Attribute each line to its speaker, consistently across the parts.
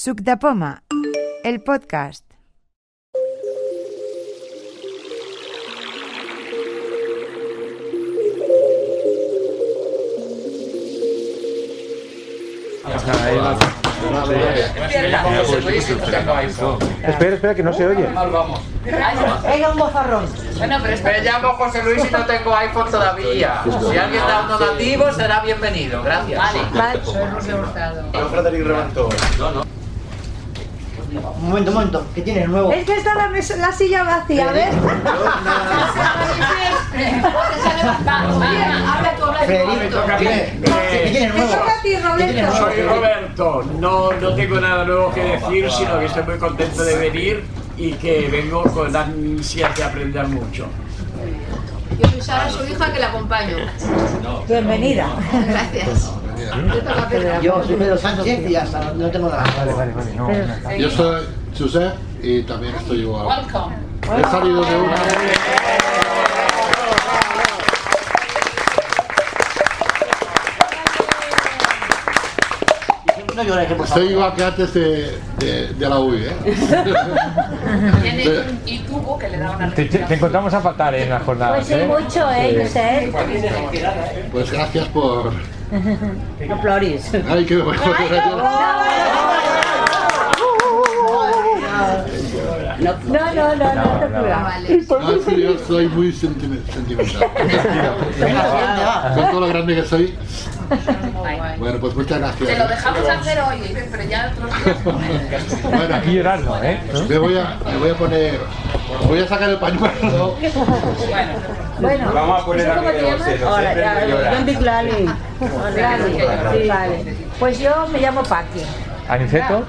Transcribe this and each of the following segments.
Speaker 1: Suc de poma, el podcast.
Speaker 2: Espera, espera, que no se oye.
Speaker 3: Mal vamos.
Speaker 4: Era un bozarrón.
Speaker 3: Bueno, pero me llamo José Luis y no tengo iPhone todavía. Si alguien da un donativo, será bienvenido. Gracias.
Speaker 4: Un momento, un momento, que tienes nuevo.
Speaker 5: Es que está la, mesa- la silla vacía, ¿ves?
Speaker 4: Frederico, que tienes
Speaker 5: Me
Speaker 4: nuevo.
Speaker 5: toca a ti, Roberto.
Speaker 6: Soy Roberto, no, no tengo nada nuevo que decir, sino que estoy muy contento de venir y que vengo con ansias de aprender mucho.
Speaker 7: Yo soy Sara, su hija, que la acompaño.
Speaker 5: Bienvenida.
Speaker 7: Gracias. Yo toco la perra.
Speaker 4: Yo soy Pedro Sánchez y ya está, no tengo nada.
Speaker 2: Vale, vale, vale. No, no.
Speaker 8: Yo soy Josep y también estoy igual. He salido de una.
Speaker 4: No llores, que por
Speaker 8: Estoy
Speaker 4: favor.
Speaker 8: igual que antes de, de- de la UI, ¿eh? De-
Speaker 7: Y tuvo que le da una
Speaker 2: Te, te- te encontramos a fatal en las
Speaker 5: Pues
Speaker 2: jornadas, ¿eh?
Speaker 9: mucho, ¿eh, Josep?
Speaker 8: Pues gracias por.
Speaker 4: No flores.
Speaker 8: Ay, que me voy a poner yo.
Speaker 9: No, no, no, no te
Speaker 7: Ah,
Speaker 9: preocupes.
Speaker 7: Vale.
Speaker 8: No, es que yo soy muy sentime- sentimental. Con todo lo grande que soy. Bueno, pues muchas gracias.
Speaker 7: Te lo dejamos hacer hoy, pero ya otros días.
Speaker 8: Bueno,
Speaker 2: Aquí llorando, ¿eh?
Speaker 8: me voy a, me voy a poner. Voy a sacar el pañuelo.
Speaker 9: Bueno, vamos a poner a Hola, ya, ¿dónde Clali? Clali, sí, vale. Pues yo me llamo Paqui.
Speaker 2: Aniceto,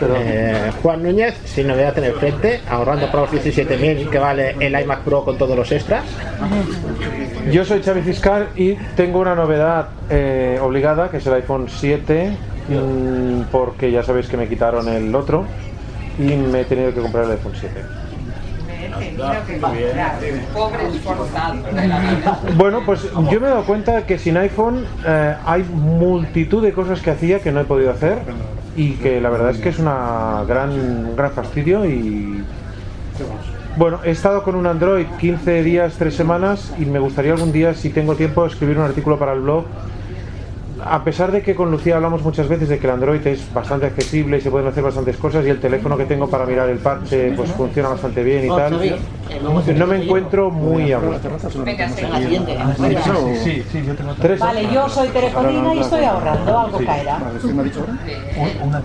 Speaker 10: Eh, Juan Núñez, sin novedad en el frente, ahorrando para los 17.000 que vale el iMac Pro con todos los extras.
Speaker 2: yo soy Xavi Fiscal y tengo una novedad eh, obligada, que es el iPhone 7, mm, porque ya sabéis que me quitaron el otro y me he tenido que comprar el iPhone 7.
Speaker 3: Pobres forzados de la vida.
Speaker 2: Bueno, pues yo me he dado cuenta que sin iPhone eh, hay multitud de cosas que hacía que no he podido hacer y que la verdad es que es una gran, un gran fastidio y... Bueno, he estado con un Android 15 días, 3 semanas y me gustaría algún día, si tengo tiempo, escribir un artículo para el blog. A pesar de que con Lucía hablamos muchas veces de que el Android es bastante accesible y se pueden hacer bastantes cosas y el teléfono que tengo para mirar el parche pues funciona bastante bien y tal, no me encuentro muy a gusto.
Speaker 3: Venga, sí.
Speaker 4: La siguiente.
Speaker 2: Ah, Sí, sí, yo tengo tres.
Speaker 5: Vale, yo soy telefonina y estoy ahorrando, algo caerá.
Speaker 2: Una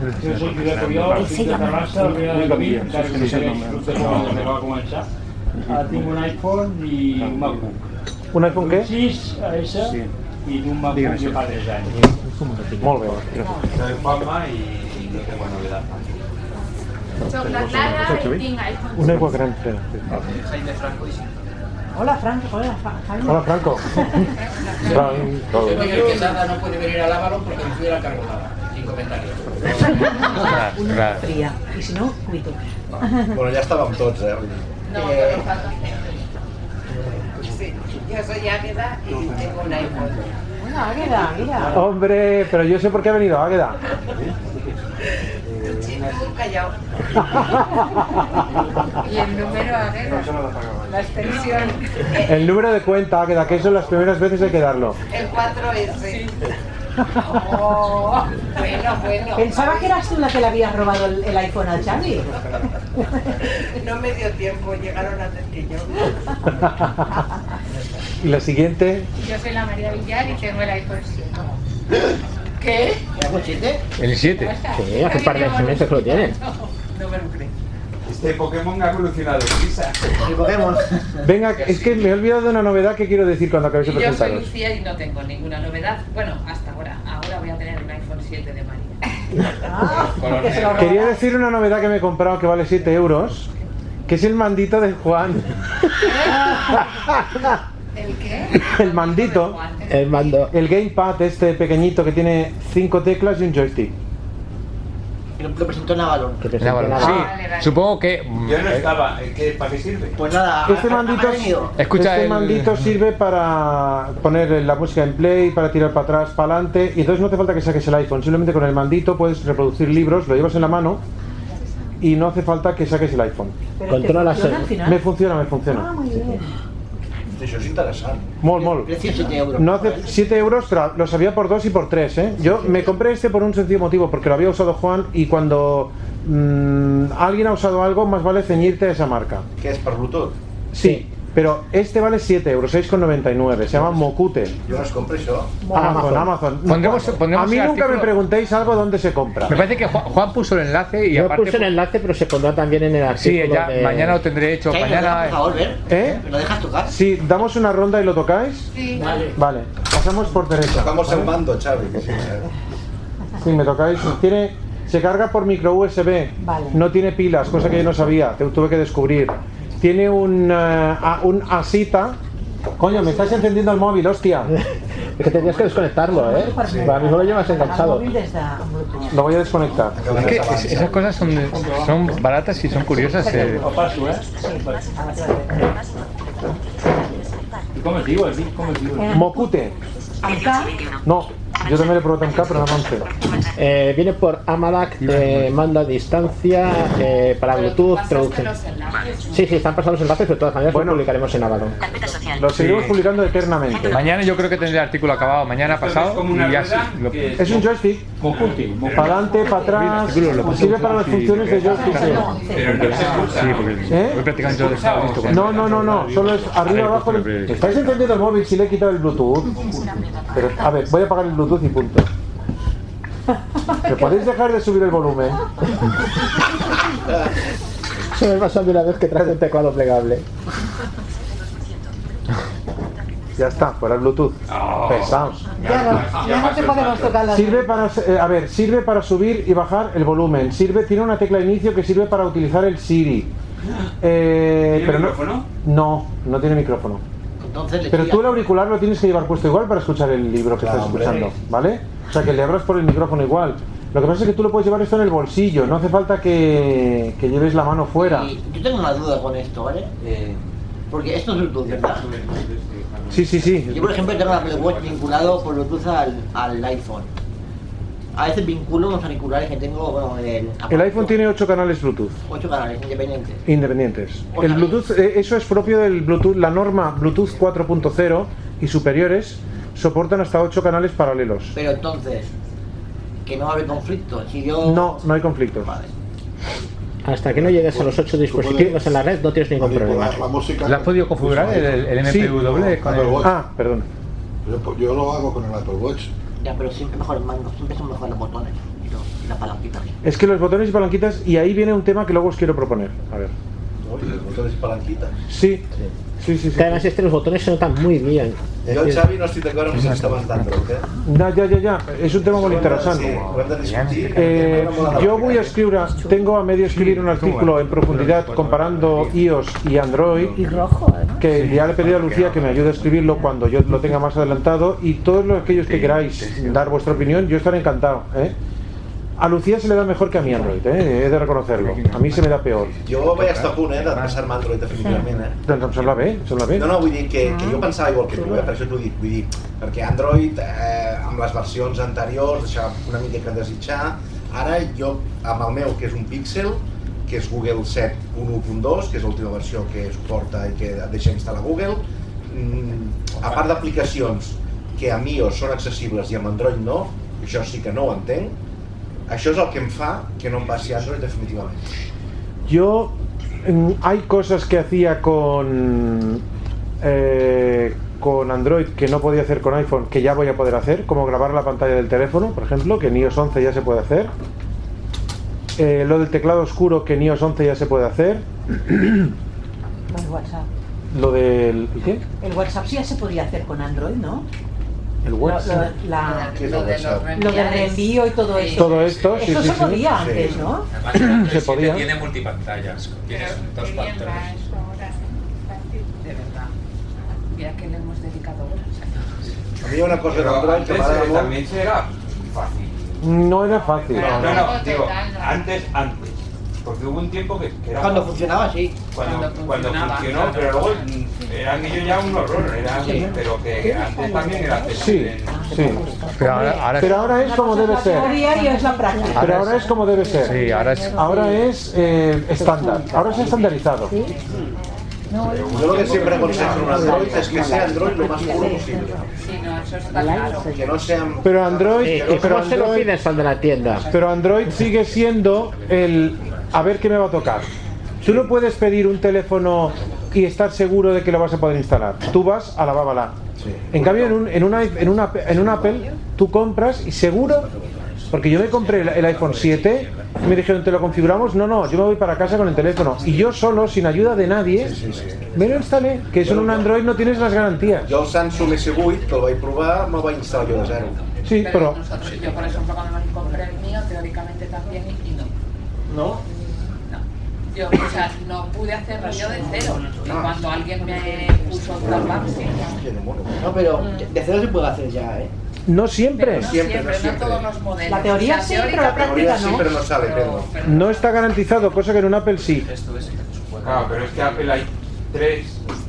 Speaker 6: Ah, Tengo un iPhone y un MacBook.
Speaker 2: ¿Un iPhone qué?
Speaker 6: Sí, a esa y un MacBook de padres años.
Speaker 2: Molt bé. gràcies.
Speaker 7: Chocla clara y ping iPhone.
Speaker 2: Un aigua gran freda.
Speaker 5: Hola, Frank. Hola, Fa- Jaime.
Speaker 2: Hola, Franco. Franco.
Speaker 3: Yo creo que Sara no puede venir al Avalon porque no tuviera cargo nada. Sin comentarios.
Speaker 5: Fría. Y si no, cuito.
Speaker 11: Bueno, ja estàvem tots, eh?
Speaker 7: No, pero falta.
Speaker 5: Una águeda, mira.
Speaker 2: Hombre, pero yo sé por qué ha venido, Águeda.
Speaker 7: Y el número a ver, la extensión.
Speaker 2: El número de cuenta, Águeda, que eso las primeras veces hay que darlo.
Speaker 7: El 4S. Oh, bueno, bueno.
Speaker 5: Pensaba que eras tú la que le habías robado el, el iPhone a Charlie.
Speaker 7: No me dio tiempo, llegaron antes que yo.
Speaker 2: Y la siguiente,
Speaker 7: Yo soy la María Villar y tengo el iPhone 7.
Speaker 4: ¿Tengo siete?
Speaker 2: el 7.
Speaker 10: Sí, hace un par de meses que lo tienen.
Speaker 3: No me lo creo.
Speaker 6: Este Pokémon ha evolucionado prisa.
Speaker 4: El Pokémon.
Speaker 2: Venga, es que me he olvidado de una novedad que quiero decir cuando acabéis de
Speaker 3: Y yo soy
Speaker 2: presentaros.
Speaker 3: Lucía y no tengo ninguna novedad. Bueno, hasta ahora. Ahora voy a tener un iPhone 7 de María.
Speaker 5: Ah, que se lo
Speaker 2: eh, Quería
Speaker 5: robó.
Speaker 2: decir una novedad que me he comprado que vale 7 euros, que es el mandito de Juan.
Speaker 7: ¿El qué?
Speaker 2: El mandito.
Speaker 10: El mando.
Speaker 2: El gamepad este pequeñito que tiene cinco teclas y un joystick.
Speaker 4: que lo presentó Navalón.
Speaker 10: Que
Speaker 3: Ya, bueno, sí, supongo que. mm,
Speaker 11: Yo no estaba. ¿Qué, ¿Para qué sirve?
Speaker 4: Pues nada,
Speaker 2: Este mandito,
Speaker 3: Escucha
Speaker 2: este
Speaker 3: el-
Speaker 2: mandito sirve para poner la música en play, para tirar para atrás, para adelante. Y entonces no hace falta que saques el iPhone. Simplemente con el mandito puedes reproducir libros, lo llevas en la mano y no hace falta que saques el iPhone.
Speaker 5: Pero te Controla funciona la al serie. final.
Speaker 2: Me funciona, me funciona.
Speaker 5: Ah, muy bien.
Speaker 11: Això és interessant.
Speaker 5: Ah.
Speaker 2: Mol, mol.
Speaker 4: Precio 7 euros.
Speaker 2: No hace 7 euros, pero lo sabía por 2 y por 3, ¿eh? Yo me compré este por un sencillo motivo, porque lo había usado Juan y cuando mm, alguien ha usado algo, más vale ceñirte a esa marca.
Speaker 11: Què és per Bluetooth?
Speaker 2: Sí, pero este vale 7 euros, 6,99, se llama Mokute.
Speaker 11: Jo no es compro això.
Speaker 2: Amazon, Amazon.
Speaker 3: Pondremos- pondremos
Speaker 2: a mí
Speaker 3: el
Speaker 2: nunca
Speaker 3: artículo-
Speaker 2: me preguntéis algo dónde se compra.
Speaker 3: Me parece que Juan, Juan puso el enlace y
Speaker 10: Yo
Speaker 3: aparte.
Speaker 10: puse el enlace, pero se pondrá también en el
Speaker 3: Sí,
Speaker 10: artículo.
Speaker 3: ya,
Speaker 10: de-
Speaker 3: mañana lo tendré hecho. Mañana.
Speaker 2: ¿Eh?
Speaker 4: ¿Lo dejas tocar?
Speaker 2: Sí, damos una ronda y lo tocáis.
Speaker 4: Sí.
Speaker 2: Vale, pasamos por Teresa.
Speaker 11: Tocamos el
Speaker 2: ¿vale?
Speaker 11: mando, Xavi. que sí, eh? Xavi.
Speaker 2: Sí, me tocáis. Tiene, se carga por micro USB.
Speaker 5: Vale.
Speaker 2: No tiene pilas, cosa que yo no sabía, te- tuve que descubrir. Tiene un, eh, a- un asita. Coño, me estás encendiendo el móvil, hostia.
Speaker 10: Es que tenías que desconectarlo, ¿eh? Ahora mismo lo llevas enganchado.
Speaker 2: Lo voy a desconectar.
Speaker 3: Es que es- esas cosas son, son baratas y son curiosas. eh.
Speaker 6: Ho passo, eh? I com es diu, has dit? Com es diu?
Speaker 2: Mocute. No, yo también le probé TMK, pero no me han feo.
Speaker 10: Eh, viene por Amadac, eh, manda a distancia, eh, para Bluetooth, traducción. Sí, sí, están pasados los enlaces, pero de todas maneras lo publicaremos en Avalon.
Speaker 2: Lo seguiremos publicando eternamente.
Speaker 3: Mañana yo creo que tendré el artículo acabado. Mañana pasado. Y ya sí, lo-
Speaker 2: Es un joystick. Para adelante, para atrás.
Speaker 3: Mira, este lo
Speaker 2: Sirve
Speaker 3: pasamos
Speaker 2: para las
Speaker 3: así. ¿eh?
Speaker 2: funciones de joystick.
Speaker 3: Sí, porque
Speaker 2: ¿Eh?
Speaker 3: voy prácticamente todo está listo.
Speaker 2: No, no, no, no, solo es arriba, abajo. del- ¿Estáis encendiendo el móvil si le he quitado el Bluetooth? Pero, a ver, voy a apagar el Bluetooth y punto. ¿Me podéis dejar de subir el volumen?
Speaker 10: Se me pasó a mí una vez que traje un teclado plegable.
Speaker 2: Ya está, fuera el Bluetooth.
Speaker 6: Oh.
Speaker 2: Pesaos.
Speaker 5: Ya no, ya no te podemos tocar las
Speaker 2: Sirve para, eh, a ver, sirve para subir y bajar el volumen. Sirve, tiene una tecla inicio que sirve para utilizar el Siri. Eh,
Speaker 6: ¿Tiene
Speaker 2: pero no-
Speaker 6: micrófono?
Speaker 2: No, no tiene micrófono.
Speaker 4: Entonces le
Speaker 2: Pero
Speaker 4: tira.
Speaker 2: tú el auricular lo tienes que llevar puesto igual para escuchar el libro que estás
Speaker 4: hombre.
Speaker 2: escuchando, ¿vale? O sea, que le abras por el micrófono igual. Lo que pasa es que tú lo puedes llevar esto en el bolsillo, no hace falta que, que lleves la mano fuera.
Speaker 4: Y Yo tengo una duda con esto, ¿vale? Eh, Porque esto es Bluetooth, ¿verdad?
Speaker 2: Sí, sí, sí.
Speaker 4: Yo, por ejemplo, tengo un Apple Watch vinculado por Bluetooth al, al iPhone. A veces vinculo los auriculares que tengo, bueno, el,
Speaker 2: El iPhone tiene 8 canales Bluetooth
Speaker 4: 8 canales independientes.
Speaker 2: independientes. El Bluetooth, eh, eso es propio del Bluetooth, la norma Bluetooth 4.0 y superiores soportan hasta 8 canales paralelos.
Speaker 4: Pero entonces, que no habrá conflicto. Si yo.
Speaker 2: No, no hay conflictos.
Speaker 10: Hasta que no llegues a los ocho dispositivos en la red, no tienes ningún problema.
Speaker 8: pues,
Speaker 3: ¿La has podido configurar el, el MPW? con el-
Speaker 2: perdón.
Speaker 8: Yo, pues, yo lo hago con el Apple Watch.
Speaker 4: Ya, pero siempre mejor el mando, siempre son mejor los botones y, los- y las palanquitas.
Speaker 2: Es que los botones y palanquitas, y ahí viene un tema que luego os quiero proponer. A ver.
Speaker 11: Els botons i palanquitas.
Speaker 2: Sí. Sí, sí, sí.
Speaker 10: Que además este, los botones se notan muy bien.
Speaker 11: Jo, Xavi, no estic d'acord amb el que estaves d'altres, eh?
Speaker 2: No, ya, ya, ya. Es un tema muy
Speaker 11: Sí,
Speaker 2: interesante.
Speaker 11: ho hem de discutir.
Speaker 2: Eh, yo voy a escribir, a- tengo a medio escribir un artículo en profundidad comparando iOS y eh. Android, que ya le he pedido a Lucía que me ayude a escribirlo cuando yo lo tenga más adelantado y todos los- aquellos que queráis dar vuestra opinión, yo estaré encantado. ¿eh? A Lucía se le da mejor que a mí Android, ¿eh? he de reconocerlo. A mí se me da peor.
Speaker 11: Jo vaig estar a punt, eh, de passar-me a Android definitivament, eh?
Speaker 2: Doncs em sembla bé, em sembla bé.
Speaker 11: No, no, vull dir que, que
Speaker 2: Ah.
Speaker 11: jo pensava igual que tu, eh? per això t'ho dic, vull dir, perquè Android eh, amb les versions anteriors deixava una mica que desitjar, ara jo amb el meu, que és un Pixel, que és Google 7.1.2, que és l'última versió que suporta i que et deixa instal·lar Google, mm, a part d'aplicacions que amb iOS són accessibles i amb Android no, això sí que no ho entenc, això és el que em fa que no em passi Android definitivament.
Speaker 2: Yo mm, hay cosas que hacía con eh, con Android que no podía hacer con iPhone que ya voy a poder hacer, como grabar la pantalla del teléfono, por ejemplo, que en iOS 11 ya se puede hacer. Eh, lo del teclado oscuro que en iOS 11 ya se puede hacer.
Speaker 5: el WhatsApp.
Speaker 2: Lo del ¿qué?
Speaker 5: El WhatsApp sí ya se podía hacer con Android, ¿no?
Speaker 2: El
Speaker 5: Lo,
Speaker 2: WhatsApp.
Speaker 5: lo- la-
Speaker 2: ¿Qué es el Lo de los WhatsApp?
Speaker 5: lo del reenvío y todo
Speaker 2: Sí.
Speaker 5: eso.
Speaker 2: Todo esto, sí,
Speaker 5: Eso
Speaker 2: sí,
Speaker 5: se
Speaker 2: sí.
Speaker 5: podía
Speaker 2: Sí.
Speaker 5: antes, ¿no?
Speaker 2: Se podía.
Speaker 12: Tiene multipantallas. Tienes dos pantallas.
Speaker 7: De verdad. Mira que le hemos dedicado horas.
Speaker 11: A mi hi ha una cosa
Speaker 6: Però
Speaker 11: d'Android que
Speaker 6: antes, eh,
Speaker 11: m'agrada molt...
Speaker 6: també era fàcil.
Speaker 2: No era fácil.
Speaker 12: No, no, digo, antes, antes. Porque hubo un tiempo que, que era.
Speaker 4: Cuando funcionaba, sí.
Speaker 12: Cuando,
Speaker 4: Cuando
Speaker 12: cuando
Speaker 4: funcionaba.
Speaker 12: funcionó, pero luego mm, era aquello ya un horror, era,
Speaker 2: Sí.
Speaker 12: pero que antes también era accesible.
Speaker 2: Sí, sí.
Speaker 3: Pero ahora, ahora-
Speaker 2: Pero ahora es como debe ser.
Speaker 5: teoría y es la práctica.
Speaker 2: Pero ahora es como debe ser.
Speaker 3: Sí, ahora es-
Speaker 2: Ahora es eh, estándar. Ahora es estandarizado.
Speaker 11: Yo lo que siempre aconsejo a un Android es que sea Android lo más puro posible.
Speaker 7: Sí, no, eso está claro.
Speaker 11: Que no sean
Speaker 2: Pero Android, eh,
Speaker 10: Eh, ¿Y
Speaker 2: pero
Speaker 10: cómo se lo
Speaker 2: Android-
Speaker 10: pides al de la tienda?
Speaker 2: pero Android sigue siendo el a ver qué me va a tocar. Tú no puedes pedir un teléfono y estar seguro de que lo vas a poder instalar. Tú vas a la bábala. En cambio, en, un, en, una, en, una, en un Apple, tú compras y seguro. Porque yo me compré el, el iPhone 7, y me dijeron, ¿te lo configuramos? No, no, yo me voy para casa con el teléfono. Y yo solo, sin ayuda de nadie, me lo instalé. Que eso en un Android no tienes las garantías.
Speaker 11: Jo el Samsung S8, que el vaig provar, me'l vaig instal·lar jo de zero.
Speaker 2: Sí, pero.
Speaker 7: Nosotros, yo por ejemplo cuando me compré el mío, teóricamente también, y no.
Speaker 11: No?
Speaker 7: Yo, o sea, no pude hacerlo yo de cero. Y cuando alguien me puso otra parte,
Speaker 4: No, pero
Speaker 7: Mm.
Speaker 4: de- de cero se puede hacer ya, ¿eh?
Speaker 2: No siempre.
Speaker 7: no siempre, no, todos los modelos.
Speaker 5: La teoría
Speaker 7: O
Speaker 5: sí,
Speaker 7: sea,
Speaker 5: pero la
Speaker 7: teóricamente-
Speaker 5: práctica no.
Speaker 11: no sale, Pedro.
Speaker 2: No está garantizado, cosa que en un Apple sí.
Speaker 12: Claro, pero es que Apple hay tres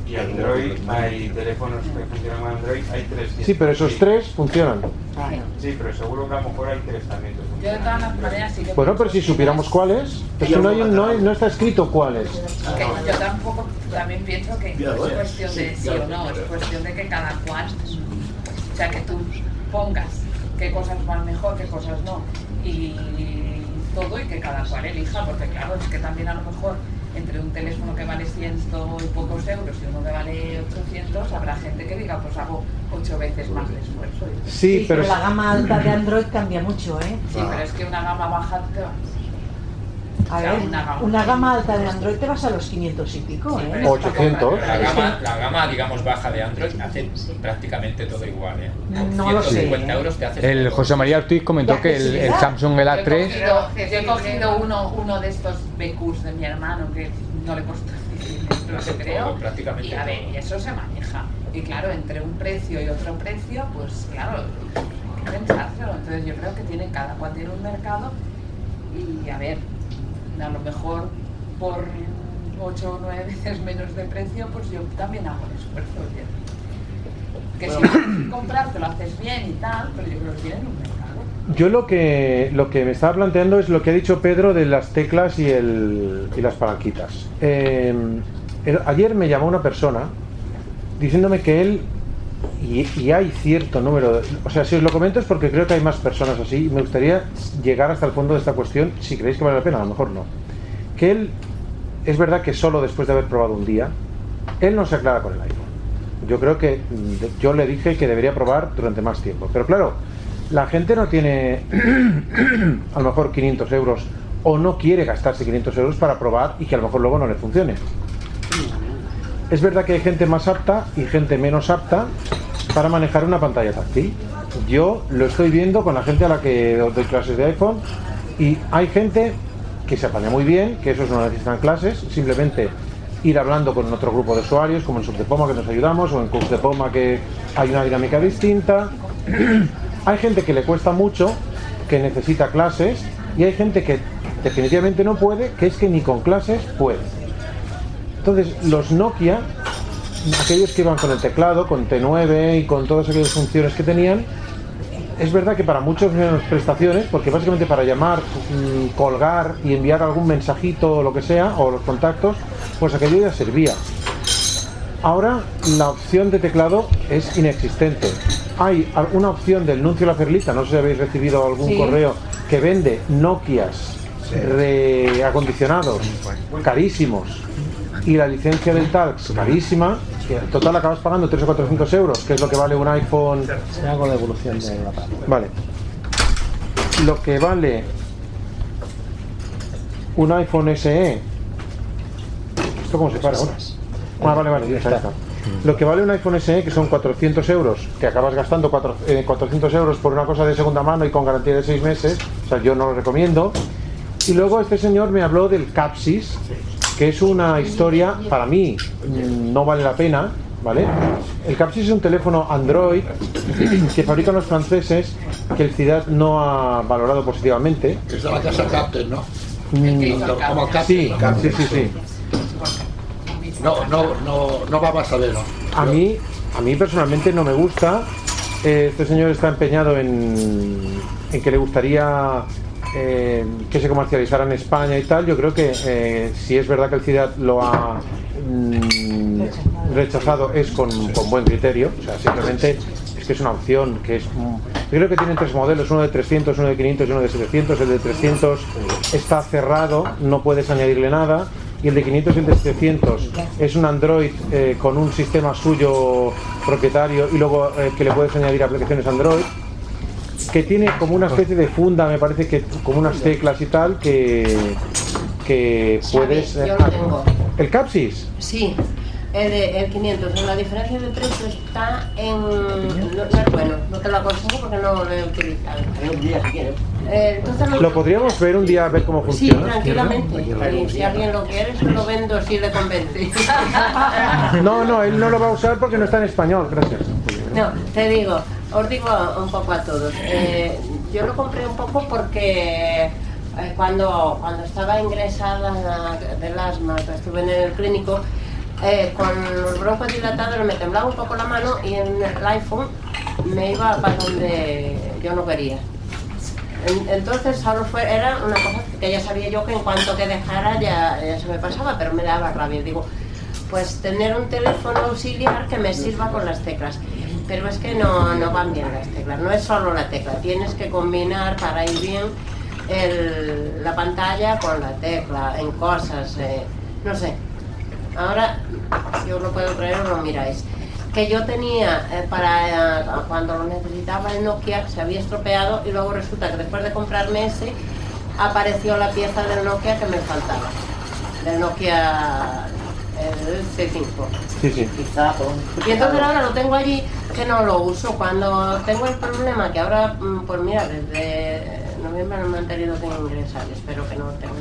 Speaker 12: y Android hay teléfonos que funcionan con Android, hay tres.
Speaker 2: Sí, pero esos tres funcionan.
Speaker 12: Sí, pero seguro que a lo mejor hay tres también. que funcionan.
Speaker 7: Yo de todas las maneras sí que
Speaker 2: Bueno, Pues pero si supiéramos cuáles, es que no, hay- no hay- no está escrito cuáles.
Speaker 7: que yo tampoco también pienso que
Speaker 2: Ah, Ya,
Speaker 7: no es
Speaker 2: bueno,
Speaker 7: cuestión
Speaker 2: sí,
Speaker 7: de sí
Speaker 2: claro,
Speaker 7: o no, es
Speaker 2: pero-
Speaker 7: cuestión de que cada cual, o sea, que tú pongas qué cosas van mejor, qué cosas no, y todo, y que cada cual elija, porque claro, es que también a lo mejor entre un teléfono que vale ciento y pocos euros y uno que vale 800, habrá gente que diga, pues hago ocho veces más de esfuerzo.
Speaker 2: Sí, pero-
Speaker 5: la gama alta de Android cambia mucho, ¿eh?
Speaker 7: Sí, pero es que una gama baja te va-
Speaker 5: A ver, una gama alta de Android te vas a los 500 y pico, ¿eh?
Speaker 2: O 800.
Speaker 12: La gama, la gama, digamos, baja de Android hace prácticamente todo igual, ¿eh? Con
Speaker 5: No lo sé.
Speaker 12: 150 euros te haces
Speaker 3: El José María Ortiz comentó que el, el Samsung el
Speaker 7: Yo he
Speaker 3: A3
Speaker 7: cogido, yo he cogido uno, uno de estos BQs de mi hermano que no le costó 100 euros,
Speaker 12: Todo,
Speaker 7: creo.
Speaker 12: prácticamente
Speaker 7: Y a ver, y eso se maneja. Y claro, entre un precio y otro precio, pues claro, hay que pensárselo. Entonces yo creo que tiene, cada cual tiene un mercado y a ver, a lo mejor por 8 o 9 veces menos de precio, pues yo también hago el esfuerzo. oye. Que si comprar te lo haces bien y tal, pero yo creo que tienen un mercado.
Speaker 2: Yo lo que, lo que me estaba planteando es lo que ha dicho Pedro de las teclas y, el- y las palanquitas. Eh, el- ayer me llamó una persona diciéndome que él, y, y hay cierto número, de- o sea, si os lo comento es porque creo que hay más personas así, y me gustaría llegar hasta el fondo de esta cuestión, si creéis que vale la pena, a lo mejor no. Que él, es verdad que solo después de haber probado un día, él no se aclara con el iPhone. Yo creo que mm, de- yo le dije que debería probar durante más tiempo. Pero claro, la gente no tiene a lo mejor 500 euros o no quiere gastarse 500 euros para probar y que a lo mejor luego no le funcione. Es verdad que hay gente más apta y gente menos apta para manejar una pantalla táctil. Yo lo estoy viendo con la gente a la que doy clases de iPhone y hay gente que se apaña muy bien, que esos no necesitan clases, simplemente ir hablando con otro grupo de usuarios, como en Subdepoma que nos ayudamos, o en Coach de Poma que hay una dinámica distinta. hay gente que le cuesta mucho, que necesita clases, y hay gente que definitivamente no puede, que es que ni con clases puede. Entonces, los Nokia, aquellos que iban con el teclado, con T9 y con todas aquellas funciones que tenían, es verdad que para muchos menos prestaciones, porque básicamente para llamar, mm, colgar y enviar algún mensajito o lo que sea, o los contactos, pues aquello ya servía. Ahora la opción de teclado es inexistente. Hay alguna opción del Nuncio La Perlita, no sé si habéis recibido algún
Speaker 10: Sí.
Speaker 2: correo, que vende Nokias reacondicionados, carísimos, y la licencia del Talks carísima, que en total acabas pagando 3 o 400 euros, que es lo que vale un iPhone.
Speaker 10: Hago la evolución de la parte.
Speaker 2: Vale. Lo que vale un iPhone SE. ¿Esto cómo se para ahora? Ah, vale, vale, ya está, ya está. Lo que vale un iPhone SE, que son 400 euros, que acabas gastando cuatro- eh, 400 euros por una cosa de segunda mano y con garantía de 6 meses, o sea, yo no lo recomiendo. Y luego este señor me habló del Capsis, que es una historia, para mí, mm, no vale la pena, ¿vale? El Capsis es un teléfono Android que fabrican los franceses que el CIDAD no ha valorado positivamente.
Speaker 8: Es de la casa Captain, ¿no?
Speaker 2: Mm,
Speaker 8: Como el
Speaker 2: sí,
Speaker 8: Captain. ¿no?
Speaker 2: sí, sí, sí.
Speaker 8: No, no, no, no va más a ver, ¿no?
Speaker 2: A mí, a mí personalmente no me gusta. Eh, Este señor está empeñado en, en que le gustaría eh, que se comercializara en España y tal. Yo creo que eh, si es verdad que el CIDAD lo ha mm, rechazado es con, con buen criterio. O sea, simplemente es que es una opción que es... mm, Yo creo que tienen tres modelos, uno de 300, uno de 500 y uno de 700. El de 300 está cerrado, no puedes añadirle nada. Y el de 500 y el de 700 es un Android eh, con un sistema suyo propietario y luego eh, que le puedes añadir aplicaciones Android que tiene como una especie de funda, me parece que como unas teclas y tal que, que puedes...
Speaker 1: yo lo tengo.
Speaker 2: El Capsis.
Speaker 1: Sí, el, de- el 500. La diferencia de precio está en. No, no es bueno, no te lo aconsejo porque no lo he utilizado. Eh, entonces no-
Speaker 2: Lo podríamos ver un día a ver cómo
Speaker 1: Sí,
Speaker 2: funciona.
Speaker 1: tranquilamente. Y si alguien lo quiere, se lo vendo si le convence.
Speaker 2: No, no, él no lo va a usar porque no está en español, gracias.
Speaker 1: No, te digo, os digo un poco a todos. Eh, yo lo compré un poco porque eh, cuando, cuando estaba ingresada del asma, que estuve en el clínico, eh, con los broncos dilatados me temblaba un poco la mano y en el iPhone me iba para donde yo no quería. En- Entonces solo fue, era una cosa que ya sabía yo que en cuanto que dejara ya, ya se me pasaba, pero me daba rabia. Digo, pues tener un teléfono auxiliar que me sirva con las teclas. Pero es que no, no van bien las teclas, no es solo la tecla, tienes que combinar para ir bien el- la pantalla con la tecla, en cosas, eh, no sé. Ahora yo lo puedo traer o lo miráis. Que yo tenía eh, para eh, cuando lo necesitaba el Nokia, se había estropeado y luego resulta que después de comprarme ese, apareció la pieza del Nokia que me faltaba. Del Nokia el C5.
Speaker 2: Sí, sí.
Speaker 1: Y entonces ahora lo tengo allí que no lo uso. Cuando tengo el problema que ahora, mm, pues mira, desde noviembre no me han tenido que ingresar. Espero que no tenga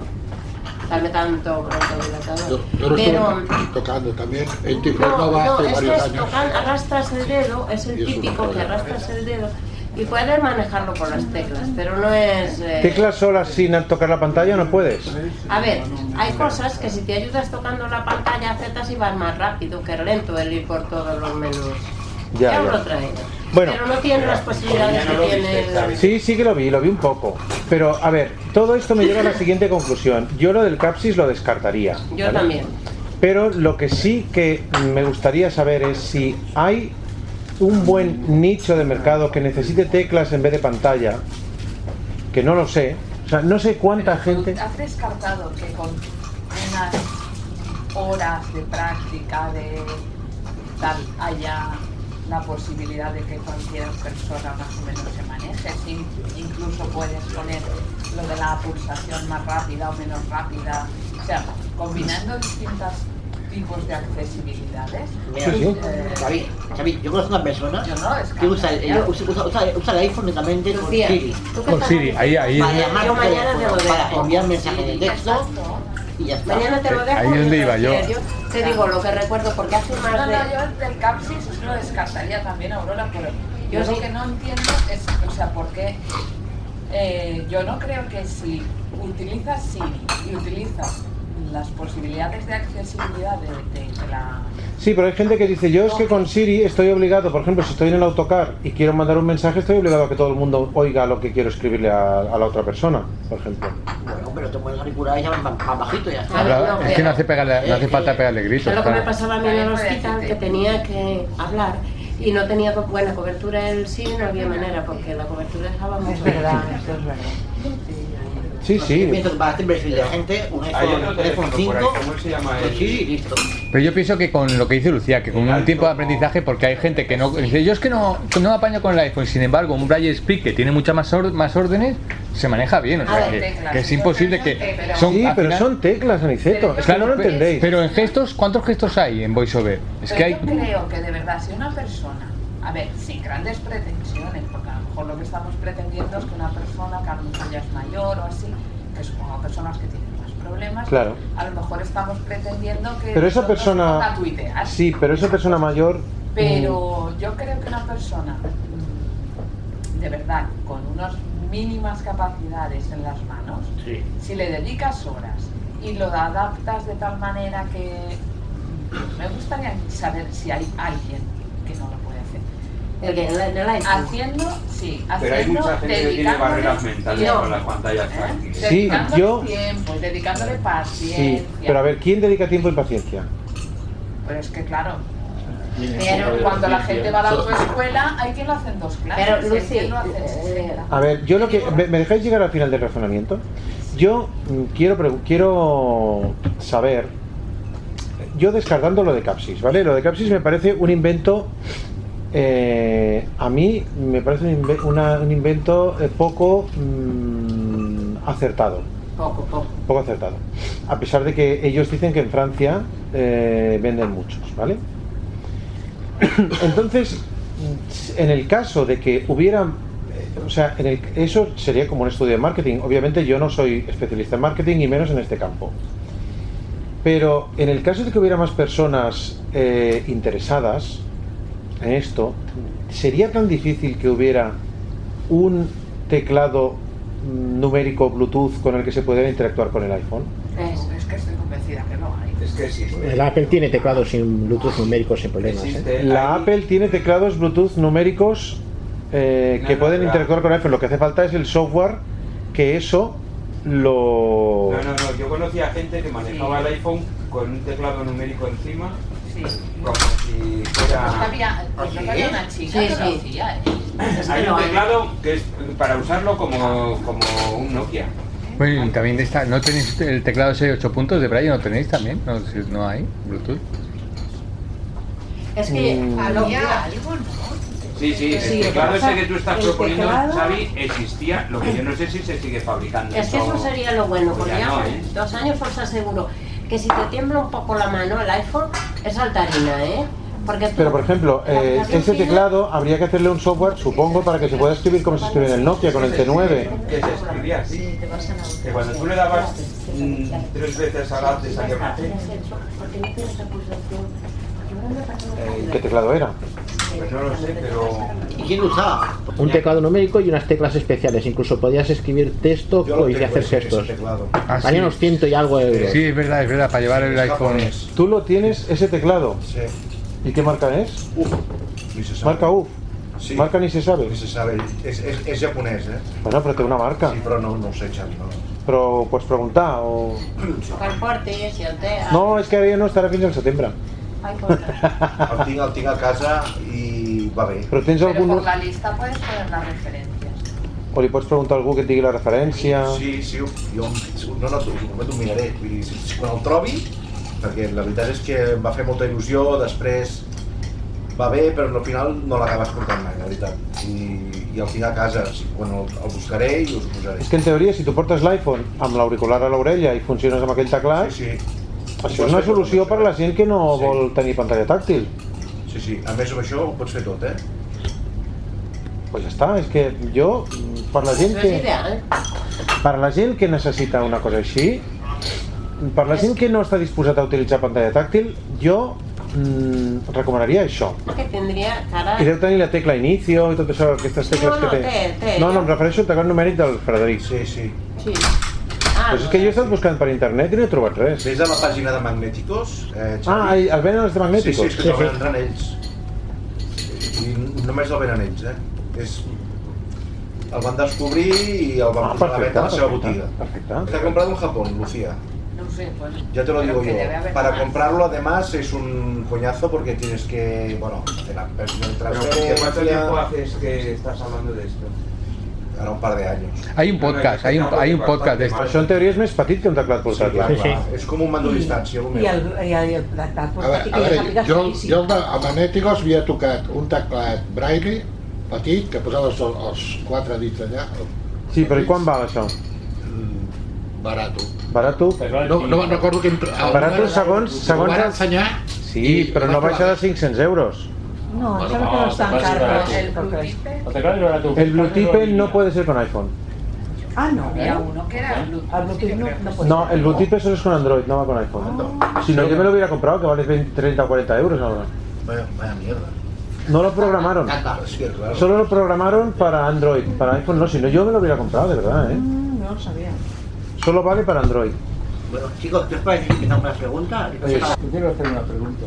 Speaker 1: que darme tanto pronto dilatador.
Speaker 8: Yo lo
Speaker 1: Pero
Speaker 8: estoy tocando también. En
Speaker 1: no,
Speaker 8: Tifernova
Speaker 1: no,
Speaker 8: hace
Speaker 1: es que
Speaker 8: varios
Speaker 1: es
Speaker 8: años.
Speaker 1: tocan, arrastras el dedo, es el
Speaker 8: Y es un
Speaker 1: típico que
Speaker 8: problema.
Speaker 1: arrastras el dedo y puedes manejarlo con las teclas, pero no es... eh,
Speaker 2: Teclas solas sin tocar la pantalla no puedes.
Speaker 1: A ver, hay cosas que si te ayudas tocando la pantalla Z y vas más rápido, que es lento el ir por todos los menús.
Speaker 2: Ya,
Speaker 1: Ya, os
Speaker 2: ya.
Speaker 1: lo traigo.
Speaker 2: Bueno.
Speaker 1: Pero no tiene las posibilidades que tiene el...
Speaker 2: Sí, sí que lo vi, lo vi un poco. Pero, a ver, todo esto me lleva a la siguiente conclusión. Yo lo del Capsis lo descartaría.
Speaker 1: Yo
Speaker 2: ¿vale?
Speaker 1: también.
Speaker 2: Pero lo que sí que me gustaría saber es si hay un buen nicho de mercado que necesite teclas en vez de pantalla, que no lo sé. O sea, no sé cuánta gente...
Speaker 7: ¿Has descartado que con unas horas de práctica de tal haya la posibilidad de que cualquier persona más o menos se maneje? Sí, incluso puedes poner lo de la pulsación más rápida o menos rápida. O sea, combinando distintos tipos de accesibilidades.
Speaker 4: Mira,
Speaker 7: eh,
Speaker 4: Xavi, Xavi, yo conozco una persona que usa el,
Speaker 7: cambia.
Speaker 4: usa, usa- usa- usa el iPhone netamente con
Speaker 7: Lucía,
Speaker 4: Siri.
Speaker 7: ¿tú qué Con Siri, estás ahí, ahí.
Speaker 4: Para
Speaker 7: Yo
Speaker 4: llamar por
Speaker 7: mañana te
Speaker 4: teléfono,
Speaker 7: lo
Speaker 4: para
Speaker 7: dejo.
Speaker 4: enviar mensaje de texto y ya está.
Speaker 1: Mañana te lo dejo.
Speaker 7: ahí es donde iba yo.
Speaker 1: Te digo lo que recuerdo porque hace más
Speaker 7: No, no,
Speaker 1: de...
Speaker 7: yo el capsis lo descartaría también, Aurora, pero yo
Speaker 1: Yo sí.
Speaker 7: lo que no entiendo es, o sea, por qué eh, yo no creo que si utilizas Siri y utilizas las posibilidades de accesibilidad de, de- de la...
Speaker 2: Sí, pero hay gente que dice, yo es que con Siri estoy obligado, por ejemplo, si estoy en el autocar y quiero mandar un mensaje, estoy obligado a que todo el mundo oiga lo que quiero escribirle a, a la otra persona, por ejemplo.
Speaker 4: Bueno, pero te pones auriculares y ya van van bajito y ya está.
Speaker 3: Habrá- es que no hace, pegarle- no hace falta pegarle gritos.
Speaker 1: Es lo que me
Speaker 3: claro.
Speaker 1: pasaba a mí en el hospital, que tenía que hablar y no tenía co- buena cobertura el Siri, no había manera porque la cobertura estaba muy
Speaker 5: Es verdad,
Speaker 1: esto es verdad.
Speaker 2: Sí, sí.
Speaker 4: Mientras para este perfil de la gente, un
Speaker 12: Hay otro
Speaker 4: iPhone,
Speaker 12: teléfono
Speaker 4: teléfono
Speaker 12: por
Speaker 4: 5,
Speaker 12: ahí, ¿cómo se llama?
Speaker 4: con Siri y listo.
Speaker 3: Pero yo pienso que con lo que dice Lucía, que con un tiempo de aprendizaje, porque hay gente que no. Dice, yo es que no, no apaño con el iPhone, sin embargo, un Braille Speak que tiene muchas más, or- más órdenes, se maneja bien. O
Speaker 2: A
Speaker 3: sea,
Speaker 2: ver,
Speaker 3: que,
Speaker 2: Ah, teclas.
Speaker 3: que es imposible que. Son,
Speaker 2: sí,
Speaker 3: al
Speaker 2: pero
Speaker 3: final-
Speaker 2: son teclas, Aniceto. Es que
Speaker 3: Claro,
Speaker 2: no lo
Speaker 3: pe-
Speaker 2: entendéis.
Speaker 3: Pero en gestos, ¿cuántos gestos hay en VoiceOver? Es que
Speaker 7: Pero
Speaker 3: hay.
Speaker 7: Yo creo que de verdad, si una persona, a ver, sin grandes pretensiones, porque a lo mejor lo que estamos pretendiendo es que una persona que a lo mejor ya es mayor o así, que supongo que son las que tienen más problemas,
Speaker 2: Claro.
Speaker 7: a lo mejor estamos pretendiendo que
Speaker 2: Pero esa
Speaker 7: nosotros nos
Speaker 2: persona.
Speaker 7: ponga a tuitear.
Speaker 2: Sí, pero esa persona mayor. mm,
Speaker 7: Pero yo creo que una persona mm, de verdad con unas mínimas capacidades en las manos,
Speaker 9: Sí.
Speaker 7: si le dedicas horas y lo adaptas de tal manera que me gustaría saber si hay alguien que no lo puede hacer.
Speaker 1: El que no- no la hizo.
Speaker 7: haciendo, sí, haciendo,
Speaker 12: Pero hay mucha gente que tiene
Speaker 7: dedicándole
Speaker 12: barreras mentales
Speaker 7: tiempo,
Speaker 12: con las
Speaker 3: ¿Eh?
Speaker 12: pantallas táctiles.
Speaker 2: Sí,
Speaker 7: dedicándole
Speaker 2: yo-
Speaker 7: tiempo, dedicándole paciencia.
Speaker 2: Sí, pero a ver, ¿quién dedica tiempo y paciencia?
Speaker 7: Pero es que claro,
Speaker 1: Pero-
Speaker 7: cuando la gente va a la autoescuela, hay quien lo hace en dos clases.
Speaker 1: Pero,
Speaker 7: hay
Speaker 1: Lucy, eh,
Speaker 7: quien lo hace en 60.
Speaker 2: A ver, yo lo que. ¿Me, me dejáis llegar al final del razonamiento? Yo mm, quiero, pregu- quiero saber. Yo descartando lo de Capsis, ¿vale? Lo de Capsis me parece un invento. eh, a mí me parece un, inve- una- un invento eh, poco mm, acertado.
Speaker 1: Poco, poco.
Speaker 2: Poco acertado. A pesar de que ellos dicen que en Francia eh, venden muchos, ¿vale? Entonces, en el caso de que hubiera, eh, o sea, en el- eso sería como un estudio de marketing. Obviamente yo no soy especialista en marketing y menos en este campo. Pero en el caso de que hubiera más personas eh, interesadas en esto, ¿sería tan difícil que hubiera un teclado mm, numérico Bluetooth con el que se pudiera interactuar con el iPhone?
Speaker 7: Es que estoy convencida que no hay.
Speaker 12: Es que existe.
Speaker 10: El Apple tiene teclado sin Bluetooth numérico sin problemas. ¿eh?
Speaker 12: Este,
Speaker 2: La Apple tiene teclados Bluetooth numéricos eh, que
Speaker 12: no,
Speaker 2: pueden
Speaker 12: pero-
Speaker 2: interactuar con iPhone. Lo que hace falta es el software que eso lo.
Speaker 12: No, no, no, yo conocía gente que manejaba el iPhone con un teclado numérico encima, como si
Speaker 7: No
Speaker 12: fuera...
Speaker 7: había, pues no
Speaker 12: Ah, ¿Sí?
Speaker 7: había una chica
Speaker 12: Sí,
Speaker 7: que lo
Speaker 12: sí.
Speaker 7: hacía, ¿eh?
Speaker 12: Hay un teclado que es para usarlo como, como un Nokia.
Speaker 3: Bueno, y también está, ¿no tenéis el teclado ese de 8 puntos de Braille? ¿No tenéis también? No, si no hay Bluetooth.
Speaker 1: Es que
Speaker 3: Mm.
Speaker 1: a lo que
Speaker 7: Había algo, ¿no?
Speaker 12: Sí, sí, el
Speaker 1: Sí,
Speaker 12: teclado
Speaker 1: pasa-
Speaker 12: ese que tú estás
Speaker 1: el
Speaker 12: proponiendo,
Speaker 1: teclado-
Speaker 12: Xavi, existía, lo que yo no sé si se sigue fabricando.
Speaker 1: Es que eso sería lo bueno,
Speaker 12: Pues
Speaker 1: porque
Speaker 12: ya
Speaker 1: ya
Speaker 12: no, ¿eh?
Speaker 1: dos años fuerza seguro. Que si te tiembla un poco la mano el iPhone, es saltarina, ¿eh? Porque tú-
Speaker 2: Pero por ejemplo, eh, ese teclado habría que hacerle un software, supongo, para que se pueda escribir como se escribe en el Nokia, con el T9.
Speaker 12: Que se escribía así. Que cuando tú le dabas mm, tres veces a la te salía una T.
Speaker 2: ¿Qué teclado era?
Speaker 12: Pues Eh, no lo sé, pero...
Speaker 4: ¿Y quién lo usaba?
Speaker 10: Un teclado numérico y unas teclas especiales. Incluso podías escribir texto
Speaker 4: Yo lo
Speaker 10: y
Speaker 4: tengo,
Speaker 10: hacer
Speaker 4: ese-
Speaker 12: Este
Speaker 10: gestos.
Speaker 4: ese
Speaker 3: Ah,
Speaker 10: Valían
Speaker 3: sí.
Speaker 10: unos ciento y algo euros.
Speaker 3: Sí, es verdad, es verdad, para llevar el iPhone.
Speaker 2: ¿Tú lo tienes ese teclado?
Speaker 11: Sí.
Speaker 2: ¿Y qué marca es?
Speaker 11: sabe.
Speaker 2: Marca UF. Marca ni se sabe.
Speaker 11: Ni se sabe, es, es, es japonès, eh?
Speaker 2: Bueno, pero tiene una marca.
Speaker 11: Sí, però no, no ho sé, Xavi, no.
Speaker 2: Pero pues pregunta o...
Speaker 1: Transporte, si el te-
Speaker 2: No, es que ahora ya no estará fins al setembre.
Speaker 1: Ay, por-
Speaker 11: El tinc, el tinc a casa i va bé.
Speaker 2: Però tens
Speaker 7: Pero
Speaker 2: algun...
Speaker 7: por la lista puedes poner la referencia.
Speaker 2: O li pots preguntar a algú que et digui la referència...
Speaker 11: Sí, sí, jo, no, no, tu- només ho miraré. Vull dir, si, si quan el trobi, perquè la veritat és que em va fer molta il·lusió, després va bé, però al final no l'acabes portant mai, la veritat. I, i el tinc a casa, si, quan el, el buscaré i us ho posaré.
Speaker 2: És que en teoria, si tu portes l'iPhone amb l'auricular a l'orella i funciones amb aquell teclat,
Speaker 11: sí, Pues sí.
Speaker 2: això és una solució per a la gent que no vol tenir pantalla tàctil.
Speaker 11: Sí, sí, a més amb això ho pots fer tot, eh?
Speaker 2: Pues ja està, és que jo, per la gent
Speaker 1: Eso es
Speaker 2: que,
Speaker 1: ideal.
Speaker 2: per la gent que necessita una cosa així, per la gent que no està disposat a utilitzar pantalla tàctil, jo mm, recomanaria això.
Speaker 1: Que tendría cara.
Speaker 2: I deu tenir la tecla inicio i tot això, aquestes tecles
Speaker 1: No, no,
Speaker 2: que
Speaker 1: té, té.
Speaker 2: No, no, em refereixo al teclat numèric del Frederic.
Speaker 11: Sí, sí.
Speaker 1: Sí. Ah,
Speaker 2: Pues és que jo he estat buscant per internet i no he trobat res.
Speaker 11: Vés a la pàgina de Magnéticos, eh, Xavi.
Speaker 2: Ah, el venen els de
Speaker 11: Sí,
Speaker 2: magnèticos.
Speaker 11: sí, és que sí, sí. vendran ells. I només el venen ells, eh? És... El van descobrir i el van
Speaker 2: Ah,
Speaker 11: posar a la
Speaker 2: perfecte,
Speaker 11: venda a la seva
Speaker 2: perfecte,
Speaker 11: botiga.
Speaker 2: Perfecte.
Speaker 11: Te ha comprado en Japón, Lucía.
Speaker 7: No sé, bueno.
Speaker 11: Ya te
Speaker 7: Pero
Speaker 11: lo digo
Speaker 7: que
Speaker 11: yo.
Speaker 7: debe haber
Speaker 11: Para
Speaker 7: más.
Speaker 11: comprarlo, además, es un coñazo porque tienes que. Bueno, hacer la personal
Speaker 12: Pero, ¿de ¿Cuánto tiempo
Speaker 11: transferencia.
Speaker 12: haces que estás hablando de esto?
Speaker 11: Ahora un par de años.
Speaker 3: Hay un podcast, hay un, hay un podcast de esto.
Speaker 2: Això en teoria és més petit que un teclat portàtil.
Speaker 3: Sí, clar,
Speaker 11: És com un mando a distància,
Speaker 5: I el, i el, i el tactat
Speaker 8: A
Speaker 5: portàtil
Speaker 8: veure, a
Speaker 5: que ja
Speaker 8: veure
Speaker 5: sàpigues
Speaker 8: jo,
Speaker 5: boníssim.
Speaker 8: jo a Manèticos havia tocat un teclat Braille petit que posava els, els quatre dits allà,
Speaker 2: Sí, però i quan val això?
Speaker 8: barato.
Speaker 2: Barato?
Speaker 8: No, no me'n recordo que... Entre...
Speaker 2: Barato segons... segons
Speaker 8: Ho van ensenyar
Speaker 2: Sí, però no baixa de 500 euros.
Speaker 5: No, em sembla
Speaker 13: no,
Speaker 5: que no és tan
Speaker 13: vas
Speaker 5: car.
Speaker 13: barato.
Speaker 5: però-
Speaker 13: El teclado era tu.
Speaker 2: El Bluetooth no puede ser con iPhone.
Speaker 5: Ah, no.
Speaker 12: ¿eh?
Speaker 7: Había uno que era Bluetooth.
Speaker 5: Bluetooth no, no podía.
Speaker 2: No, el Bluetooth solo es con Android, no va con iPhone.
Speaker 5: Ah.
Speaker 2: Si no, yo me lo hubiera comprado, que vale 20, 30 o 40 euros ahora.
Speaker 11: Vaya, vaya mierda.
Speaker 2: No lo programaron.
Speaker 11: Claro, sí, claro.
Speaker 2: Solo lo programaron para Android, para iPhone no, si no yo me lo hubiera comprado, de verdad, ¿eh?
Speaker 5: Mm, No lo sabía.
Speaker 2: Solo vale para Android.
Speaker 4: Bueno, chicos, ¿qué os parece que tengo una pregunta?
Speaker 6: pues, ah, Yo quiero hacer una pregunta.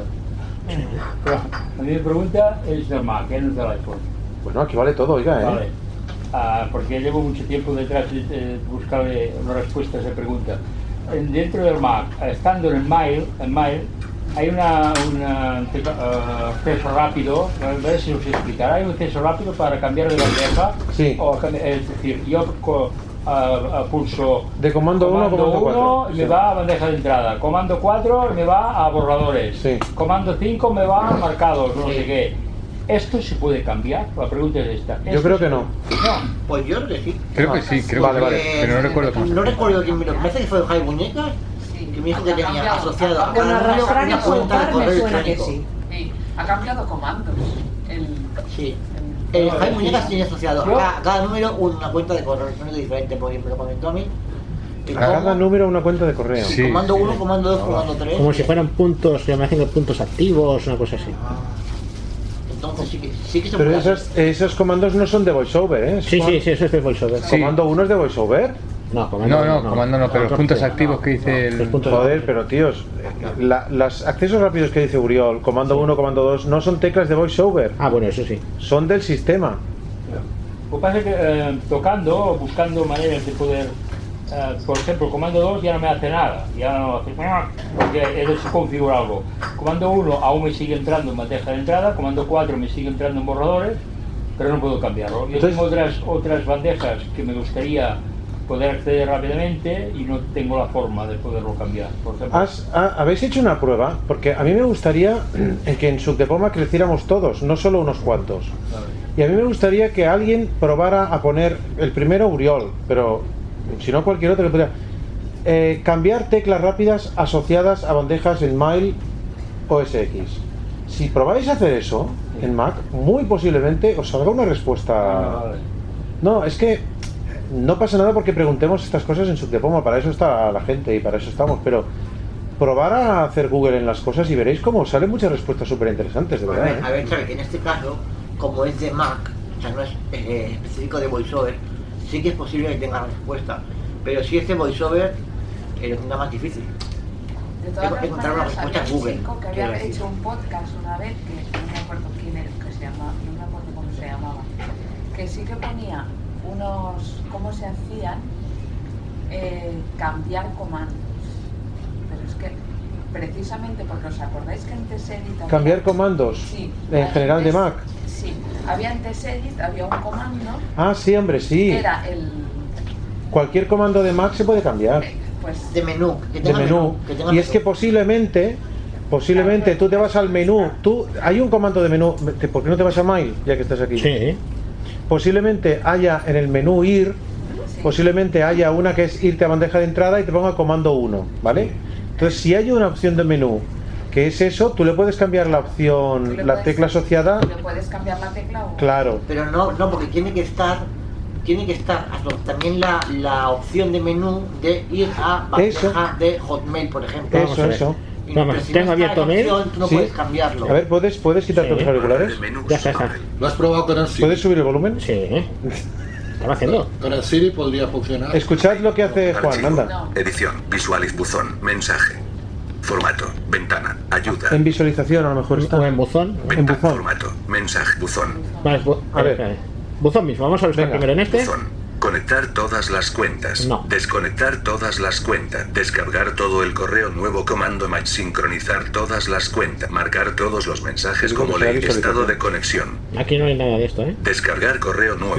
Speaker 6: La primera pregunta es del Mac, eh, no es del iPhone.
Speaker 2: Bueno, Pues aquí vale todo, oiga, ¿eh?
Speaker 6: Vale. Ah, porque llevo mucho tiempo detrás de, de buscar eh, una respuesta a esa pregunta. En- Dentro del Mac, estando en el Mail, en Mail hay una, una- un tecla- ah, acceso rápido, a ver si os explicará, hay un acceso rápido para cambiar de bandeja.
Speaker 2: Sí.
Speaker 6: O, cambi- es decir, yo co- ah, ah, pulso
Speaker 2: De comando 1 a comando
Speaker 6: uno
Speaker 2: 4.
Speaker 6: me va a bandeja de entrada. Comando 4 me va a borradores. Comando 5 me va a marcados, no sé qué. ¿Esto se puede cambiar? La pregunta es esta.
Speaker 2: Yo creo que no.
Speaker 4: Pues yo creo que sí.
Speaker 2: Creo que sí, creo Vale, que- vale, pero no recuerdo cómo se
Speaker 4: No recuerdo quién me lo. Me parece que fue Jaime Muñecas, que me dijo que tenía asociado a
Speaker 7: Con
Speaker 4: cada uno
Speaker 7: arrastrar y
Speaker 4: una cuenta
Speaker 7: soltar
Speaker 4: de
Speaker 7: me
Speaker 4: correo
Speaker 7: suena que
Speaker 4: electrónico.
Speaker 7: sí. Sí, ha cambiado comandos. El,
Speaker 4: Sí. Eh, Jaime Muñecas tiene asociado a cada, cada número una cuenta de correo electrónico diferente, porque me lo comentó a mí. Y
Speaker 2: A
Speaker 4: como-
Speaker 2: cada Ah, número una cuenta de correo.
Speaker 4: Sí, comando 1, comando 2, comando 3.
Speaker 10: Como si fueran puntos, yo me imagino puntos activos, una cosa así.
Speaker 2: Ah,
Speaker 4: Entonces sí que, sí que se
Speaker 2: Pero
Speaker 4: puede hacer.
Speaker 2: esos, esos comandos no son de voiceover, ¿eh?
Speaker 10: Sí, sí, sí, eso es de VoiceOver.
Speaker 2: ¿Comando 1 es de voiceover?
Speaker 10: No, comando
Speaker 2: no,
Speaker 10: uno
Speaker 2: no,
Speaker 10: no.
Speaker 2: comando no, pero
Speaker 10: Otro
Speaker 2: los puntos
Speaker 10: activo.
Speaker 2: activos que dice el... Joder, pero tíos, la- las accesos rápidos que dice Uriol, comando 1, comando 2, no son teclas de voiceover.
Speaker 10: Ah, bueno, eso sí.
Speaker 2: Son del sistema.
Speaker 6: Lo que pasa es que eh, tocando, buscando maneras de poder, eh, por ejemplo, comando 2 ya no me hace nada, ya no hace nada, porque he desconfigurado algo. Comando 1 aún me sigue entrando en bandeja de entrada, comando 4 me sigue entrando en borradores, pero no puedo cambiarlo. Yo tengo otras, otras bandejas que me gustaría poder acceder rápidamente y no tengo la forma de poderlo cambiar. Por ejemplo,
Speaker 2: Has- ha- ¿Habéis hecho una prueba? Porque a mí me gustaría que en Subdepoma creciéramos todos, no solo unos cuantos. Y a mí me gustaría que alguien probara a poner el primero Uriol, pero si no cualquier otro que pudiera. Eh, cambiar teclas rápidas asociadas a bandejas en Mail OSX. Si probáis a hacer eso en Mac, muy posiblemente os salga una respuesta. No, es que no pasa nada porque preguntemos estas cosas en Subdepoma, para eso está la gente y para eso estamos, pero probar a hacer Google en las cosas y veréis cómo os salen muchas respuestas súper interesantes, de
Speaker 4: A
Speaker 2: verdad.
Speaker 4: ver, a
Speaker 2: ¿eh?
Speaker 4: ver, claro, que en este caso, como es de Mac, o sea, no es eh, específico de VoiceOver, sí que es posible que tenga respuesta. Pero si este VoiceOver eh, lo tenga más difícil.
Speaker 7: De todas
Speaker 4: Tengo que
Speaker 7: las
Speaker 4: encontrar una
Speaker 7: maneras,
Speaker 4: respuesta
Speaker 7: había
Speaker 4: en
Speaker 7: un
Speaker 4: Google,
Speaker 7: chico que
Speaker 4: quiero
Speaker 7: había
Speaker 4: decir.
Speaker 7: hecho un podcast una vez, que no me acuerdo quién era, que se llamaba, no me acuerdo cómo se llamaba, que sí que ponía unos, cómo se hacían eh, cambiar comandos. Pero es que, precisamente porque os acordáis que en Tesedit había-
Speaker 2: Cambiar comandos
Speaker 7: Sí.
Speaker 2: en general de Mac.
Speaker 7: Sí, había en Tesedit, había un comando
Speaker 2: Ah, sí, hombre, sí.
Speaker 7: que era el,
Speaker 2: Cualquier comando de Mac se puede cambiar
Speaker 7: pues...
Speaker 4: De menú, que
Speaker 2: de
Speaker 4: tenga
Speaker 2: menú.
Speaker 4: que
Speaker 2: Y es que posiblemente, posiblemente tú te vas al menú, tú hay un comando de menú, te- ¿por qué no te vas a Mail ya que estás aquí?
Speaker 10: Sí.
Speaker 2: Posiblemente haya en el menú ir, posiblemente haya una que es irte a bandeja de entrada y te ponga comando 1, ¿vale? Entonces, si hay una opción de menú que es eso, tú le puedes cambiar la
Speaker 7: Tú le
Speaker 2: opción, la
Speaker 7: puedes-
Speaker 2: tecla asociada,
Speaker 7: ¿Le puedes cambiar la tecla o...?
Speaker 2: claro.
Speaker 4: Pero no, no, porque tiene que estar, tiene que estar aso- también la, la opción de menú de ir a
Speaker 2: Eso.
Speaker 4: bandeja de Hotmail, por ejemplo.
Speaker 2: Eso, eso.
Speaker 4: Y- pero si no está la opción, tú no
Speaker 2: Sí.
Speaker 4: puedes cambiarlo.
Speaker 2: A ver, ¿puedes, puedes quitarte los auriculares?
Speaker 10: Ya está, está.
Speaker 8: ¿Lo has probado con el Siri?
Speaker 2: ¿Puedes subir el volumen?
Speaker 10: Sí. haciendo?
Speaker 8: Con el Siri podría funcionar.
Speaker 2: Escuchad lo que hace Juan, anda.
Speaker 13: Edición, visualiz buzón, mensaje. Formato, ventana, ayuda.
Speaker 2: En visualización a lo mejor está.
Speaker 10: en buzón.
Speaker 2: En buzón.
Speaker 13: Formato, mensaje, buzón.
Speaker 10: Vale, bu-
Speaker 13: A ver.
Speaker 10: eh, Buzón mismo, vamos a buscar primero en este.
Speaker 13: Conectar todas las cuentas. Desconectar todas las cuentas. Descargar todo el correo nuevo comando match. Sincronizar todas las cuentas. Marcar todos los mensajes como
Speaker 10: Vamos a la
Speaker 13: ley. Estado
Speaker 10: visualización.
Speaker 13: de conexión.
Speaker 10: Aquí no hay nada de esto, ¿eh?
Speaker 13: Descargar correo nuevo.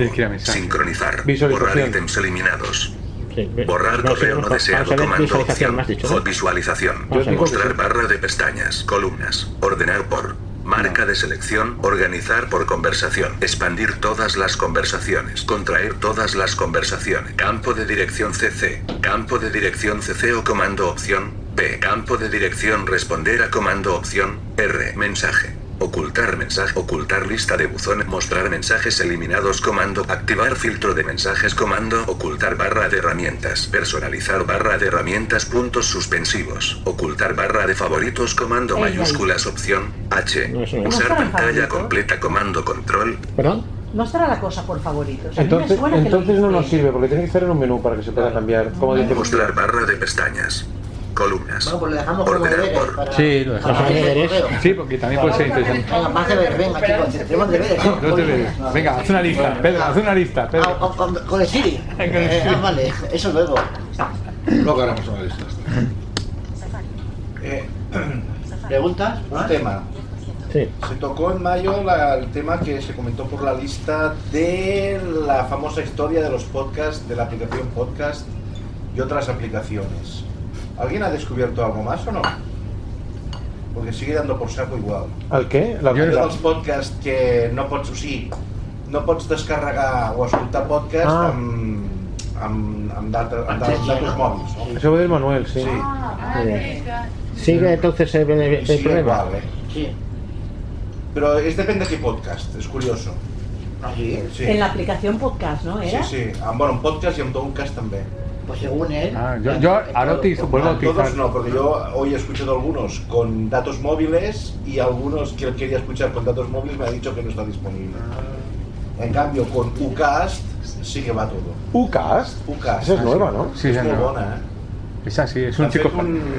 Speaker 13: Sincronizar.
Speaker 10: Visualización.
Speaker 13: Borrar ítems eliminados.
Speaker 10: Sí, ve-
Speaker 13: Borrar
Speaker 10: no, sí,
Speaker 13: correo
Speaker 10: vamos
Speaker 13: no
Speaker 10: a- Vamos a
Speaker 13: deseado.
Speaker 10: ver
Speaker 13: Comando
Speaker 10: visualización,
Speaker 13: opción.
Speaker 10: me has dicho. ¿no?
Speaker 13: Hot visualización.
Speaker 10: Yo digo que
Speaker 13: Mostrar
Speaker 10: sí.
Speaker 13: barra de pestañas, columnas. Ordenar por. Marca de selección. Organizar por conversación. Expandir todas las conversaciones. Contraer todas las conversaciones. Campo de dirección CC. Campo de dirección CC o comando opción. P. Campo de dirección responder a comando opción. R. Mensaje. ocultar mensaje, ocultar lista de buzón, mostrar mensajes eliminados comando, activar filtro de mensajes comando, ocultar barra de herramientas, personalizar barra de herramientas puntos suspensivos, ocultar barra de favoritos comando
Speaker 10: Ahí, ahí.
Speaker 13: mayúsculas opción H,
Speaker 10: no.
Speaker 13: usar
Speaker 5: ¿No está en
Speaker 13: pantalla
Speaker 5: favorito?
Speaker 13: completa comando control,
Speaker 10: ¿Perdón?
Speaker 5: No estará la cosa por favoritos. A mí me
Speaker 2: Entonces,
Speaker 5: suena que lo
Speaker 2: entonces no nos sirve porque tiene que estar en un menú para que se pueda cambiar. Como dice
Speaker 13: mostrar barra de pestañas, columnas.
Speaker 4: Bueno, pues lo dejamos como deberes para...
Speaker 3: Sí, lo dejamos.
Speaker 4: para hacer el correo.
Speaker 3: Sí, porque también puede ser interesante.
Speaker 4: Venga, más deberes, venga chicos, tenemos deberes.
Speaker 3: No te veas. Venga, haz una lista, Pedro, haz una lista, Pedro.
Speaker 4: Ah, o- con, con el Siri.
Speaker 3: el
Speaker 4: Eh,
Speaker 3: Siri.
Speaker 4: ah, vale, eso luego.
Speaker 8: Luego haremos una lista.
Speaker 11: Eh,
Speaker 4: ¿Preguntas?
Speaker 11: Un tema. Se tocó en mayo la- el tema que se comentó por la lista de la famosa historia de los podcasts, de la aplicación podcast y otras aplicaciones. ¿Alguien ha descubierto algo más o no? Porque sigue dando por saco igual.
Speaker 2: ¿Al qué? La,
Speaker 11: Allò
Speaker 2: la-
Speaker 11: dels podcasts que no pots, o sigui, no pots descarregar o escoltar podcast
Speaker 2: Ah.
Speaker 3: mm.
Speaker 11: amb, amb, amb, data, amb
Speaker 2: Sí,
Speaker 11: datos,
Speaker 2: sí.
Speaker 11: datos mòbils, no?
Speaker 2: Eso del Manuel, sí. Ah,
Speaker 10: ¿Sigue entonces el, el
Speaker 11: I sigue
Speaker 10: problema?
Speaker 11: igual, eh?
Speaker 4: Sí.
Speaker 11: Però és depèn de qué podcast, és curioso.
Speaker 4: Ah, sí?
Speaker 11: Sí.
Speaker 5: En la aplicación podcast, ¿no?
Speaker 11: Sí,
Speaker 5: ¿Era?
Speaker 11: sí. Amb, bueno, en podcast i en Downcast també.
Speaker 4: Pues según él...
Speaker 3: Ah, yo- yo ahora utilizo- vuelvo a
Speaker 11: En todos
Speaker 3: utilizar.
Speaker 11: no, porque yo hoy he escuchado algunos con datos móviles y algunos que quería escuchar con datos móviles me ha dicho que no está disponible. En cambio, con Ucast sí que va todo.
Speaker 2: ¿Ucast?
Speaker 11: Ucast. Ah,
Speaker 2: Esa es nueva, ¿no?
Speaker 3: Sí,
Speaker 11: es
Speaker 3: es
Speaker 11: muy
Speaker 3: nueva.
Speaker 11: buena, ¿eh?
Speaker 3: Es así, es un chico.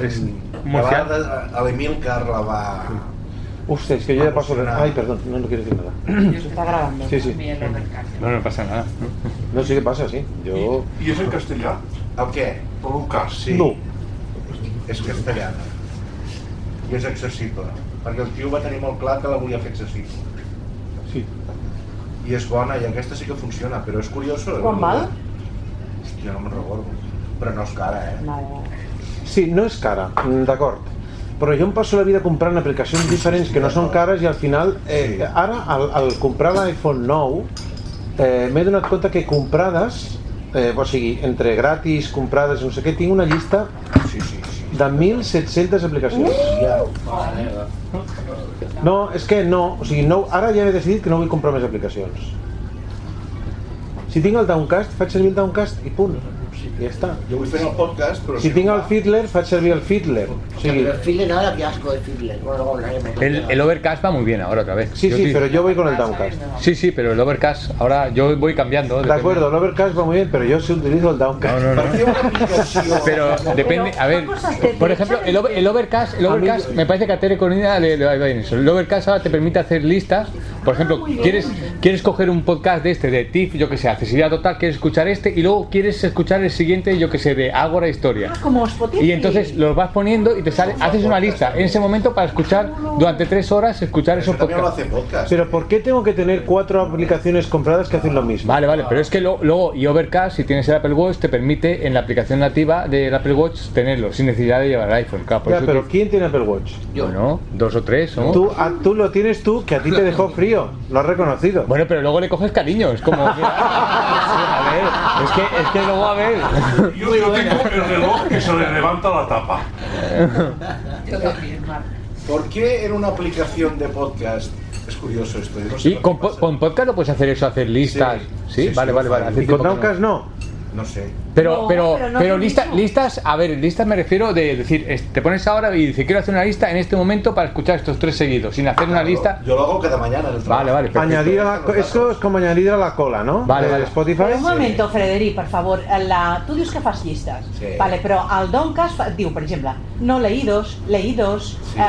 Speaker 3: Es
Speaker 11: La va,
Speaker 3: murciano.
Speaker 11: a l'Emilcar la va...
Speaker 2: Usted, es que yo ya paso. Ay, perdón, no, no quiero decir nada.
Speaker 5: Se está grabando.
Speaker 2: Sí, sí.
Speaker 3: No, no pasa nada.
Speaker 2: No, sí que pasa, sí. Yo.
Speaker 11: ¿Y es en castellano? ¿A qué? Ucast, sí.
Speaker 2: No.
Speaker 11: És castellana. I és accessible. Perquè el tio va tenir molt clar que la volia fer accessible.
Speaker 2: Sí.
Speaker 11: I és bona, i aquesta sí que funciona, però és curioso. eh?
Speaker 5: Quan val?
Speaker 11: Hòstia, no me'n recordo. Però no és cara, eh?
Speaker 2: Sí, no es cara, mm, d'acord. Però jo em passo la vida comprant aplicacions diferents que no són cares i al final, eh, ara, al, al comprar l'iPhone 9, eh, m'he donat compte que comprades, eh, o sigui, entre gratis, comprades, no sé què, tinc una llista
Speaker 11: sí, sí, sí. Mm.
Speaker 2: de 1.700 aplicacions.
Speaker 11: Hòstia.
Speaker 2: No, és que no, o sigui, no, ara ja he decidit que no vull comprar més aplicacions. Si tinc el Downcast, faig servir el Downcast i punt. Ja està.
Speaker 11: Jo vull fer el podcast, però...
Speaker 2: Si tinc el Fiddler, faig servir el Fiddler. O sigui,
Speaker 4: Pero el Fiddler ahora, qué asco de Fiddler. Bueno, luego hablaremos.
Speaker 3: El, el Overcast va muy bien ahora otra vez.
Speaker 2: Sí, sí, pero yo voy con el Downcast.
Speaker 3: Sí, sí, pero el Overcast ahora yo voy cambiando.
Speaker 2: de acuerdo, el Overcast va muy bien, pero yo sí utilizo el Downcast.
Speaker 3: Pero depende, a ver, por ejemplo, el, over- el Overcast, el
Speaker 2: A mí-
Speaker 3: Overcast, me parece que a Tere Corina le, le va bien eso. El Overcast ahora te permite hacer listas. Por ejemplo, quieres, quieres coger un podcast de este, de TIFF, yo que sé, accesibilidad total, quieres escuchar este y luego quieres escuchar el siguiente, yo que sé, de Ágora Historia.
Speaker 5: Como Spotify.
Speaker 3: Y entonces los vas poniendo y te sale, haces una lista en ese momento para escuchar durante tres horas, escuchar esos podcasts.
Speaker 2: Pero ¿por qué tengo que tener cuatro aplicaciones compradas que hacen lo mismo?
Speaker 3: Vale, vale, pero es que lo- luego y Overcast, si tienes el Apple Watch, te permite en la aplicación nativa del Apple Watch tenerlo, sin necesidad de llevar el iPhone. Claro, Ah, por
Speaker 2: Ya,
Speaker 3: eso
Speaker 2: pero ¿quién tiene Apple Watch?
Speaker 3: Yo. Bueno, dos o tres, ¿no?
Speaker 2: Tú, ah, tú lo tienes tú, que a ti te dejó frío. Lo has reconocido.
Speaker 3: Bueno, pero luego le coges cariño, es como... A ver, es que, es que luego a ver...
Speaker 14: Yo, yo tengo el reloj que se le levanta la tapa.
Speaker 7: Yo también, Marta.
Speaker 11: ¿Por qué en una aplicación de podcast? Es curioso esto. Yo no sé
Speaker 3: Y con, po- con podcast lo puedes hacer eso, hacer listas. Sí, vale, vale, vale. hace
Speaker 2: ¿Y
Speaker 3: tiempo
Speaker 2: con
Speaker 3: que no.
Speaker 2: Downcast no?
Speaker 11: No sé.
Speaker 3: Pero,
Speaker 2: No,
Speaker 3: pero,
Speaker 2: pero
Speaker 3: pero,
Speaker 2: no es lo
Speaker 3: lista- listas, a ver, listas me refiero de decir, es- te pones ahora y dices, quiero hacer una lista en este momento para escuchar estos tres seguidos, sin hacer una lista.
Speaker 11: Yo lo hago cada mañana en el
Speaker 3: Vale, vale, perfecto.
Speaker 2: Añadir a la co- eso es como añadir a la cola, ¿no?
Speaker 3: Vale,
Speaker 2: De
Speaker 3: vale.
Speaker 2: Spotify.
Speaker 5: Però un momento, Frederic, per favor, la... tu dius que fas llistes,
Speaker 2: Sí.
Speaker 5: vale, però el Doncast fa- diu, per exemple, no leídos, leídos, eh,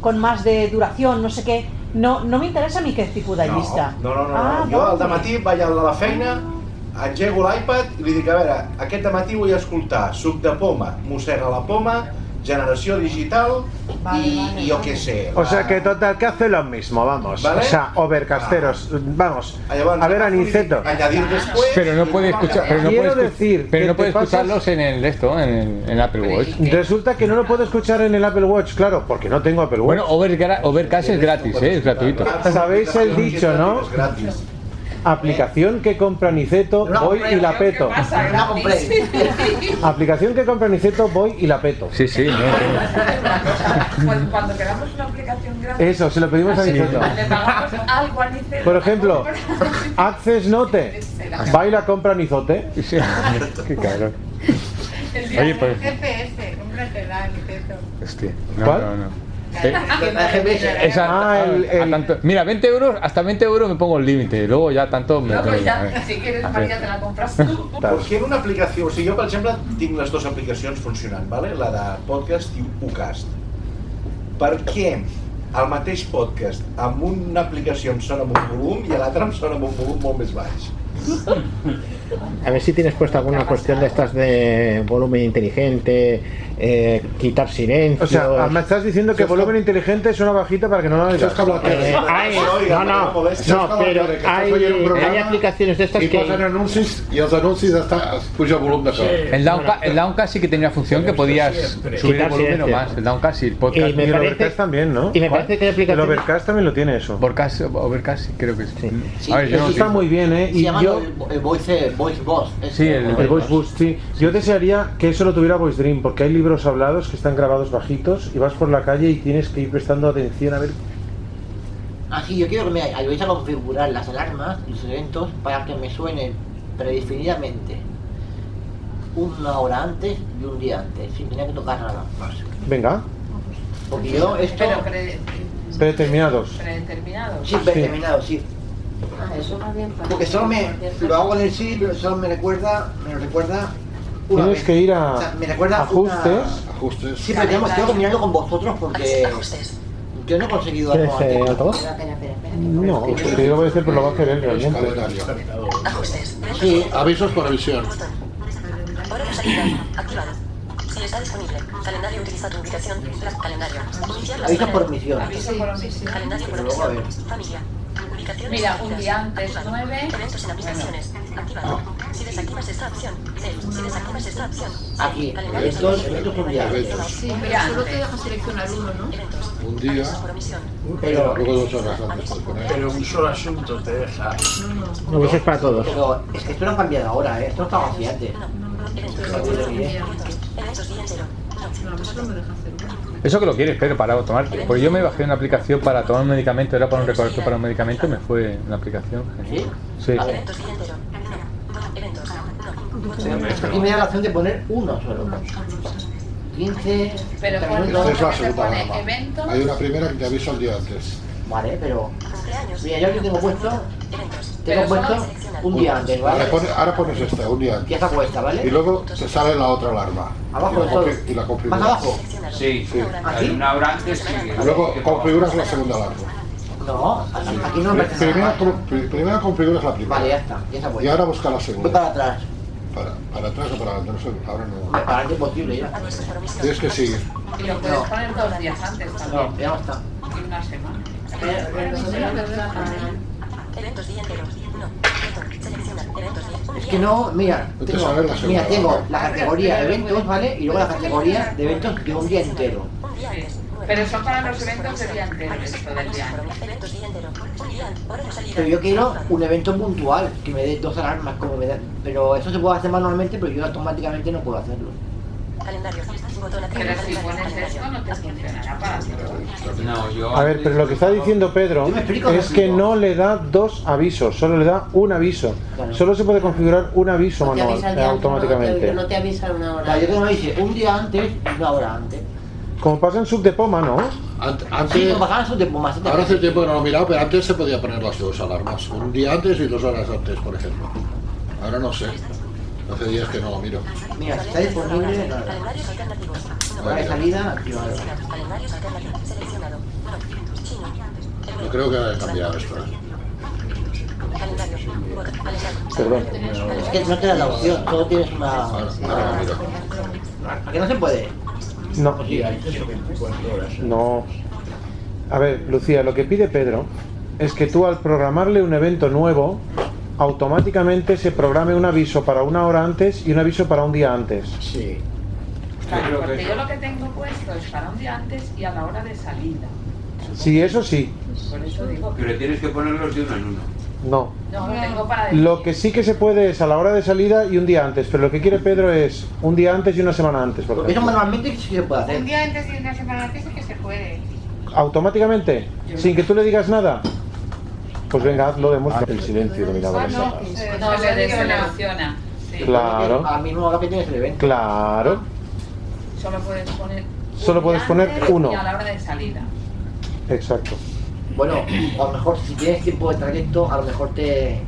Speaker 5: con más de duración, no sé què, no, no m'interessa a mi aquest tipus de llista.
Speaker 11: No, no, no.
Speaker 5: Ah,
Speaker 11: no. Jo al
Speaker 5: vale.
Speaker 11: dematí vaig al de la feina, engego l'iPad i li dic, a veure, aquest dematí vull escoltar Suc de poma, Mossega la poma, Generació digital i jo què sé.
Speaker 2: O sea que total, que hace lo mismo, vamos.
Speaker 11: ¿Vale?
Speaker 2: O sea, overcasteros,
Speaker 3: Ah.
Speaker 2: vamos. A ver, Aniceto.
Speaker 11: Añadir después...
Speaker 3: Pero no puede escuchar, pero no
Speaker 2: Quiero
Speaker 3: puede escu-
Speaker 2: decir
Speaker 3: pero
Speaker 2: que
Speaker 3: no puede
Speaker 2: te pasas-
Speaker 3: escucharlos en el esto, en el, en el Apple Watch.
Speaker 2: Resulta que no lo puedo escuchar en el Apple Watch, claro, porque no tengo Apple Watch.
Speaker 3: Bueno, Overgra- Overcast es gratis, eh, es gratuito.
Speaker 2: Sabéis el dicho, ¿no? Aplicación que compra Niceto, voy y la peto.
Speaker 4: La compré.
Speaker 2: Aplicación que compra Niceto, voy y la peto.
Speaker 3: Sí, sí.
Speaker 7: Cuando, Pues cuando queramos una aplicación grande,
Speaker 2: Eso, se lo pedimos a Niceto.
Speaker 7: le pagamos algo a Nicero.
Speaker 2: Por ejemplo, Access Note, va y la compra Nizote.
Speaker 3: Qué cabrón.
Speaker 15: El
Speaker 3: día Oye, pues-
Speaker 15: del GPS, cómpratela, Niceto.
Speaker 3: Hostia. No,
Speaker 2: ¿Cuál?
Speaker 3: no, no.
Speaker 15: Eh,
Speaker 3: Esa-
Speaker 7: Ah,
Speaker 3: a- a tanto- mira, 20 euros, hasta 20 euros me pongo el límite, luego ya tanto me
Speaker 7: No, pues
Speaker 3: eh.
Speaker 7: ya, si quieres, María, te la compras tú.
Speaker 11: Perquè era una aplicació, o sigui, jo per exemple tinc les dues aplicacions funcionant, vale? la de podcast i Ucast. Per què el mateix podcast amb una aplicació em sona amb un volum i a l'altra em sona amb un volum molt més baix?
Speaker 10: A ver si tienes puesto alguna cuestión de estas de volumen inteligente, eh, quitar silencio.
Speaker 2: O sea, me estás diciendo que volumen inteligente suena bajita para que no la
Speaker 10: Eso es como la tele. Eh, ay, no, no, no, però hay- hay aplicaciones de estas
Speaker 8: i
Speaker 10: que-
Speaker 8: posen anuncis i els anuncis està, es puja el volum de so.
Speaker 3: El Downcast, el Downcast sí que tenía función que podías
Speaker 8: siempre.
Speaker 3: subir el
Speaker 8: Quitar
Speaker 3: volumen o
Speaker 8: silencio.
Speaker 3: más. El Downcast y el podcast.
Speaker 2: Y me Y el parece- Overcast también, ¿no? y me parece que hay aplicaciones- El Overcast también lo tiene eso.
Speaker 3: Overcast, Overcast sí, creo que sí.
Speaker 2: Sí. Eso está muy bien, ¿eh?
Speaker 4: Se
Speaker 2: Y
Speaker 4: llama
Speaker 2: yo-
Speaker 4: el, el voice, el voice boss. ese.
Speaker 2: Sí, el, Voice Boost, sí. Yo desearía que eso lo tuviera Voice Dream, porque hay libros hablados que están grabados bajitos y vas por la calle y tienes que ir prestando atención a ver.
Speaker 4: Ah, sí, yo quiero que me ayudéis a configurar las alarmas y los eventos para que me suenen predefinidamente una hora antes y un día antes, sin tener que tocar nada más.
Speaker 2: Venga,
Speaker 4: Porque yo esto...
Speaker 7: Pero pre-
Speaker 2: predeterminados.
Speaker 7: predeterminado.
Speaker 4: Sí, predeterminado, sí.
Speaker 1: Ah, eso más bien para-
Speaker 4: Porque solo me... Lo hago en el sí, pero solo me recuerda... Me lo recuerda... una
Speaker 2: Tienes
Speaker 4: vez.
Speaker 2: que ir
Speaker 4: O sea,
Speaker 2: a
Speaker 4: me recuerda
Speaker 2: ajustes.
Speaker 4: una-
Speaker 8: Ajustes.
Speaker 4: Sí, pero tenemos, tengo que mirarlo con vosotros porque... Yo no he conseguido
Speaker 2: ¿Quieres,
Speaker 4: algo antes.
Speaker 2: eh, altavoz? Espera, No, pues te digo voy a decir, pero lo va a hacer él realmente.
Speaker 8: Sí. Avisos por visión.
Speaker 16: Hora de salida. Activado. Si está disponible. Calendario utiliza tu ubicación. Las- calendario. Iniciar la
Speaker 4: Aviso
Speaker 16: semana.
Speaker 4: por misión.
Speaker 16: Aviso por omisión. Calendario por
Speaker 4: Pero luego,
Speaker 16: omisión.
Speaker 4: a ver.
Speaker 16: Familia. Ubicaciones.
Speaker 7: Mira, un
Speaker 16: activas.
Speaker 7: día antes,
Speaker 16: Activado.
Speaker 7: nueve.
Speaker 16: Eventos en aplicaciones. Activado.
Speaker 4: Ah.
Speaker 16: Si desactivas esta opción. Cel. Si desactivas esta opción.
Speaker 4: Aquí,
Speaker 16: Calendario
Speaker 4: eventos,
Speaker 16: por
Speaker 4: eventos
Speaker 16: omisión.
Speaker 8: Eventos.
Speaker 15: Sí, pero solo te deja seleccionar uno, ¿no?
Speaker 8: Un día,
Speaker 16: Por omisión.
Speaker 8: pero luego dos horas antes.
Speaker 9: Pero un solo asunto te deja.
Speaker 10: Avisos para todos.
Speaker 4: Pero es que esto lo han cambiado ahora, ¿eh? Esto estaba así antes.
Speaker 3: Eso que lo quieres, Pedro, para tomarte. Porque yo me bajé una aplicación para tomar un medicamento, era para un recorrido para un medicamento, me fue una aplicación.
Speaker 4: ¿Sí?
Speaker 3: Sí.
Speaker 4: A ver. Aquí me da la opción de poner uno solo. 15,
Speaker 7: Pero
Speaker 4: También
Speaker 7: cuando
Speaker 8: Esta es la
Speaker 7: te
Speaker 8: segunda
Speaker 7: pone
Speaker 8: gama.
Speaker 7: eventos,
Speaker 8: Hay una primera que te avisa el día antes.
Speaker 4: Vale, pero. Mira, yo aquí tengo puesto.
Speaker 8: Pero
Speaker 4: Tengo
Speaker 8: solo
Speaker 4: puesto un día antes, ¿vale?
Speaker 8: Ahora, pone- ahora pones esta, un día antes.
Speaker 4: Ya está puesta, ¿vale?
Speaker 8: Y luego te sale la otra alarma.
Speaker 4: Abajo
Speaker 8: Y la
Speaker 4: de todo.
Speaker 8: confi- Y la configuras.
Speaker 4: ¿Más abajo?
Speaker 12: Sí,
Speaker 8: Sí.
Speaker 12: una hora antes sigue.
Speaker 8: Y luego configuras la segunda alarma.
Speaker 4: No, aquí no me
Speaker 8: Pri-
Speaker 4: parece
Speaker 8: primero,
Speaker 4: nada.
Speaker 8: com- pri- primero configuras la primera.
Speaker 4: Vale, ya está, ya está
Speaker 8: Y
Speaker 4: puesta.
Speaker 8: ahora busca la
Speaker 4: Voy
Speaker 8: segunda.
Speaker 4: para atrás.
Speaker 8: Para, para atrás o para adelante, no sé. Ahora no.
Speaker 4: Para adelante imposible ya.
Speaker 8: Tienes que seguir.
Speaker 7: y lo puedes poner dos días antes también.
Speaker 4: No, ya está.
Speaker 7: Y una semana.
Speaker 16: Eventos día entero. No. Evento. Selecciona. Eventos día. Un
Speaker 4: Es
Speaker 16: día.
Speaker 4: que no, mira,
Speaker 8: Vete a
Speaker 4: tengo,
Speaker 8: saber la segunda,
Speaker 4: mira, tengo
Speaker 8: ¿vale?
Speaker 4: la categoría de eventos, ¿vale? Y luego la categoría de eventos de un día entero.
Speaker 16: Un día antes.
Speaker 7: Pero son para los eventos del día entero, esto del día antes.
Speaker 16: Eventos día entero. Un día. Hora de salida.
Speaker 4: Pero yo quiero un evento puntual, que me dé dos alarmas como me dan. Pero eso se puede hacer manualmente, pero yo automáticamente no puedo hacerlo.
Speaker 16: Calendario. Botón activo.
Speaker 7: Pero si
Speaker 16: Calendario.
Speaker 7: pones esto, no te funcionará para ti.
Speaker 12: No, yo
Speaker 2: A ver, pero lo que está diciendo Pedro
Speaker 12: explico,
Speaker 2: es
Speaker 12: me
Speaker 2: que no le da dos avisos, solo le da un aviso. Solo se puede configurar un aviso
Speaker 1: No te
Speaker 2: manual,
Speaker 1: avisa el
Speaker 2: eh,
Speaker 1: día antes, No
Speaker 2: automáticamente.
Speaker 1: te, no te avisa una hora.
Speaker 4: La yo tengo me dice un día antes y una hora antes.
Speaker 2: Como pasa en Sub de Poma, ¿no?
Speaker 8: Antes,
Speaker 4: Sí, pues como bajaban sus de más antes.
Speaker 8: ahora hace tiempo que no lo he mirado, pero antes se podía poner las dos alarmas. Un día antes y dos horas antes, por ejemplo. Ahora no sé. Hace días que no lo miro.
Speaker 4: Mira, si está disponible nada.
Speaker 16: Calendarios alternativos.
Speaker 4: Hora de salida, activado.
Speaker 16: Calendarios alternativos. Seleccionado. No. Chino.
Speaker 8: Yo creo que ha cambiado esto. ¿eh?
Speaker 16: Calendario. Botón. Calendario.
Speaker 8: Perdón.
Speaker 4: Es que no te da la opción, solo tienes una. ¿A que no se puede? Pues
Speaker 2: No. No. A ver, Lucía, lo que pide Pedro es que tú al programarle un evento nuevo, automáticamente se programe un aviso para una hora antes y un aviso para un día antes.
Speaker 4: Sí.
Speaker 7: Claro, porque yo lo que tengo puesto es para un día antes y a la hora de salida.
Speaker 2: Sí, eso sí.
Speaker 7: Por eso digo que
Speaker 12: Pero tienes que ponerlos de uno en uno.
Speaker 2: No.
Speaker 7: No, lo tengo para decir.
Speaker 2: Lo que sí que se puede es a la hora de salida y un día antes, pero lo que quiere Pedro es un día antes y una semana antes. Por
Speaker 4: Eso
Speaker 2: ejemplo.
Speaker 4: manualmente sí se puede hacer.
Speaker 15: Un día antes y una semana antes es que se puede.
Speaker 2: ¿Automáticamente? ¿Sin que tú le digas nada? Pues venga, hazlo, demuestra. el silencio dominaba las salas.
Speaker 7: No, se deselecciona. Sí.
Speaker 2: Claro.
Speaker 4: Al mismo que tienes el evento.
Speaker 2: Claro.
Speaker 7: Solo puedes poner.
Speaker 2: Solo
Speaker 7: un
Speaker 2: puedes poner
Speaker 7: antes
Speaker 2: uno.
Speaker 7: Y a la hora de salida.
Speaker 2: Exacto.
Speaker 4: Bueno, a lo mejor si tienes tiempo de trayecto, a lo mejor te.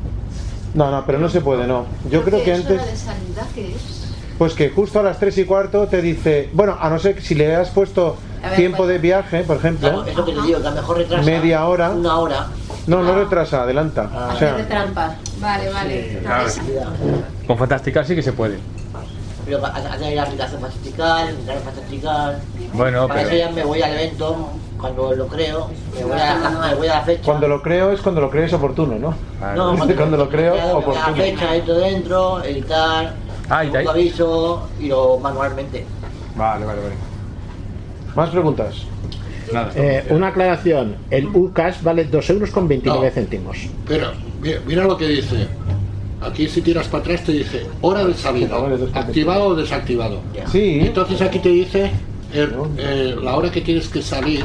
Speaker 2: No, no, pero no se puede, no. Yo creo que antes...
Speaker 15: de sanidad que es?
Speaker 2: Pues que justo a las 3 y cuarto te dice, bueno, a no ser que si le has puesto
Speaker 4: A ver,
Speaker 2: tiempo
Speaker 4: bueno.
Speaker 2: de viaje, por ejemplo,
Speaker 4: Claro, es lo que te digo, que a lo mejor retrasa.
Speaker 2: media hora. Una
Speaker 4: hora. Ah.
Speaker 2: No, no retrasa, adelanta. o sea,
Speaker 4: trampas.
Speaker 15: Vale, vale.
Speaker 3: Con Fantástica sí que se puede.
Speaker 4: Pero a, a tener la aplicación para explicar, entrar para explicar.
Speaker 3: Bueno,
Speaker 4: para
Speaker 3: pero-
Speaker 4: eso ya me voy al evento cuando lo creo, me voy a, me voy a la fecha.
Speaker 2: cuando lo creo es cuando lo crees oportuno, ¿no?
Speaker 4: No,
Speaker 2: cuando, lo creo
Speaker 4: me voy a la
Speaker 2: oportuno.
Speaker 4: fecha, entro dentro, editar,
Speaker 2: Ah,
Speaker 4: un aviso y lo manualmente.
Speaker 2: Vale, vale, vale. ¿Más preguntas?
Speaker 10: Eh, una aclaración, el UCAS vale 2 euros con 29 céntimos.
Speaker 8: Pero, mira, mira lo que dice. Aquí si tiras para atrás te dice hora de salida, activado o desactivado.
Speaker 2: Sí.
Speaker 8: Entonces aquí te dice el- eh, la hora que tienes que salir.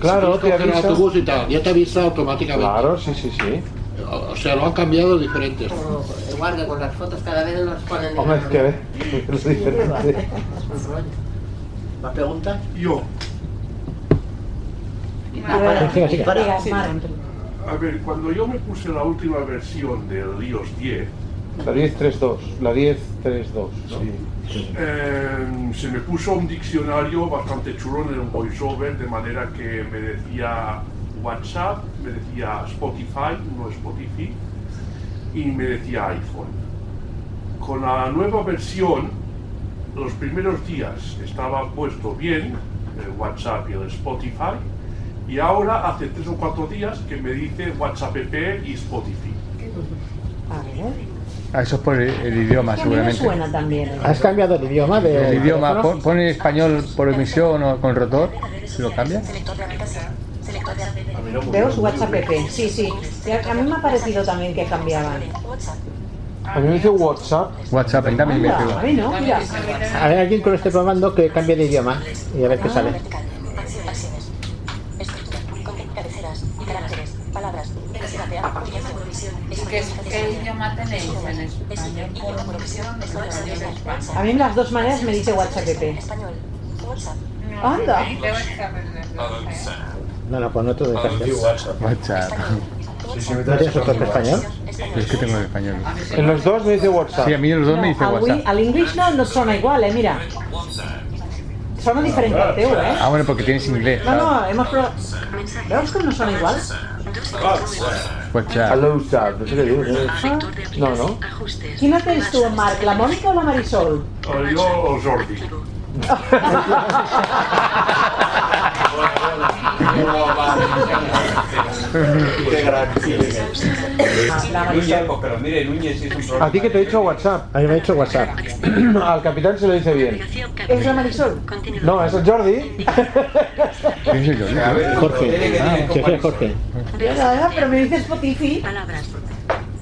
Speaker 2: Claro,
Speaker 8: si tienes que
Speaker 2: te
Speaker 8: coger
Speaker 2: avisa.
Speaker 8: autobús y tal, ya te avisa automáticamente.
Speaker 2: Claro, sí, sí, sí.
Speaker 8: O, o sea, lo han cambiado diferentes.
Speaker 1: El guardia con las fotos cada vez nos ponen. en-
Speaker 2: Hombre, es que a ver, es diferente.
Speaker 4: ¿Más preguntas?
Speaker 14: Yo.
Speaker 4: Para, Siga, siga. para. Diga, Mar.
Speaker 14: A ver, cuando yo me puse la última versión del iOS 10,
Speaker 2: La 1032, la 1032. ¿no?
Speaker 14: eh, se me puso un diccionario bastante chulo en el voiceover, de manera que me decía WhatsApp, me decía Spotify, no Spotify, y me decía iPhone. Con la nueva versión, los primeros días estaba puesto bien el WhatsApp y el Spotify, y ahora hace tres o cuatro días que me dice WhatsApp e y Spotify.
Speaker 3: Ah, Eso es por el, el idioma, seguramente.
Speaker 5: también.
Speaker 10: ¿Has cambiado el idioma de
Speaker 3: El idioma,
Speaker 10: teléfono?
Speaker 3: pon, pon el español por emisión o con rotor, lo cambias.
Speaker 5: Deus WhatsApp PP. Sí, sí. Y A a mí me ha parecido también que cambiaban.
Speaker 2: A mí me dice WhatsApp.
Speaker 3: WhatsApp, ahí también me
Speaker 5: Anda, ay, no, mira.
Speaker 10: A ver, alguien que lo esté probando que cambie de idioma y a ver qué sale.
Speaker 16: Acciones. Estructura. Con cabeceras. Y caracteres. Palabras. Necesidad de agua. Guía de Eurovisión.
Speaker 7: ¿Qué, qué idioma tenéis en español? Por opción, español,
Speaker 5: A mí en las dos maneras me dice WhatsApp PP. Anda.
Speaker 10: No, no, pues no te WhatsApp.
Speaker 3: WhatsApp.
Speaker 10: ¿No tienes otro español?
Speaker 3: Yo es que tengo el español.
Speaker 2: En los dos me dice WhatsApp.
Speaker 3: Sí, a mí en los dos me dice
Speaker 5: No, al, wi-
Speaker 3: WhatsApp.
Speaker 5: al inglés no, no suena igual, eh, mira. Suena diferente al teu, eh.
Speaker 3: Ah, bueno, porque tienes inglés. Ah.
Speaker 5: No,
Speaker 3: claro.
Speaker 5: no, hemos probado. ¿Veus que no suena igual?
Speaker 3: WhatsApp.
Speaker 2: Hello, WhatsApp. No sé qué digo, ¿eh? No, no.
Speaker 5: Quina tens tu, Marc? La Mònica o la Marisol?
Speaker 14: Eh, Yo o Jordi.
Speaker 12: Ah, Qué gran. Núñez, pues, pero mire, Núñez es un
Speaker 2: A ti que te he dicho WhatsApp.
Speaker 10: A mí me ha dicho WhatsApp.
Speaker 2: Al capitán se lo dice bien.
Speaker 5: És la Marisol?
Speaker 2: No, eso es Jordi.
Speaker 11: eh,
Speaker 10: Jorge. Ah, que sea Jorge.
Speaker 5: Ah, Però me dices Spotify.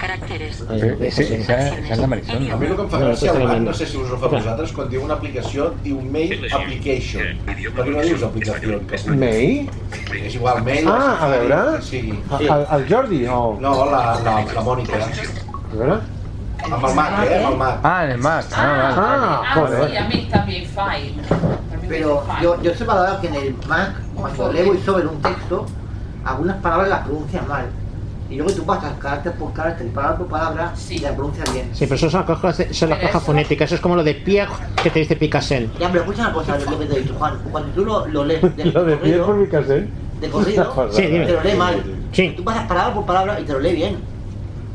Speaker 10: Eh,
Speaker 3: Ese- esa, esa es la Marisol.
Speaker 11: A mi el que em fa
Speaker 3: No,
Speaker 11: gràcia,
Speaker 3: tot
Speaker 11: al Mac,
Speaker 3: tremendo.
Speaker 11: no sé si us ho fa a vosaltres, quan diu una aplicació, diu Mail Application. Per què no dius aplicació en castellà?
Speaker 2: Mail?
Speaker 11: És igual, Mail.
Speaker 2: Ah, a veure.
Speaker 11: Sí.
Speaker 2: Al, al Jordi o...
Speaker 11: No, la, la, la Mònica.
Speaker 2: A veure.
Speaker 11: Amb el Mac, eh? Amb el Mac.
Speaker 3: Ah, en el Mac.
Speaker 11: Ah,
Speaker 3: Ah,
Speaker 7: Ah,
Speaker 3: vale,
Speaker 7: sí,
Speaker 3: vale.
Speaker 7: a mí también file.
Speaker 4: Pero yo, yo sé para que en el Mac, cuando leo y sobre un texto, algunas palabras las pronuncias mal. Y luego tú pasas carácter por carácter, palabra por palabra, y las pronuncias bien.
Speaker 10: Sí, pero eso es una caja, eso es la caja fonética. Eso es como lo de Piag que te dice Picassel.
Speaker 4: Ya, pero escucha una cosa, lo que te he dicho, Juan. Cuando tú lo, lo lees de,
Speaker 2: Lo de pie por mi casa, ¿eh?
Speaker 4: de corrido,
Speaker 10: Sí, dime.
Speaker 4: te lo lees mal. Tú pasas palabra por palabra y te lo lees bien.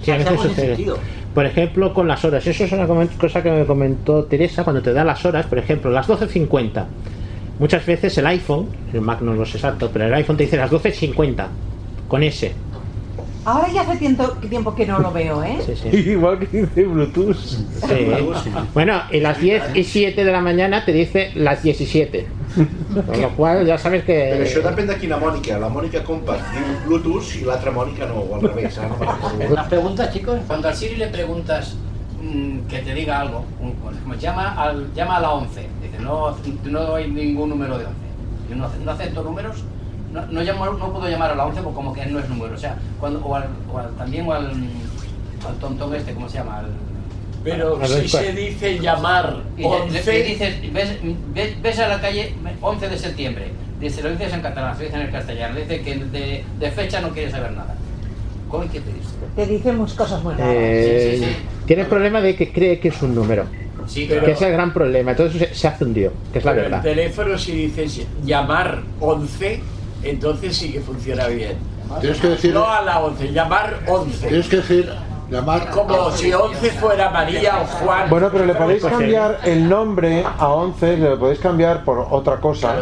Speaker 10: Sí, a
Speaker 4: Hace
Speaker 10: veces
Speaker 4: algo sin
Speaker 10: sucede.
Speaker 4: sentido.
Speaker 10: Por ejemplo, con las horas. Eso es una comen- cosa que me comentó Teresa cuando te da las horas. Por ejemplo, las 12.50. Muchas veces el iPhone, el Mac no lo sé exacto, pero el iPhone te dice las 12.50. Con ese.
Speaker 5: Ahora ya hace tiempo, tiempo que no lo veo, ¿eh?
Speaker 10: Sí, sí.
Speaker 2: Igual que dice Bluetooth.
Speaker 10: Sí. Bueno, y las 10 y 7 de la mañana te dice las 17. Con lo cual ja sabes que...
Speaker 11: Però això depèn de quina Mònica. La Mònica Compact diu Bluetooth i l'altra Mònica no, o al revés. Ara no me'n recordo.
Speaker 17: Las preguntas, chicos. Cuando al Siri le preguntas mm, que te diga algo, un- como llama, al, llama a la 11, dice, no, no hay ningún número de 11. Yo no, ace- no acepto números, no, no, llamo, no puedo llamar a la 11 porque como que no es número. O sea, cuando, o al, o al- también o al, al tontón este, ¿cómo se llama? Al-
Speaker 9: Pero
Speaker 17: A ver,
Speaker 9: si
Speaker 17: ¿cuál?
Speaker 9: se dice llamar
Speaker 17: y le- le-
Speaker 9: 11,
Speaker 17: le dices, ves, ves, ves a la calle 11 de septiembre, dice, lo dices en catalán, se lo dices en el castellano, le dice que de, de fecha no quiere saber nada. ¿Cómo que te dice?
Speaker 5: Te dicen muchas cosas muy raras.
Speaker 10: Eh,
Speaker 17: Sí, sí,
Speaker 10: Tiene el problema de que cree que es un número.
Speaker 9: Sí,
Speaker 10: Que
Speaker 9: pero-
Speaker 10: es el gran problema. Entonces se, se hace un lío, que es la
Speaker 9: Pero el
Speaker 10: verdad.
Speaker 9: teléfono, si dices llamar 11, entonces sí que funciona bien.
Speaker 8: Tienes que decir-
Speaker 9: No a la 11, llamar 11.
Speaker 8: Tienes que decir, llamar.
Speaker 9: Como si 11 fuera María o Juan. Pues
Speaker 2: Bueno, pero le podéis cambiar el nombre a 11, le lo podéis cambiar por otra cosa.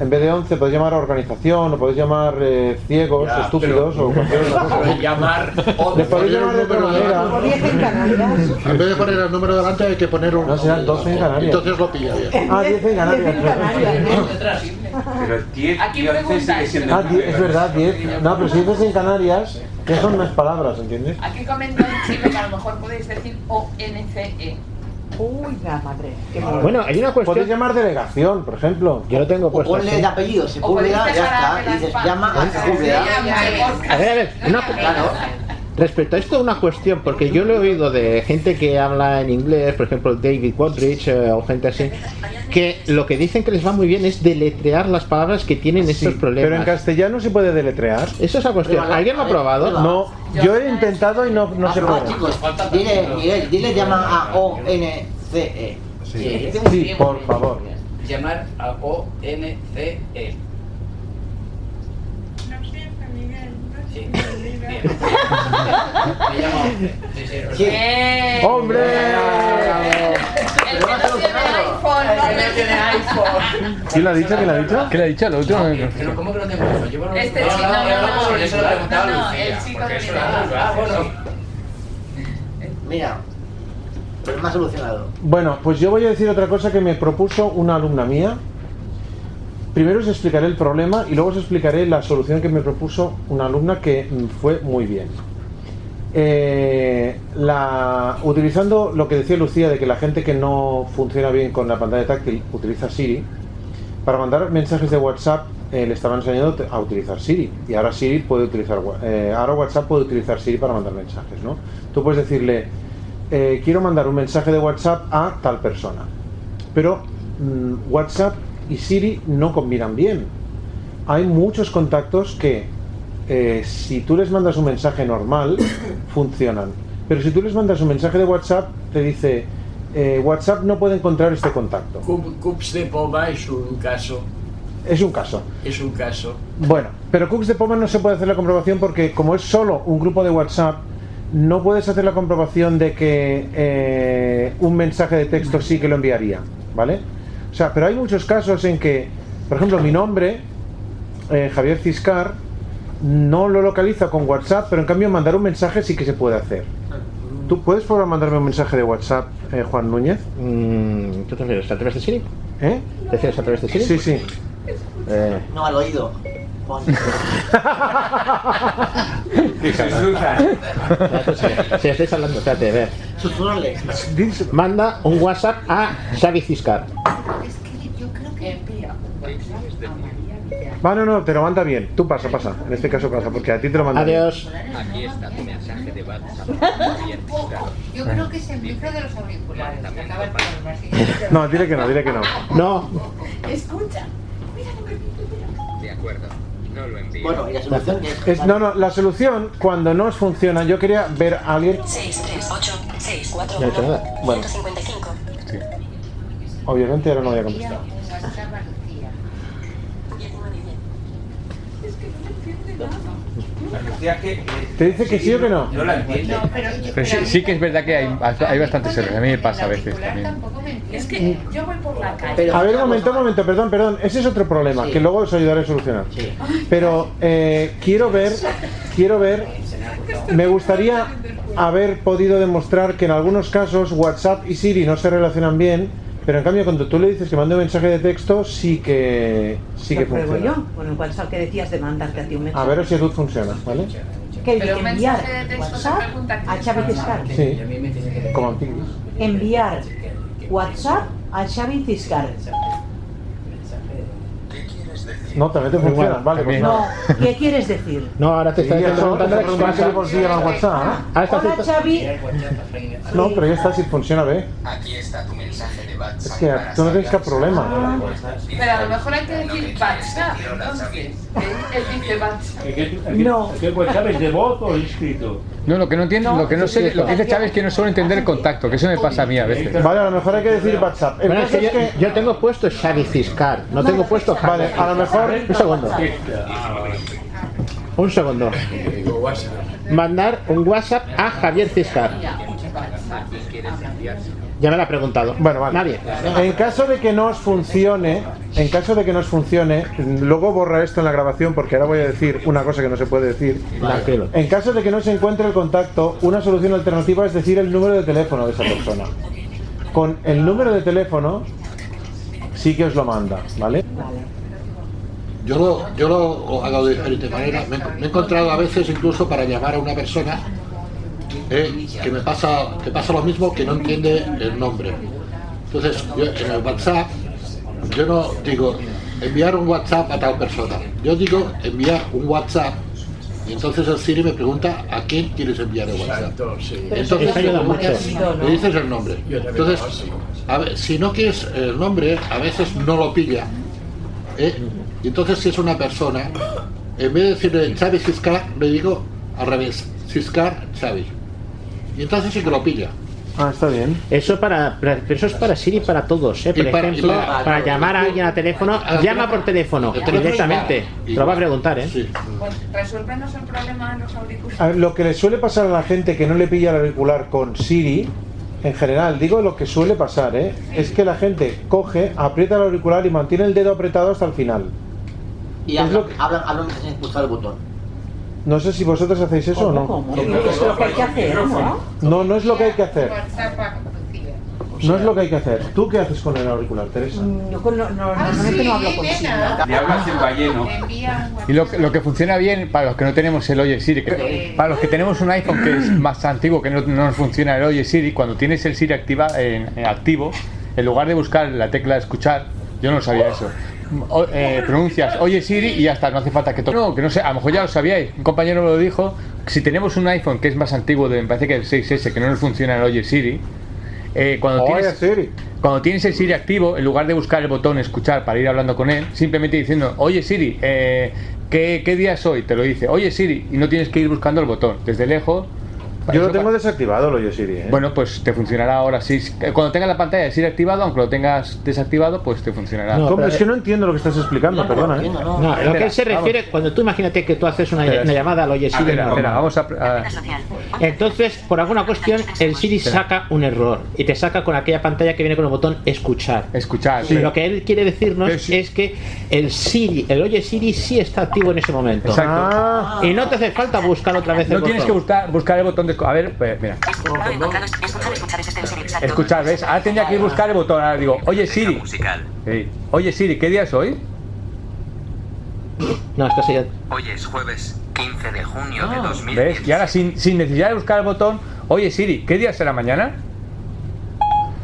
Speaker 2: En vez de 11 podéis llamar a organización, o podéis llamar eh, ciegos,
Speaker 9: Ya,
Speaker 2: estúpidos, o cualquier otra cosa.
Speaker 9: llamar
Speaker 2: Le podéis llamar de otra manera. Ah,
Speaker 8: En vez de poner el número delante hay que poner un. No,
Speaker 2: serán 12 en Canarias.
Speaker 8: Entonces lo pilla bien.
Speaker 2: Ah, 10 en Canarias.
Speaker 12: Pero 10
Speaker 7: Aquí
Speaker 12: y 11
Speaker 7: preguntan.
Speaker 12: sigue siendo
Speaker 2: Ah,
Speaker 12: un
Speaker 2: 10, es
Speaker 12: número.
Speaker 2: verdad, 10. No, pero si dices en Canarias, ya son unas palabras, ¿entiendes?
Speaker 7: Aquí comentan chicos que a lo mejor podéis decir ONCE.
Speaker 5: ¿eh? Uy, la madre.
Speaker 2: Ah,
Speaker 5: Qué
Speaker 10: Bueno, hay una cuestión.
Speaker 2: Podéis llamar delegación, por ejemplo.
Speaker 10: Yo lo tengo
Speaker 4: puesto ponle así. el apellido, O Sepúlveda, podéis ya dejar está, a y dices, las llama a patas. Sepúlveda.
Speaker 10: A ver, a ver, una- Respecto a esto, una cuestión, porque yo lo he oído de gente que habla en inglés, por ejemplo David Quadrich eh, o gente así, que lo que dicen que les va muy bien es deletrear las palabras que tienen estos problemas.
Speaker 2: Pero en castellano se puede deletrear.
Speaker 10: Eso es la cuestión. Pues ¿Alguien lo ha probado?
Speaker 2: No, yo he intentado y no, no se
Speaker 4: Ah,
Speaker 2: puede.
Speaker 4: chicos, dile, Miguel, dile llama a O-N-C-E. este
Speaker 2: Sí, sí, por favor.
Speaker 17: Llamar a O-N-C-E. Me llama 11. Sí, sí, es verdad.
Speaker 2: ¡Hombre!
Speaker 7: El que no tiene iPhone,
Speaker 17: El que no tiene iPhone.
Speaker 2: ¿Quién lo ha dicho? ¿Quién lo ha dicho?
Speaker 3: ¿Qué le ha dicho al otro?
Speaker 17: Pero ¿cómo que no tengo iPhone? Yo me lo
Speaker 7: Este
Speaker 17: no,
Speaker 7: chico
Speaker 17: no,
Speaker 7: no,
Speaker 17: no,
Speaker 7: no,
Speaker 17: no,
Speaker 7: no,
Speaker 17: eso lo he preguntado
Speaker 7: no,
Speaker 17: a Lucía,
Speaker 7: el chico
Speaker 17: porque eso
Speaker 7: tiene
Speaker 17: la-
Speaker 7: iPhone.
Speaker 17: ah, bueno.
Speaker 4: Mira, problema solucionado.
Speaker 2: Bueno, pues yo voy a decir otra cosa que me propuso una alumna mía. Primero os explicaré el problema y luego os explicaré la solución que me propuso una alumna que mm, fue muy bien. Eh, la- utilizando lo que decía Lucía de que la gente que no funciona bien con la pantalla táctil utiliza Siri, para mandar mensajes de WhatsApp eh, le estaban enseñando te- a utilizar Siri y ahora Siri puede utilizar wa- eh, ahora WhatsApp puede utilizar Siri para mandar mensajes, ¿no? Tú puedes decirle eh, quiero mandar un mensaje de WhatsApp a tal persona, pero mm, WhatsApp y Siri no combinan bien. Hay muchos contactos que eh, si tú les mandas un mensaje normal funcionan, pero si tú les mandas un mensaje de WhatsApp te dice eh, WhatsApp no puede encontrar este contacto.
Speaker 9: Cup- Cups de Poma es un caso.
Speaker 2: Es un caso.
Speaker 9: Es un caso.
Speaker 2: Bueno, pero Cooks de Poma no se puede hacer la comprobación porque como es solo un grupo de WhatsApp, no puedes hacer la comprobación de que eh, un mensaje de texto sí que lo enviaría, ¿vale? O sea, pero hay muchos casos en que, por ejemplo, mi nombre, eh, Javier Ciscar, no lo localiza con WhatsApp, pero en cambio mandar un mensaje sí que se puede hacer. ¿Tú puedes por favor mandarme un mensaje de WhatsApp, eh, Juan Núñez?
Speaker 10: ¿Qué Mm, te refieres? ¿A través de Siri?
Speaker 2: ¿Eh?
Speaker 10: ¿Te refieres a través de Siri?
Speaker 2: Sí, sí.
Speaker 10: Eh,
Speaker 4: No, al oído.
Speaker 10: si estáis hablando, espérate, a ver.
Speaker 4: Susurrarle.
Speaker 10: Manda un WhatsApp a Xavi Ciscar.
Speaker 7: Yo creo que envía un WhatsApp a María Vidal.
Speaker 2: Va, no, no, te lo manda bien. Tú pasa, pasa. En este caso pasa, porque a ti te lo manda bien.
Speaker 10: Adiós.
Speaker 7: Aquí está tu
Speaker 18: mensaje de WhatsApp.
Speaker 7: Yo creo que es el micro de los auriculares. que acaba de ponerme así.
Speaker 2: No, dile que no, dile que no.
Speaker 10: No.
Speaker 7: Escucha. Mira, no me
Speaker 18: De acuerdo. No lo envío.
Speaker 4: Bueno, y la solución que
Speaker 2: Es- no, no, la solución cuando no os funciona, yo quería ver a alguien.
Speaker 16: 6, 3, 8, 6, 4,
Speaker 2: No he
Speaker 16: 1,
Speaker 2: hecho nada. Bueno.
Speaker 16: 155.
Speaker 2: Obviamente ahora no voy a contestar.
Speaker 7: Envía un WhatsApp a Lucía. Es que no me entiende nada.
Speaker 12: Lucía, que, eh,
Speaker 2: ¿Te dice que sí o que no?
Speaker 12: No la entiendo.
Speaker 3: Pero Pues sí, sí que es verdad que hay, hay bastantes errores. A mí me pasa a veces también.
Speaker 7: Es que yo voy por la calle.
Speaker 2: a ver, un momento, un momento, perdón, perdón. Ese es otro problema que luego os ayudaré a solucionar. Pero eh, quiero ver, quiero ver. Me gustaría haber podido demostrar que en algunos casos WhatsApp y Siri no se relacionan bien Pero en cambio, cuando tú le dices que mande un mensaje de texto, sí que, sí que
Speaker 5: Lo pruebo
Speaker 2: funciona.
Speaker 5: yo, con el WhatsApp que decías de mandarte a ti un
Speaker 2: A
Speaker 5: mensaje.
Speaker 2: ver si tú funciona, ¿vale?
Speaker 5: Que el
Speaker 7: Pero
Speaker 5: que
Speaker 7: un
Speaker 5: enviar
Speaker 7: mensaje de texto se
Speaker 5: WhatsApp
Speaker 7: pregunta
Speaker 5: a Xavi Tiscar.
Speaker 2: Sí. Como antiguo.
Speaker 5: Enviar WhatsApp a Xavi Tiscar.
Speaker 2: No, también te funciona,
Speaker 10: Igual,
Speaker 2: vale. Pues
Speaker 10: también.
Speaker 2: nada.
Speaker 5: ¿Qué quieres decir?
Speaker 10: No, ahora te está
Speaker 2: Sí,
Speaker 10: te está
Speaker 2: eso,
Speaker 10: preguntando
Speaker 2: te
Speaker 10: la
Speaker 2: preguntan
Speaker 10: excusa.
Speaker 2: que consigan al WhatsApp, ¿eh?
Speaker 10: Ah, está
Speaker 5: Hola
Speaker 10: haciendo-
Speaker 5: Xavi.
Speaker 2: No, pero ya está, si funciona bien.
Speaker 18: Aquí está tu mensaje de
Speaker 2: Es
Speaker 18: WhatsApp.
Speaker 2: que tú no tienes que problema.
Speaker 7: Pero a lo mejor hay que decir WhatsApp, entonces. Él- Él dice WhatsApp.
Speaker 6: No. ¿Qué WhatsApp es de voz o escrito?
Speaker 3: No, lo que no entiendo, lo que no sé, lo que dice Chávez es que no suelo entender el contacto, que eso me pasa a mí a veces.
Speaker 2: Vale, a lo mejor hay que decir WhatsApp. El
Speaker 10: Bueno, es
Speaker 2: caso
Speaker 10: que yo,
Speaker 2: es que.
Speaker 10: yo tengo puesto Xavi Fiscar, no tengo puesto
Speaker 2: Vale, a lo mejor-
Speaker 10: Un segundo. Un segundo. Mandar un WhatsApp a Javier Fiscar. Ya me lo ha preguntado.
Speaker 2: Bueno, vale.
Speaker 10: Nadie.
Speaker 2: En caso de que no os funcione, en caso de que no os funcione, luego borra esto en la grabación porque ahora voy a decir una cosa que no se puede decir.
Speaker 10: Tranquilo.
Speaker 2: En caso de que no se encuentre el contacto, una solución alternativa es decir el número de teléfono de esa persona. Con el número de teléfono sí que os lo manda, ¿vale?
Speaker 8: Yo lo, yo lo hago de diferente manera. Me, he- me he encontrado a veces incluso para llamar a una persona eh, que me pasa, que pasa lo mismo que no entiende el nombre. Entonces, yo en el WhatsApp, yo no digo enviar un WhatsApp a tal persona. Yo digo enviar un WhatsApp. Y entonces el Siri me pregunta a quién quieres enviar el WhatsApp. Entonces
Speaker 10: Eso ayuda
Speaker 8: le
Speaker 10: mucho.
Speaker 8: preguntas- le dices el nombre. Entonces, a ver, si no quieres el nombre, a veces no lo pilla. ¿eh? Y entonces si es una persona, en vez de decirle Chávez Ciscar, le digo al revés, Ciscar Chávez. Y entonces sí que lo pilla.
Speaker 2: Ah, está bien.
Speaker 10: Eso para, para- pero eso es para Siri para todos, ¿eh? Por
Speaker 8: Y para- y
Speaker 10: ejemplo,
Speaker 8: para-
Speaker 10: para, llamar a alguien a teléfono,
Speaker 8: a- a-
Speaker 10: llama por teléfono
Speaker 8: teléfono
Speaker 10: directamente.
Speaker 8: igual.
Speaker 10: Te lo va a preguntar, ¿eh?
Speaker 7: Pues resuélvenos el problema de los auriculares.
Speaker 2: A ver, lo que le suele pasar a la gente que no le pilla el auricular con Siri, en general, digo lo que suele pasar, ¿eh? es que la gente coge, aprieta el auricular y mantiene el dedo apretado hasta el final.
Speaker 4: Y
Speaker 2: Es
Speaker 4: hablan,
Speaker 2: lo
Speaker 4: hablan, hablan mientras sin pulsar el botón.
Speaker 2: No sé si vosotros hacéis eso o no. Eh,
Speaker 4: Eso es lo que hay que hacer, ¿no?
Speaker 2: No, no es lo que hay que hacer.
Speaker 15: WhatsApp a Lucía.
Speaker 2: No es lo que hay que hacer. ¿Tú qué haces con el auricular, Teresa?
Speaker 1: Mm.
Speaker 5: Yo con- no, no,
Speaker 7: Ah,
Speaker 5: normalmente no hablo con
Speaker 15: nena.
Speaker 5: Siri.
Speaker 12: Le hablas en balleno.
Speaker 3: Y lo, que- lo que funciona bien para los que no tenemos el Oye Siri, que- para los que tenemos un iPhone que es más antiguo, que no, no nos funciona el Oye Siri, cuando tienes el Siri activa, en, en activo, en lugar de buscar la tecla escuchar, yo no sabía eso. O- eh, pronuncias Oye Siri y ya está, no hace falta que toque. No, que no sé, a lo mejor ya lo sabíais, un compañero me lo dijo. que Si tenemos un iPhone que es más antiguo, de, me parece que el 6S, que no nos funciona el Oye Siri, eh, cuando,
Speaker 2: Oye,
Speaker 3: tienes, cuando tienes el Siri activo, en lugar de buscar el botón escuchar para ir hablando con él, simplemente diciendo, oye Siri, eh, ¿qué, ¿qué día es hoy? Te lo dice, oye Siri, y no tienes que ir buscando el botón. Desde lejos.
Speaker 2: Yo lo tengo desactivado, lo yo Siri. ¿eh?
Speaker 3: Bueno, pues te funcionará ahora. sí cuando tengas la pantalla de Siri activado, aunque lo tengas desactivado, pues te funcionará.
Speaker 2: ¿Cómo? es que no eh, entiendo lo que estás explicando, perdona. ¿eh?
Speaker 10: No, a lo que él se refiere, cuando tú imagínate que tú haces una,
Speaker 3: Espera,
Speaker 10: una llamada al Oye
Speaker 3: espera,
Speaker 10: Siri.
Speaker 3: espera,
Speaker 10: normal.
Speaker 3: vamos a- a-
Speaker 10: Entonces, por alguna cuestión, el Siri saca un error y te saca con aquella pantalla que viene con el botón escuchar.
Speaker 3: Escuchar.
Speaker 10: Y lo que él quiere decirnos es que el Siri, el Oye Siri sí está activo en ese momento.
Speaker 3: Exacto.
Speaker 10: Y no te hace falta buscar otra vez el
Speaker 3: No tienes que
Speaker 10: botón.
Speaker 3: buscar, buscar el botón de. A ver, pues, mira. Escuchar, ¿ves? Ahora tendría que ir buscar el botón. Ahora digo, oye Siri. Sí. Oye Siri, ¿qué día es hoy?
Speaker 10: No, es que así ya-
Speaker 18: Hoy es jueves 15 de junio
Speaker 2: Ah.
Speaker 18: de 2000.
Speaker 3: Ah, ¿Ves? Y ahora sin, sin necesidad de buscar el botón, oye Siri, ¿qué día será mañana?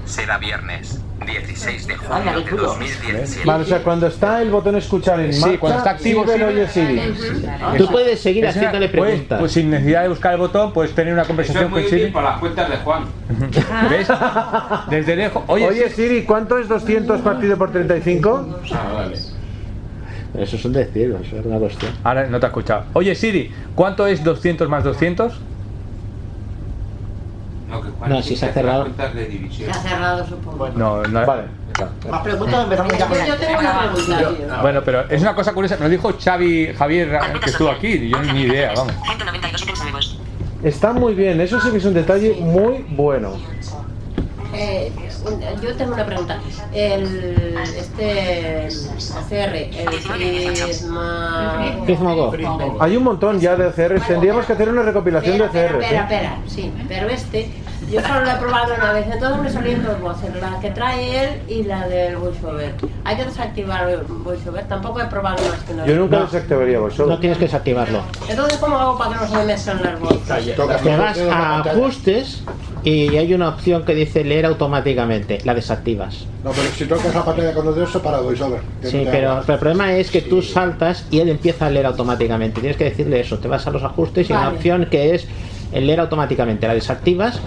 Speaker 18: Será viernes 16 de junio de 2017.
Speaker 2: Vale, o sea, cuando está el botón escuchar en
Speaker 3: Sí,
Speaker 2: marcha,
Speaker 3: cuando está activo,
Speaker 2: sirve el
Speaker 3: sí.
Speaker 2: Oye Siri.
Speaker 3: Eso- eso era- puedes- pues sin necesidad de buscar el botón, pues, puedes tener una
Speaker 12: Eso
Speaker 3: conversación
Speaker 12: es muy
Speaker 3: con
Speaker 12: útil
Speaker 3: Siri.
Speaker 12: para las cuentas de Juan.
Speaker 3: ¿Ves? Desde lejos. Oye,
Speaker 2: Oye, Siri, ¿cuánto es 200 partido por 35?
Speaker 10: Eso es un decir, eso es una cuestión.
Speaker 3: Ahora no te ha escuchado. Oye Siri, ¿cuánto es 200 más 200?
Speaker 12: No, que
Speaker 10: No, si se ha cerrado.
Speaker 12: cuentas de división.
Speaker 1: ha cerrado, supongo.
Speaker 3: No, no. Vale.
Speaker 4: Más preguntas en verdad. ya me-
Speaker 1: Yo tengo una pregunta,
Speaker 4: Ah,
Speaker 1: tío.
Speaker 3: Bueno, pero es una cosa curiosa. Nos dijo Xavi Javier que estuvo aquí. y Yo ni idea, vamos.
Speaker 2: Está muy bien, eso sí que es un detalle muy bueno.
Speaker 1: Eh, un- yo tengo una pregunta. El, este, ACR, el Prisma...
Speaker 2: Hay un montón ya de OCRs, tendríamos que hacer una recopilación de
Speaker 1: Espera, espera,
Speaker 2: OCRs. ¿eh?
Speaker 1: espera, sí, pero este Yo solo la he probado una vez, entonces me salían dos voces, la que trae él y la del voiceover. Hay que desactivar el voiceover, tampoco he probado más que una
Speaker 2: Yo
Speaker 1: vez.
Speaker 2: nunca desactivaría vosotros.
Speaker 10: No tienes que desactivarlo.
Speaker 1: Entonces, ¿cómo hago para que no se me mezclen las voces?
Speaker 10: Te vas a ajustes y hay una opción que dice leer automáticamente. La desactivas.
Speaker 8: No, pero si tocas la pantalla con los dedos, se para VoiceOver. que
Speaker 10: Sí,
Speaker 8: no te
Speaker 10: pero,
Speaker 8: hagas.
Speaker 10: pero el problema es que tú saltas y él empieza a leer automáticamente. Tienes que decirle eso. Te vas a los ajustes y hay
Speaker 1: Vale.
Speaker 10: una opción que es el leer automáticamente. La desactivas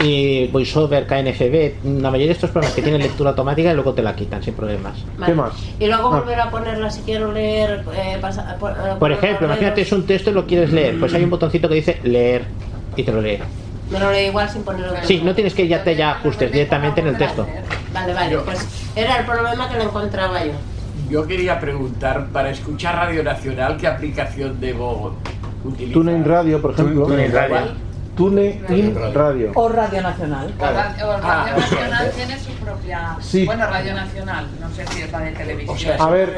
Speaker 10: y VoiceOver, KNFB, la mayoría de estos programas que tienen lectura automática y luego te la quitan sin problemas.
Speaker 1: Vale. ¿Qué
Speaker 10: más? Ah.
Speaker 1: Y
Speaker 2: Ah.
Speaker 1: luego volver a ponerla si quiero leer. eh, pasa- por, eh,
Speaker 10: Por ejemplo, imagínate es un texto y lo quieres leer. Pues hay un botoncito que dice leer y te lo lee.
Speaker 1: Me lo leo igual sin ponerlo.
Speaker 10: Sí, no tienes que irte ya a ajustes directamente en el texto.
Speaker 1: Vale, vale, pues era el problema que lo encontraba yo.
Speaker 9: Yo quería preguntar, para escuchar Radio Nacional, ¿qué aplicación debo utilizar?
Speaker 2: TuneIn Radio, por ejemplo.
Speaker 9: Tune in radio.
Speaker 2: TuneIn Radio.
Speaker 5: O Radio Nacional.
Speaker 7: O Ra- o Radio
Speaker 2: Ah,
Speaker 7: Nacional tiene su propia.
Speaker 2: Sí.
Speaker 7: Bueno, Radio Nacional, no sé si es la de televisión.
Speaker 2: A ver,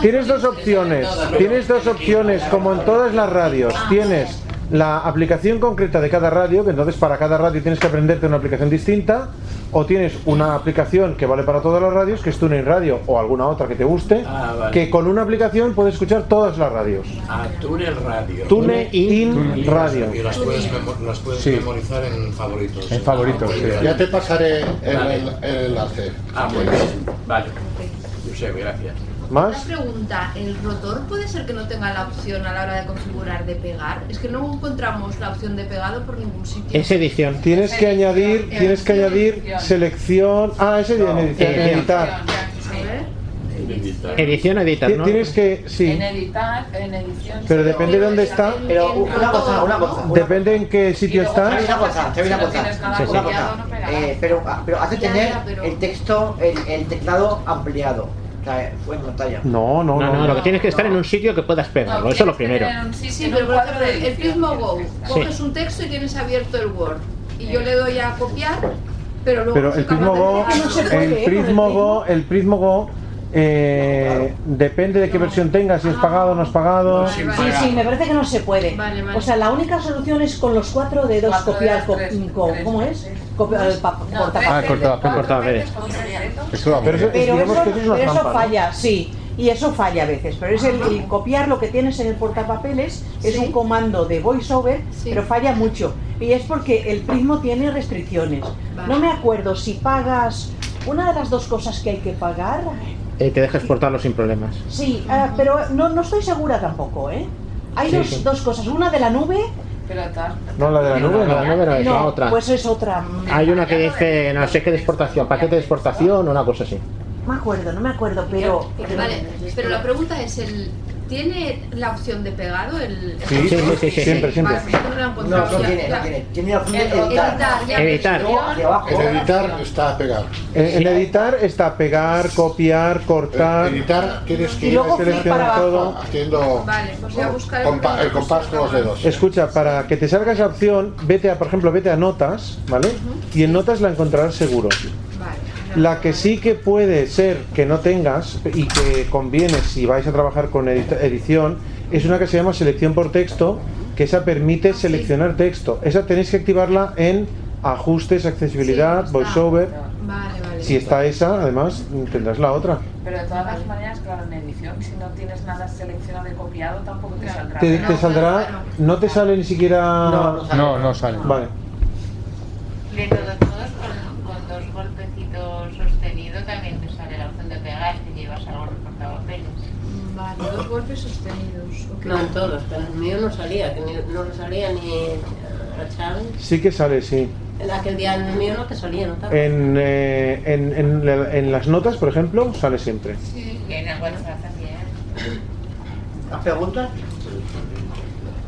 Speaker 2: tienes dos opciones. Tienes dos opciones, como en todas las radios. Tienes la aplicación concreta de cada radio, que entonces para cada radio tienes que aprenderte una aplicación distinta, o tienes una aplicación que vale para todas las radios, que es TuneIn Radio, o alguna otra que te guste,
Speaker 11: Ah,
Speaker 9: vale.
Speaker 2: que con una aplicación puedes escuchar todas las radios.
Speaker 9: A Ah, Túnel Radio.
Speaker 2: TuneIn Radio.
Speaker 11: Y las puedes, memo- las puedes
Speaker 2: Sí.
Speaker 11: memorizar en favoritos.
Speaker 2: En favoritos, sí.
Speaker 8: Ah, pues, Ya te pasaré el,
Speaker 11: Vale.
Speaker 8: el- el enlace.
Speaker 9: Ah, muy bien. Vale. Josep, gracias.
Speaker 2: ¿Más?
Speaker 19: Una pregunta, ¿el rotor puede ser que no tenga la opción a la hora de configurar de pegar? Es que no encontramos la opción de pegado por ningún sitio.
Speaker 10: Es edición.
Speaker 2: Tienes que añadir, tienes que añadir selección. Ah, ese día en edición, en
Speaker 10: edición.
Speaker 2: editar.
Speaker 10: Edición o editar,
Speaker 2: Ti-
Speaker 10: ¿no?
Speaker 2: Tienes que, sí,
Speaker 7: En editar, en edición.
Speaker 2: pero depende de dónde está.
Speaker 4: Pero una cosa, una cosa. una
Speaker 2: Depende en qué sitio
Speaker 4: Te
Speaker 2: estás.
Speaker 4: una cosa, te una
Speaker 2: Sí,
Speaker 4: cosa.
Speaker 2: sí. Sí, sí.
Speaker 4: Una cosa. Eh, pero, ah, pero hace tener el texto, el, el teclado ampliado. O sea, eh, fue en pantalla.
Speaker 10: No, no, no. lo que tienes que estar en un sitio que puedas pegarlo. Eso es lo primero.
Speaker 19: em, Sí, sí, pero por ejemplo, el Prismo Go, coges un texto y tienes abierto el Word. Y yo le doy a copiar, pero luego...
Speaker 2: Pero el
Speaker 19: soy capaz
Speaker 2: Prismo
Speaker 19: de Ah,
Speaker 2: Go,
Speaker 19: pegar.
Speaker 4: ¿eh?
Speaker 19: ¿eh?
Speaker 2: el Prismo Go, el Prismo Go, eh, depende de qué versión tengas, si es pagado o no es pagado.
Speaker 5: Sí, sí, me parece que no se puede. O sea, la única solución es con los cuatro dedos
Speaker 7: Cuatro
Speaker 5: copiar.
Speaker 7: dedos,
Speaker 5: co-
Speaker 7: tres,
Speaker 5: co- ¿Cómo es? Copiar el pa-
Speaker 7: No,
Speaker 5: cortapapeles.
Speaker 7: Ah, cortapapeles.
Speaker 10: cortapapeles.
Speaker 2: Pero eso-
Speaker 5: Pero eso,
Speaker 2: digamos que eso es una
Speaker 5: pero eso
Speaker 2: trampa, ¿no?
Speaker 5: falla, sí. Y eso falla a veces, pero es el, el copiar lo que tienes en el portapapeles, es un comando de voiceover, pero falla mucho. Y es porque el Prismo tiene restricciones. No me acuerdo si pagas una de las dos cosas que hay que pagar.
Speaker 10: Eh, te deja exportarlo sin problemas.
Speaker 5: Sí, ah, pero no, no estoy segura tampoco, ¿eh? Hay
Speaker 10: Sí,
Speaker 5: dos,
Speaker 10: sí.
Speaker 5: dos cosas, una de la nube.
Speaker 10: No, la de
Speaker 2: la nube,
Speaker 10: La de la nube no, es la otra.
Speaker 5: Pues es otra.
Speaker 10: Hay una que dice, no sé qué de exportación, paquete de exportación o una cosa así.
Speaker 5: No me acuerdo, no me acuerdo, pero.
Speaker 19: Vale, pero la pregunta es, el ¿tiene la opción de pegado? El,
Speaker 10: Sí, sí, sí, sí, sí. Siempre, siempre.
Speaker 19: Vale, pues yo no la he
Speaker 4: No,
Speaker 19: encontrado.
Speaker 4: no
Speaker 19: Ya,
Speaker 4: tiene,
Speaker 19: ya.
Speaker 4: no tiene. Tiene la opción de
Speaker 19: El-
Speaker 4: editar.
Speaker 19: editar, ya. Editar.
Speaker 8: En editar está pegado.
Speaker 2: Eh, En editar está pegar, copiar, cortar.
Speaker 8: Eh, Editar tienes que
Speaker 2: seleccionar todo.
Speaker 8: haciendo
Speaker 19: Vale, pues voy a buscar el
Speaker 8: compa- el compás con los dedos.
Speaker 2: Escucha, para que te salga esa opción, vete a, por ejemplo, vete a notas, ¿vale? Y en notas la encontrarás seguro. La que sí que puede ser que no tengas y que conviene si vais a trabajar con edit- edición es una que se llama selección por texto, que esa permite seleccionar texto. Esa tenéis que activarla en ajustes, accesibilidad, voiceover.
Speaker 19: Vale, vale.
Speaker 2: Si está esa, además tendrás la otra.
Speaker 7: Pero de todas las maneras, claro, en edición, si no tienes nada seleccionado y copiado, tampoco te saldrá.
Speaker 2: Te, te saldrá, no te sale ni siquiera.
Speaker 3: No, no sale.
Speaker 2: Vale.
Speaker 15: De todos modos, con, con dos golpecitos sostenidos también te sale la opción de pegar si llevas algo recortado pelos.
Speaker 19: Vale, dos golpes sostenidos. ok.
Speaker 1: No en todos, pero el mío no salía, que ni, no le salía ni a Chávez.
Speaker 2: Sí que sale, sí.
Speaker 1: En aquel día el mío no te salía, no estaba.
Speaker 2: En, eh, en, en la- en las notas, por ejemplo, sale siempre.
Speaker 15: Sí. Y en el WhatsApp también.
Speaker 4: ¿Más preguntas?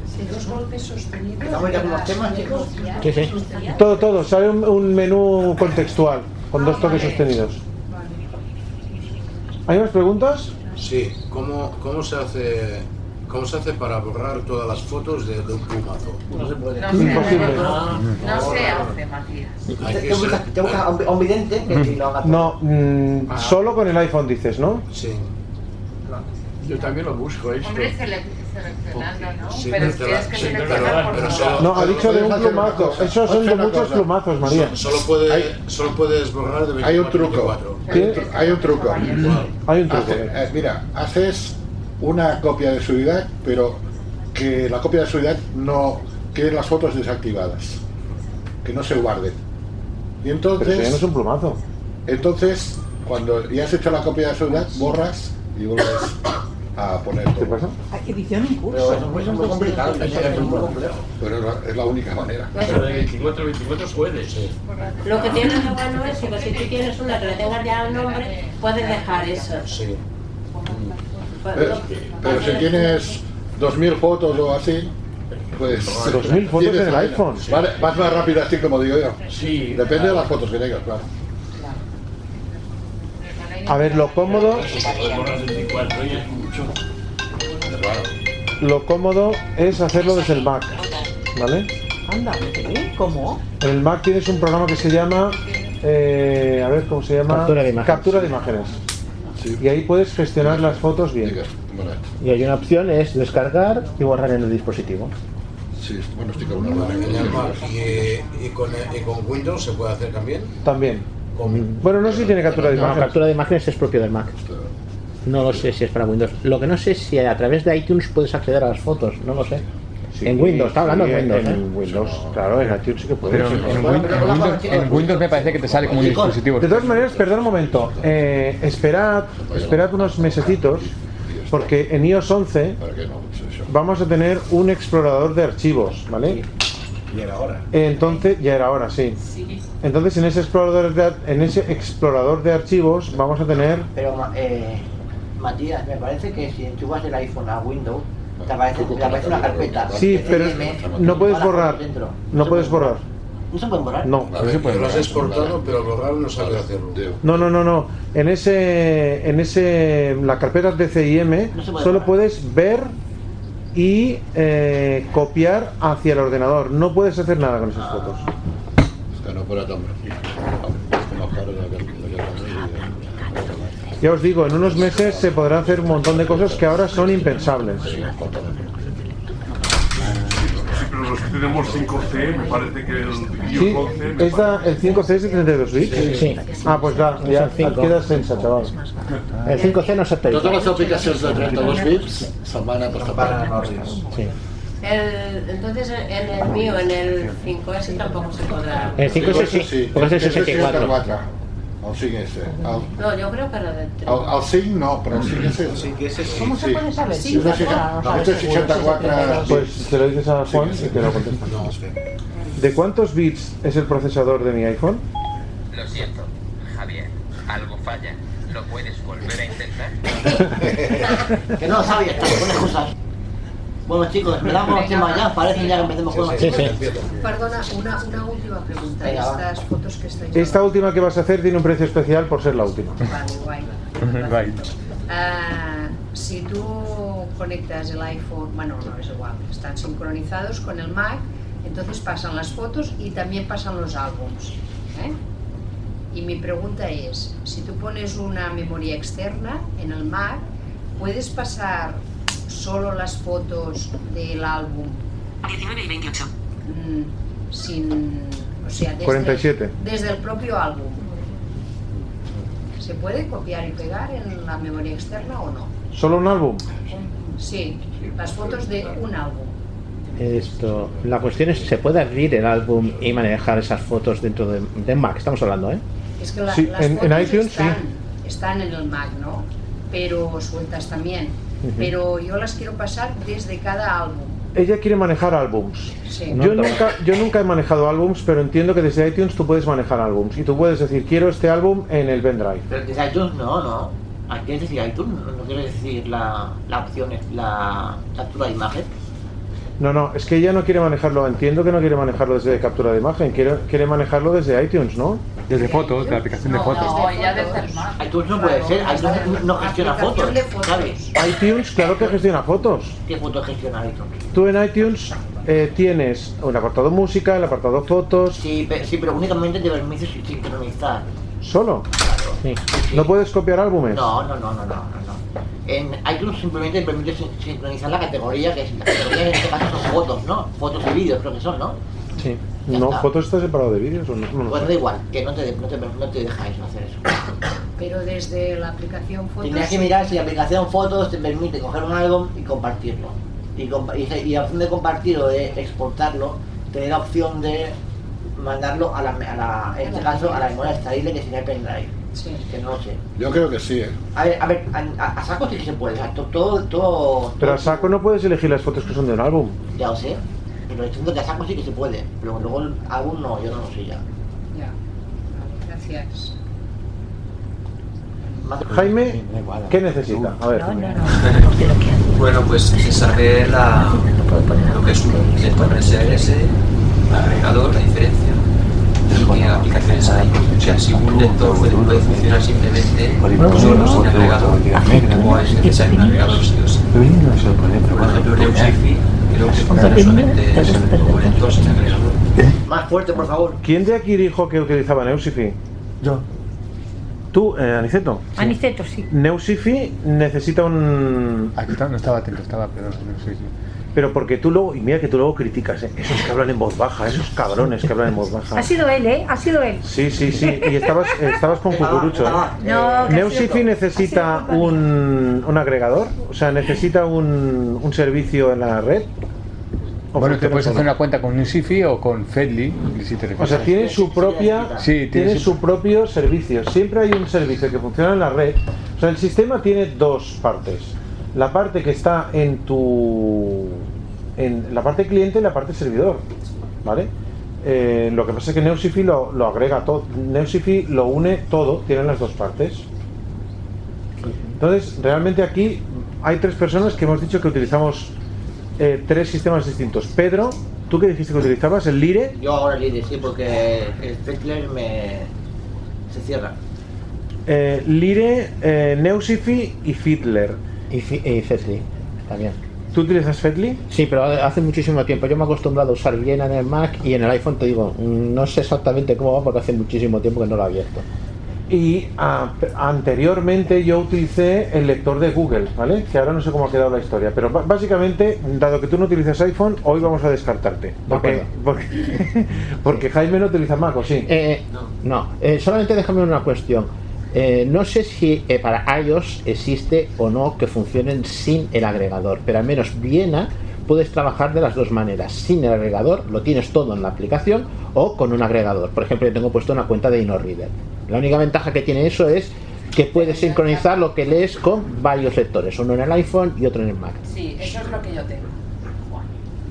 Speaker 7: Si dos golpes sostenidos.
Speaker 4: Estamos ya con los temas,
Speaker 7: chicos.
Speaker 2: Sí, sí. Todo, todo. Sale un, un menú contextual con dos toques sostenidos. ¿Hay más preguntas?
Speaker 11: Sí, ¿cómo, cómo, se hace, ¿cómo se hace para borrar todas las fotos de, de un plumazo?
Speaker 4: No se puede.
Speaker 7: No se
Speaker 2: Imposible.
Speaker 7: hace. No se hace, Matías.
Speaker 11: Hay
Speaker 4: Te,
Speaker 11: que
Speaker 4: te buscas, te buscas a un, a un vidente que te lo haga todo.
Speaker 2: No, mm, solo con el iPhone dices, ¿no?
Speaker 11: Sí.
Speaker 9: Yo también lo busco esto.
Speaker 15: Hombre, sele- seleccionando, ¿no?
Speaker 9: Sí,
Speaker 15: pero
Speaker 9: pero-
Speaker 15: tienes que
Speaker 9: sí, pero-
Speaker 15: seleccionar por
Speaker 11: pero
Speaker 15: favor.
Speaker 11: solo-
Speaker 2: No, ha
Speaker 11: solo
Speaker 2: dicho de
Speaker 11: puedes
Speaker 2: un
Speaker 11: hacer una
Speaker 2: plumazo.
Speaker 11: cosa.
Speaker 2: Esos son
Speaker 11: Haz
Speaker 2: de
Speaker 11: una
Speaker 2: muchos plumazos, Pues, María.
Speaker 11: So- Solo, puede- solo puedes borrar de 24
Speaker 8: Hay un truco. Hay un, tru- hay un truco.
Speaker 2: Hay un truco.
Speaker 11: Ah,
Speaker 8: Hace- eh, mira, haces una copia de seguridad, pero que la copia de seguridad no queden las fotos desactivadas, que no se guarden. Y
Speaker 2: Pero eso ya no
Speaker 8: entonces,
Speaker 2: es un plumazo.
Speaker 8: entonces cuando ya has hecho la copia de seguridad, borras y vuelves a poner todo. ¿Qué pasa?
Speaker 5: Edición en
Speaker 8: Pero
Speaker 5: curso.
Speaker 8: es muy- es muy complicado, es muy complejo. Pero es la- es la única manera.
Speaker 9: Pero de 24 24 puedes.
Speaker 1: Lo que tiene de bueno es que si tú tienes una que le tengas ya el nombre, puedes dejar eso.
Speaker 8: Sí.
Speaker 1: Puedes-
Speaker 8: Pero, pero si tienes 2.000 fotos o así, pues...
Speaker 2: 2.000 fotos
Speaker 8: tienes
Speaker 2: en el
Speaker 8: faena.
Speaker 2: iPhone.
Speaker 8: Vale, vas más rápido así como digo yo.
Speaker 9: Sí.
Speaker 8: Depende de las fotos que tengas, claro.
Speaker 2: A ver, lo cómodo,
Speaker 9: borrar 24 y es mucho.
Speaker 2: lo cómodo es hacerlo desde el Mac, ¿vale?
Speaker 5: Anda, ¿eh? ¿cómo?
Speaker 2: En el Mac tienes un programa que se llama, eh, a ver cómo se llama,
Speaker 10: Captura de imágenes.
Speaker 2: Captura de imágenes. Y ahí puedes gestionar las fotos bien.
Speaker 10: Y hay una opción es descargar y borrar en el dispositivo.
Speaker 8: Sí, bueno, estoy
Speaker 10: con
Speaker 11: Y, y con, eh, y con Windows se puede hacer también.
Speaker 2: También. Bueno, no sé si tiene captura de
Speaker 10: No,
Speaker 2: imágenes.
Speaker 10: captura de imágenes es propio del Mac. No lo sé si es para Windows. Lo que no sé es si a través de iTunes puedes acceder a las fotos. No lo sé. en Windows, está hablando
Speaker 2: sí,
Speaker 10: de Windows.
Speaker 2: en
Speaker 10: ¿eh?
Speaker 2: Windows, claro, en iTunes sí que puedes.
Speaker 3: Pero en, en Win- en Windows, en Windows me parece que te sale como un dispositivo.
Speaker 2: De todas maneras, perdón un momento. eh, esperad, esperad unos mesecitos, porque en iOS 11 vamos a tener un explorador de archivos, ¿vale?
Speaker 11: Y era ahora.
Speaker 2: Entonces, ya era hora, sí. Entonces, en ese explorador de, ar- en ese explorador de archivos vamos a tener.
Speaker 4: Pero, ma- eh, Matías, me parece que si enchufas el iPhone a Windows, te aparece, te aparece una carpeta. Este
Speaker 2: Sí, pero
Speaker 4: SIM,
Speaker 2: no puedes
Speaker 4: todas las fotos
Speaker 2: borrar.
Speaker 4: dentro.
Speaker 2: No puedes borrar.
Speaker 4: ¿No se pueden borrar?
Speaker 2: No.
Speaker 11: A ver, lo has exportado, pero borrar no sabes hacerlo.
Speaker 2: No, no, no, no. En ese, en ese, la carpeta DCIM
Speaker 11: No se puede
Speaker 2: solo puedes ver y eh, copiar hacia el ordenador. No puedes hacer nada con esas fotos.
Speaker 8: Que no fuera tan- tan caro de haber- de haber-
Speaker 2: Ya os digo, en unos meses se podrá hacer un montón de cosas que ahora son impensables.
Speaker 14: Sí, pero los que tenemos 5C, me parece que el
Speaker 2: Sí, eh,
Speaker 14: vídeo 11 me
Speaker 2: ¿es la- el 5C es de 32 bits?
Speaker 10: Sí.
Speaker 2: Ah, pues da,
Speaker 10: Es
Speaker 2: ya
Speaker 10: el cinco.
Speaker 2: quedas sensa, chaval.
Speaker 10: El 5C no se actualiza.
Speaker 8: Totes les aplicacions de 32 bits se'n van a prestar.
Speaker 10: Sí.
Speaker 1: El- entonces en el mío, en el 5S tampoco se podrà.
Speaker 10: El 5S sí, porque
Speaker 8: Este
Speaker 10: és el 64.
Speaker 8: 64. El 5S. El,
Speaker 1: No, yo creo que lo del tres.
Speaker 8: el, el 5 no, però el 5S sí.
Speaker 1: Com se puede saber?
Speaker 8: Sí, no, sí, no, no, este 64...
Speaker 2: Pues se lo dices a Juan y te lo contesta. ¿De cuántos bits es el procesador de mi iPhone?
Speaker 18: Lo siento, Javier, algo falla. ¿Lo puedes volver a intentar?
Speaker 4: que no sabía, te pones cosas. Bueno, chicos, me damos los temas ya, parece ya que empecemos con los
Speaker 2: Sí, sí.
Speaker 19: Perdona, una, una última pregunta.
Speaker 4: Venga, va.
Speaker 19: Estas fotos que estáis
Speaker 2: Esta última que vas a hacer tiene un precio especial por ser la última.
Speaker 19: Vale, guay. Ah, si tú conectas el iPhone, bueno, no es igual, están sincronizados con el Mac, entonces pasan las fotos y también pasan los álbums. ¿eh? Y mi pregunta es, si tú pones una memoria externa en el Mac, ¿puedes pasar solo las fotos del álbum
Speaker 16: 19 y 28.
Speaker 19: mm, sin... O sea, desde,
Speaker 2: 47.
Speaker 19: desde el propio álbum? ¿Se puede copiar y pegar en la memoria externa o no?
Speaker 2: ¿Solo un álbum?
Speaker 19: Sí, las fotos de un álbum.
Speaker 10: ¿eh? Esto, la cuestión es, ¿se puede abrir el álbum y manejar esas fotos dentro de, de Mac? Estamos hablando, ¿eh?
Speaker 19: Es que la-
Speaker 10: Sí,
Speaker 19: las
Speaker 10: en- en
Speaker 19: fotos
Speaker 10: iTunes, sí.
Speaker 19: están, están en el Mac, ¿no? Pero sueltas también.
Speaker 2: Ujú.
Speaker 19: Pero yo las quiero pasar desde cada álbum.
Speaker 2: Ella quiere manejar álbums.
Speaker 19: Sí.
Speaker 2: Yo nunca, yo nunca he manejado álbums, pero entiendo que desde iTunes tú puedes manejar álbums. Y tú puedes decir, quiero este álbum en el pendrive.
Speaker 4: Pero desde iTunes no, no. Ah, ¿Quieres decir iTunes? No, no quiero decir la, la opción, es la captura de imagen.
Speaker 2: No, no, es que ella no quiere manejarlo. Entiendo que no quiere manejarlo desde captura de imagen. Quiere, quiere manejarlo desde iTunes, ¿no?
Speaker 3: Desde fotos, de la aplicación de fotos.
Speaker 1: No, ya desde el mar.
Speaker 4: iTunes no puede ser, iTunes no- no gestiona fotos, ¿sabes?
Speaker 2: iTunes, claro que gestiona fotos.
Speaker 4: ¿Qué fotos gestiona iTunes?
Speaker 2: Tú en iTunes eh, tienes un apartado música, el apartado fotos,
Speaker 4: Sí, pe- sí, pero únicamente te permite sin- sincronizar.
Speaker 2: solo. No puedes copiar álbumes.
Speaker 4: No, no, no, no, no, no. no. En iTunes simplemente permite sin- sincronizar la categoría, que es la categoría en este caso son fotos, ¿no? Fotos y vídeos creo que son, ¿no?
Speaker 2: Sí. No,
Speaker 4: está.
Speaker 2: fotos está separado de vídeos o no, no lo
Speaker 4: Pues
Speaker 2: sé.
Speaker 4: da igual, que no te, no te, no te deja eso, hacer eso.
Speaker 19: Pero desde la aplicación fotos...
Speaker 4: Tendrías que mirar si la aplicación Fotos te permite coger un álbum y compartirlo. Y, compa- y se- y la opción de compartir o de exportarlo, te da la opción de mandarlo a la, me- a la- en este caso, a la memoria extraíble que sería el pendrive. Que no lo sé.
Speaker 8: Yo creo que sí, ¿eh?
Speaker 4: A ver, a ver, a, a- a saco sí que se puede, o sea, to- todo, todo,
Speaker 2: Pero a saco no puedes elegir las fotos que son de un álbum.
Speaker 4: ya lo sé. Pero diciendo que a saco sí que se puede, pero luego el álbum no, yo no lo sé ya.
Speaker 19: Ya, vale, gracias.
Speaker 2: Jaime, ¿qué necesita? A ver.
Speaker 20: Bueno, pues se sabe la, lo que es un lector SRS, agregador, la diferencia y aplicaciones hay. O sea, si un lector puede, puede funcionar simplemente solo sin agregador, como es necesario un agregador sí o sí. Por ejemplo, el Leucifi creo que funciona solamente es un lector sin agregador.
Speaker 4: Más fuerte, por favor.
Speaker 2: ¿Eh? ¿Quién de aquí dijo que utilizaba Neusifi? Yo. ¿Tú, eh, Aniceto?
Speaker 21: Aniceto, sí.
Speaker 2: Neusifi necesita un... no Ah, estaba atento, estaba, pero Pero porque tú luego, y mira que tú luego criticas, ¿eh? esos que hablan en voz baja, esos cabrones que hablan en voz baja.
Speaker 21: Ha sido él, ¿eh? Ha sido él.
Speaker 2: Sí, sí, sí, y estabas, estabas con Cucurucho.
Speaker 1: ah,
Speaker 2: ¿eh?
Speaker 21: No, que ha sido
Speaker 2: Neusifi
Speaker 21: él.
Speaker 2: necesita un, un agregador, o sea, necesita un, un servicio en la red. ¿O
Speaker 3: Bueno, te
Speaker 2: funciona
Speaker 3: puedes hacer
Speaker 2: solo?
Speaker 3: una cuenta con Nisifi o con Fedly, si te
Speaker 2: O
Speaker 3: refieres.
Speaker 2: sea, tiene su propia,
Speaker 3: Sí, tiene
Speaker 2: tiene
Speaker 3: su-
Speaker 2: su propio servicio. Siempre hay un servicio que funciona en la red. O sea, el sistema tiene dos partes. La parte que está en tu, en la parte cliente y la parte servidor, ¿vale? Eh, lo que pasa es que Neusify lo, lo agrega todo, Neusify lo une todo, tiene las dos partes. Entonces, realmente aquí hay tres personas que hemos dicho que utilizamos eh, tres sistemas distintos. Pedro, ¿tú qué dijiste que utilizabas? ¿El Lire?
Speaker 4: Yo ahora el líder, sí, porque el Fetler me... se cierra.
Speaker 2: Eh, Lire, eh, Neusifi y Fiddler.
Speaker 10: Y, Fi- y Fetli, también.
Speaker 2: ¿Tú utilizas Fetli?
Speaker 10: Sí, pero hace muchísimo tiempo. Yo me he acostumbrado a usar bien en el Mac y en el iPhone te digo, mm, no sé exactamente cómo va porque hace muchísimo tiempo que no lo he abierto.
Speaker 2: Y ah, pe- anteriormente yo utilicé el lector de Google, ¿vale? Que ahora no sé cómo ha quedado la historia, pero ba- básicamente, dado que tú no utilizas iPhone, hoy vamos a descartarte. Porque, porque, porque Jaime no utiliza Mac, ¿o sí?
Speaker 10: Eh, no, eh, solamente déjame una cuestión. Eh, no sé si eh, para iOS existe o no que funcionen sin el agregador, pero al menos Viena puedes trabajar de las dos maneras. Sin el agregador lo tienes todo en la aplicación o con un agregador. Por ejemplo, yo tengo puesto una cuenta de InnoReader. La única ventaja que tiene eso es que puedes sincronizar lo que lees con varios lectores, uno en el iPhone y otro en el Mac.
Speaker 7: Sí, eso es lo que yo tengo. Juan.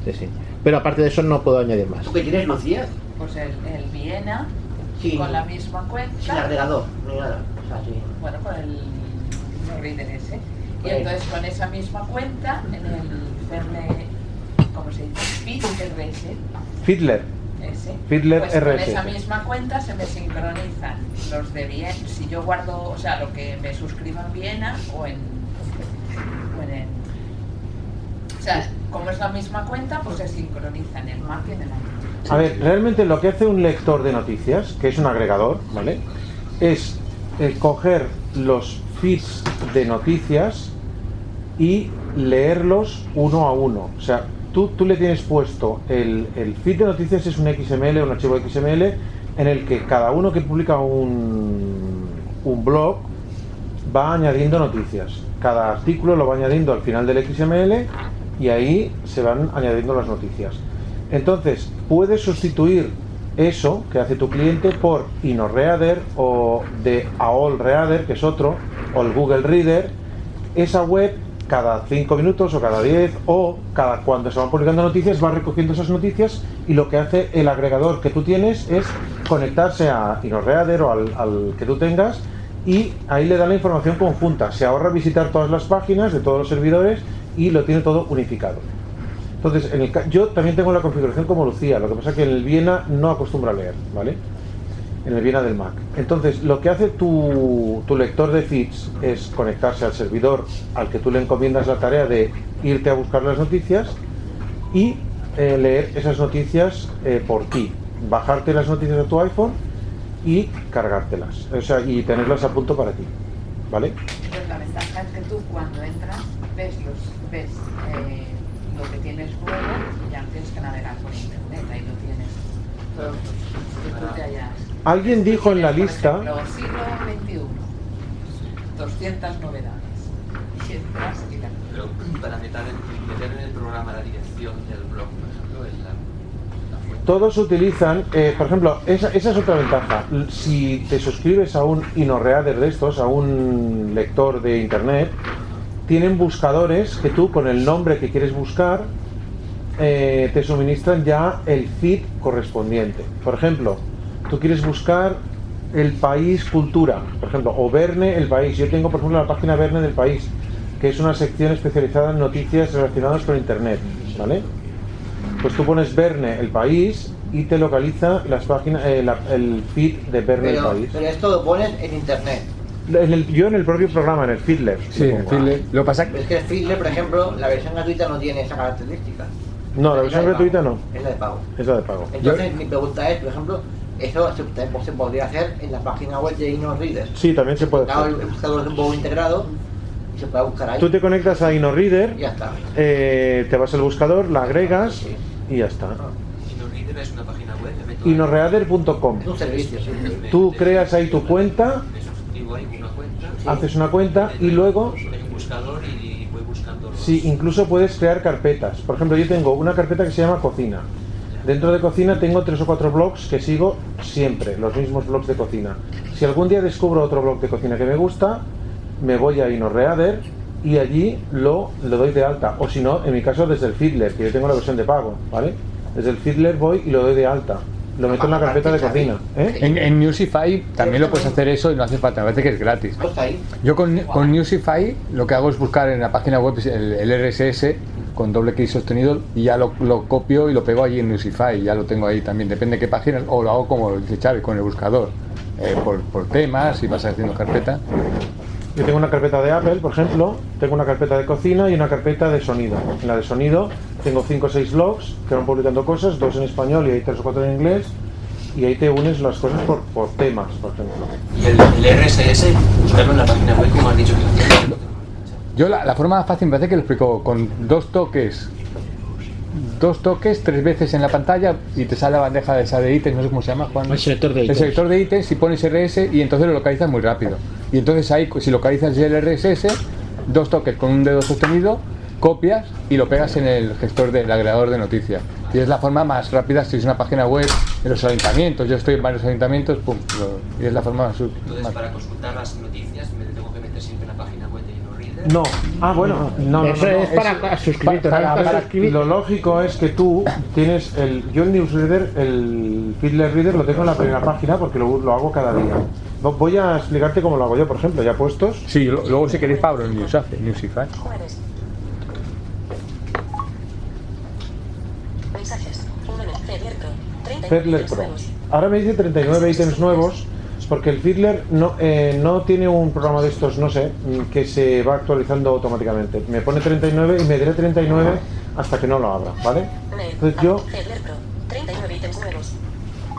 Speaker 10: Sí, sí. Pero aparte de eso no puedo añadir más.
Speaker 4: ¿Tú qué tienes, Lucía?
Speaker 7: Pues el, el Viena,
Speaker 4: Sí.
Speaker 7: con la misma cuenta.
Speaker 4: Sin agregador, no hay nada. O sea, sí.
Speaker 7: Bueno, con el no reader ese. Y
Speaker 4: Bueno.
Speaker 7: entonces con esa misma cuenta, en el Ferne, ¿cómo se dice? Fit RS.
Speaker 2: Fiddler.
Speaker 7: ese.
Speaker 2: Fiddler
Speaker 7: Pues con
Speaker 2: RS.
Speaker 7: esa misma cuenta se me sincronizan los de Viena. Si yo guardo, o sea, lo que me suscribo en Viena o en. O, en el- o sea, como es la misma cuenta, pues se sincroniza en el Mac y en el iPhone.
Speaker 2: A ver, realmente lo que hace un lector de noticias, que es un agregador, ¿vale? Es eh, coger los feeds de noticias y leerlos uno a uno. O sea, tú, tú le tienes puesto el, el feed de noticias, es un XML, un archivo XML, en el que cada uno que publica un, un blog va añadiendo noticias. Cada artículo lo va añadiendo al final del XML y ahí se van añadiendo las noticias. Entonces, puedes sustituir eso que hace tu cliente por InnoReader o de AOLReader, que es otro, o el Google Reader. Esa web cada 5 minutos o cada 10 o cada cuando se van publicando noticias va recogiendo esas noticias y lo que hace el agregador que tú tienes es conectarse a InnoReader o al, al que tú tengas y ahí le da la información conjunta. Se ahorra visitar todas las páginas de todos los servidores y lo tiene todo unificado. Entonces, en el ca- yo también tengo la configuración como Lucía, lo que pasa es que en el Viena no acostumbra a leer, ¿vale? En el Viena del Mac. Entonces, lo que hace tu, tu lector de feeds es conectarse al servidor al que tú le encomiendas la tarea de irte a buscar las noticias y eh, leer esas noticias eh, por ti. Bajarte las noticias a tu iPhone y cargártelas. O sea, y tenerlas a punto para ti. ¿Vale?
Speaker 7: Yo también. ventaja es que tú cuando entras ves, los, ves eh, lo que tienes luego y ya no tienes que navegar por internet, ahí lo tienes. Todos los que tú te hayas.
Speaker 2: Alguien dijo en la lista,
Speaker 7: Lo siglo XXI, 200 novedades. Y entras y la
Speaker 20: Pero para meter en, meter en el programa la dirección del blog, por ejemplo, es la,
Speaker 2: todos utilizan, eh, por ejemplo, esa, esa es otra ventaja. L- Si te suscribes a un inorreader de estos, a un lector de internet, tienen buscadores que tú con el nombre que quieres buscar eh, te suministran ya el feed correspondiente. Por ejemplo, tú quieres buscar el país cultura, por ejemplo, o Verne el país. Yo tengo, por ejemplo, la página Verne del país, que es una sección especializada en noticias relacionadas con Internet, ¿vale? Pues tú pones Verne el país y te localiza las páginas, eh, la- el feed de Verne el
Speaker 4: Pero,
Speaker 2: país.
Speaker 4: pero esto lo pones en internet.
Speaker 2: En el- yo en el propio programa, en el feedler. ah. Sí,
Speaker 3: Lo pasa
Speaker 4: Pero es que el Fiddler, por ejemplo, la versión gratuita no tiene esa característica.
Speaker 2: No, la versión
Speaker 4: Es de pago.
Speaker 2: gratuita no.
Speaker 4: Es la de pago.
Speaker 2: Es la de pago.
Speaker 4: Entonces, mi pregunta es, por ejemplo, eso se, te- se podría hacer en la página web de InnoReader.
Speaker 2: Pues Sí, también se puede
Speaker 4: Dado el
Speaker 2: hacer.
Speaker 4: buscador es un poco integrado y se puede buscar ahí.
Speaker 2: Tú te conectas a InnoReader,
Speaker 4: Y ya está.
Speaker 2: eh, te vas al buscador, la agregas y ya está.
Speaker 20: InnoReader es una página web, me meto
Speaker 2: Inorreader.com.
Speaker 20: Es un servicio, sí.
Speaker 2: Tú creas ahí tu cuenta,
Speaker 20: suscribo ahí una cuenta,
Speaker 2: haces una cuenta y luego,
Speaker 20: hay un buscador y voy buscando los-
Speaker 2: sí, incluso puedes crear carpetas. Por ejemplo, yo tengo una carpeta que se llama cocina. Dentro de cocina tengo tres o cuatro blogs que sigo siempre, los mismos blogs de cocina. Si algún día descubro otro blog de cocina que me gusta, me voy a Inorreader y allí lo, lo doy de alta. O si no, en mi caso desde el Fiddler, que yo tengo la versión de pago, ¿vale? Desde el Fiddler voy y lo doy de alta. Lo meto en la carpeta de cocina. ¿eh?
Speaker 3: En, en Newsify también lo puedes hacer eso y no hace falta, me parece que es gratis. Yo con, con Newsify lo que hago es buscar en la página web el, el RSS con doble clic sostenido y ya lo, lo copio y lo pego allí en Newsify, ya lo tengo ahí también, depende de qué página, o lo hago como dice Chávez, con el buscador, eh, por, por temas y vas haciendo carpeta.
Speaker 2: Yo tengo una carpeta de Apple, por ejemplo, tengo una carpeta de cocina y una carpeta de sonido. En la de sonido tengo 5 o 6 blogs que van publicando cosas, dos en español y hay 3 o 4 en inglés, y ahí te unes las cosas por, por temas, por ejemplo.
Speaker 20: Y el, el RSS, buscarlo en la página web, como has dicho que lo tienes.
Speaker 3: Yo la, la forma más fácil me parece que lo explico con dos toques. Dos toques, tres veces en la pantalla y te sale la bandeja esa de ítems, no sé cómo se llama, Juan. El
Speaker 10: selector de ítems.
Speaker 3: El selector de ítems y pones RS y entonces lo localizas muy rápido. Y entonces ahí, si localizas el RSS, dos toques con un dedo sostenido, copias y lo pegas en el gestor del agregador de noticias. Y es la forma más rápida si es una página web de los ayuntamientos. Yo estoy en varios ayuntamientos, pum, lo- y es la forma más,
Speaker 20: Entonces,
Speaker 3: más-
Speaker 20: para consultar las noticias, me tengo que meter siempre en la página web de InnoReader.
Speaker 2: No, ah, bueno, no, no,
Speaker 20: Eso
Speaker 2: no, no.
Speaker 20: es para- para suscribirte,
Speaker 2: para-
Speaker 20: ¿no?
Speaker 2: para-
Speaker 20: Para suscribirte.
Speaker 2: Lo lógico es que tú tienes el. Yo el newsreader, el Fiddler Reader, lo tengo en la primera página porque lo, lo hago cada día. Vo- Voy a explicarte cómo lo hago yo, por ejemplo, ya puestos.
Speaker 3: Sí, luego si queréis, Pablo, en Newsify.
Speaker 16: Jueves. Mensajes. Un menú. Fiddler Pro. 30
Speaker 2: Fiddler Pro.
Speaker 16: nuevos.
Speaker 2: Ahora me dice 39 ítems nuevos, porque el Fiddler no, eh, no tiene un programa de estos, no sé, mm, que se va actualizando automáticamente. Me pone 39 y me diré 39 hasta que no lo abra, ¿vale?
Speaker 16: Mail.
Speaker 2: Entonces yo
Speaker 16: Fiddler Pro. 39 ítems nuevos.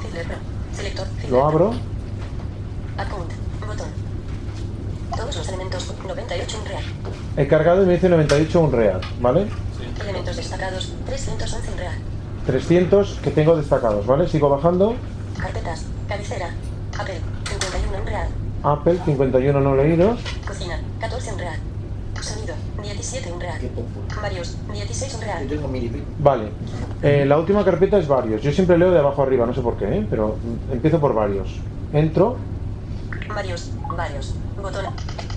Speaker 16: Fiddler Pro. Selector. Fiddler
Speaker 2: lo abro,
Speaker 16: Pro. Account. Botón. Todos los elementos. 98 un real.
Speaker 2: he cargado y me dice 98 un real, ¿vale?
Speaker 16: Elementos destacados. 311 un real.
Speaker 2: 300 que tengo destacados, ¿vale? Sigo bajando.
Speaker 16: Carpetas. Cabecera. Apple. 51 un real.
Speaker 2: Apple 51 no leídos.
Speaker 16: Cocina, 14 un real. Sonido, 17 un real. Varios, 16 un real.
Speaker 2: Vale. Eh, la última carpeta es varios. Yo siempre leo de abajo arriba, no sé por qué, ¿eh? pero mm, empiezo por varios. Entro,
Speaker 16: Varios, varios. Botón.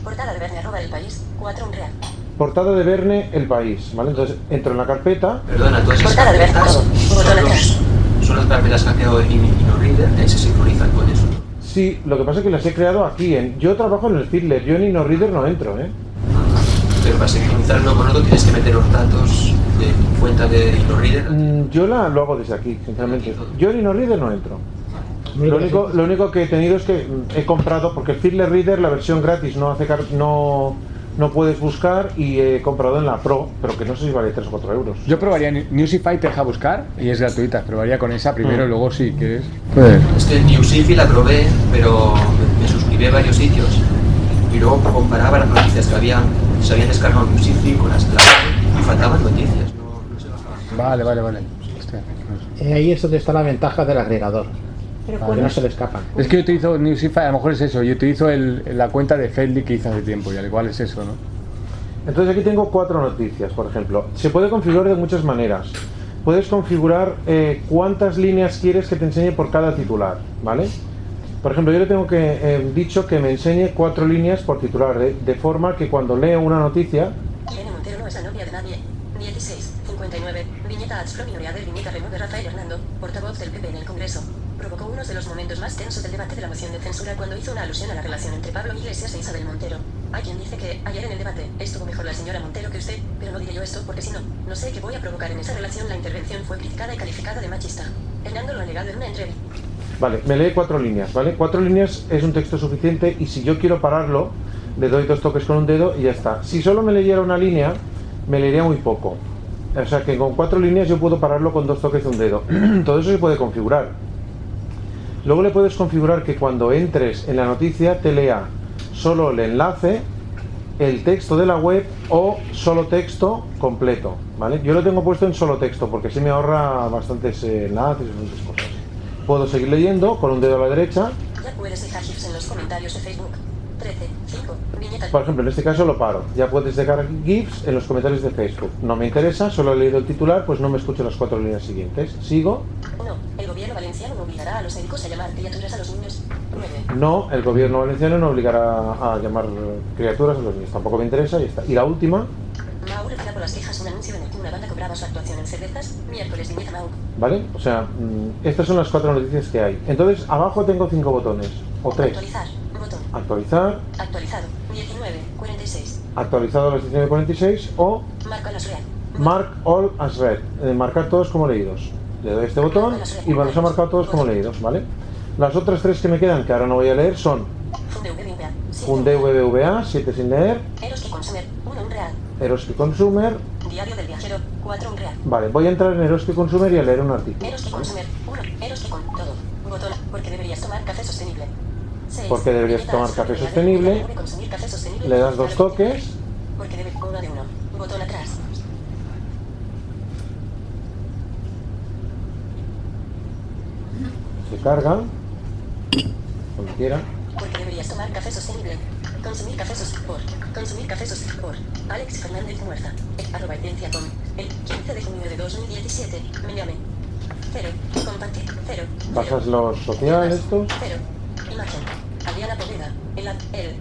Speaker 16: Portada de Verne arroba el país, 4 un real.
Speaker 2: Portada de Verne, el país, ¿vale? Entonces entro en la carpeta.
Speaker 20: Perdona, todas esas
Speaker 16: Portada de Verne
Speaker 20: carpetas
Speaker 16: arroba. Botón
Speaker 20: son,
Speaker 16: atrás.
Speaker 20: los- son las carpetas que ha creado en InnoReader, ahí se sincronizan con eso.
Speaker 2: Sí, lo que pasa es que las he creado aquí. En... Yo trabajo en el Fiddler, yo en InnoReader no entro, ¿eh?
Speaker 20: Pero para sincronizar uno con otro tienes que meter los datos de tu cuenta de InnoReader.
Speaker 2: Mm, Yo la, lo hago desde aquí, sinceramente. Yo en InnoReader no entro. Lo único, lo único que he tenido es que mm, he comprado, porque el Fiddler Reader, la versión gratis, no hace car- no, no puedes buscar y he comprado en la Pro, pero que no sé si vale 3 o 4 euros.
Speaker 3: Yo probaría Ni- Newsify, te deja buscar y es gratuita. Probaría con esa primero,
Speaker 2: Mm.
Speaker 3: luego si quieres.
Speaker 20: Es que Newsify la probé, pero me, me suscribí a varios sitios y luego comparaba las noticias que habían, se habían descargado en un sitio y con las de la web, y faltaban noticias. ¿no?
Speaker 3: Vale, vale, vale. Hostia.
Speaker 10: Eh, ahí es donde está la ventaja del agregador.
Speaker 5: Pero
Speaker 10: Para que
Speaker 3: ¿cuál
Speaker 10: no
Speaker 3: es?
Speaker 10: se le escapan.
Speaker 3: Es que yo utilizo Newsify, a lo mejor es eso, yo utilizo el, la cuenta de Facebook que hice hace tiempo y al igual es eso, ¿no?
Speaker 2: Entonces aquí tengo cuatro noticias, por ejemplo. Se puede configurar de muchas maneras. Puedes configurar eh, cuántas líneas quieres que te enseñe por cada titular, ¿vale? Por ejemplo, yo le tengo que, eh, dicho que me enseñe cuatro líneas por titular, de, de forma que cuando leo una noticia,
Speaker 16: Irene Montero no es la novia de nadie. 16, 59. Viñeta Ads From Your Other Viñeta Remove de Rafael Hernando, portavoz del PP en el Congreso. Provocó uno de los momentos más tensos del debate de la moción de censura cuando hizo una alusión a la relación entre Pablo Iglesias e Isabel Montero. Hay quien dice que ayer en el debate estuvo mejor la señora Montero que usted, pero no diré yo esto porque si no, no sé qué voy a provocar en esa relación. La intervención fue criticada y calificada de machista. Hernando lo ha negado en una entrevista.
Speaker 2: Vale, me lee cuatro líneas, ¿vale? Cuatro líneas es un texto suficiente y si yo quiero pararlo, le doy dos toques con un dedo y ya está. Si solo me leyera una línea, me leería muy poco. O sea que con cuatro líneas yo puedo pararlo con dos toques de un dedo. Todo eso se puede configurar. Luego le puedes configurar que cuando entres en la noticia te lea solo el enlace, el texto de la web o solo texto completo, ¿vale? Yo lo tengo puesto en solo texto porque así me ahorra bastantes eh, enlaces y bastantes cosas. Puedo seguir leyendo con un dedo a la derecha.
Speaker 16: Ya puedes dejar gifs en los comentarios de Facebook. 13, 5. Viñeta.
Speaker 2: Por ejemplo, en este caso lo paro. Ya puedes dejar GIFs en los comentarios de Facebook. No me interesa, solo he leído el titular, pues no me escucho las cuatro líneas siguientes. Sigo.
Speaker 16: 1. El gobierno valenciano obligará a los médicos a llamar criaturas a los niños. 9.
Speaker 2: No, el gobierno valenciano no obligará a llamar criaturas a los niños. Tampoco me interesa y ya está. Y la última,
Speaker 16: Mau retira por las quejas un anuncio en el que una banda cobraba su actuación en cervezas. Miércoles viñeta Mau.
Speaker 2: ¿vale? O sea, mm, estas son las cuatro noticias que hay. Entonces, abajo tengo cinco botones. O tres.
Speaker 16: Actualizar. Botón.
Speaker 2: Actualizar,
Speaker 16: Actualizado. 19, 46.
Speaker 2: actualizado a las 19.46 o
Speaker 16: Marca las real.
Speaker 2: Mark all as read, eh, marcar todos como leídos. Le doy este botón y me los ha marcado todos como leídos, ¿vale? Las otras tres que me quedan, que ahora no voy a leer, son
Speaker 16: VVVA.
Speaker 2: un DWVA, 7 sin leer,
Speaker 16: Eros que consumer. 1. Un real.
Speaker 2: Eroski Consumer.
Speaker 16: Diario del viajero. 4. Un real.
Speaker 2: Vale, voy a entrar en Eroski Consumer y a leer un artículo.
Speaker 16: Eros que consumer. 1. Eros que con todo. Botón. Porque deberías tomar café sostenible. 6.
Speaker 2: Porque deberías tomar café sostenible,
Speaker 16: consumir café sostenible.
Speaker 2: le das dos toques,
Speaker 16: Porque debe una de uno. Botón atrás.
Speaker 2: se carga, cuando quiera.
Speaker 16: Porque deberías tomar café sostenible. Consumir café sostenible. Consumir café sostenible. Alex Fernández Muerza. Arroba evidencia con. El 15 de junio de 2017. Me llame. Cero. Compartir. Cero.
Speaker 2: Pasas los sociales estos
Speaker 16: Cero. Imagen. Adriana Poveda. El, ad- el.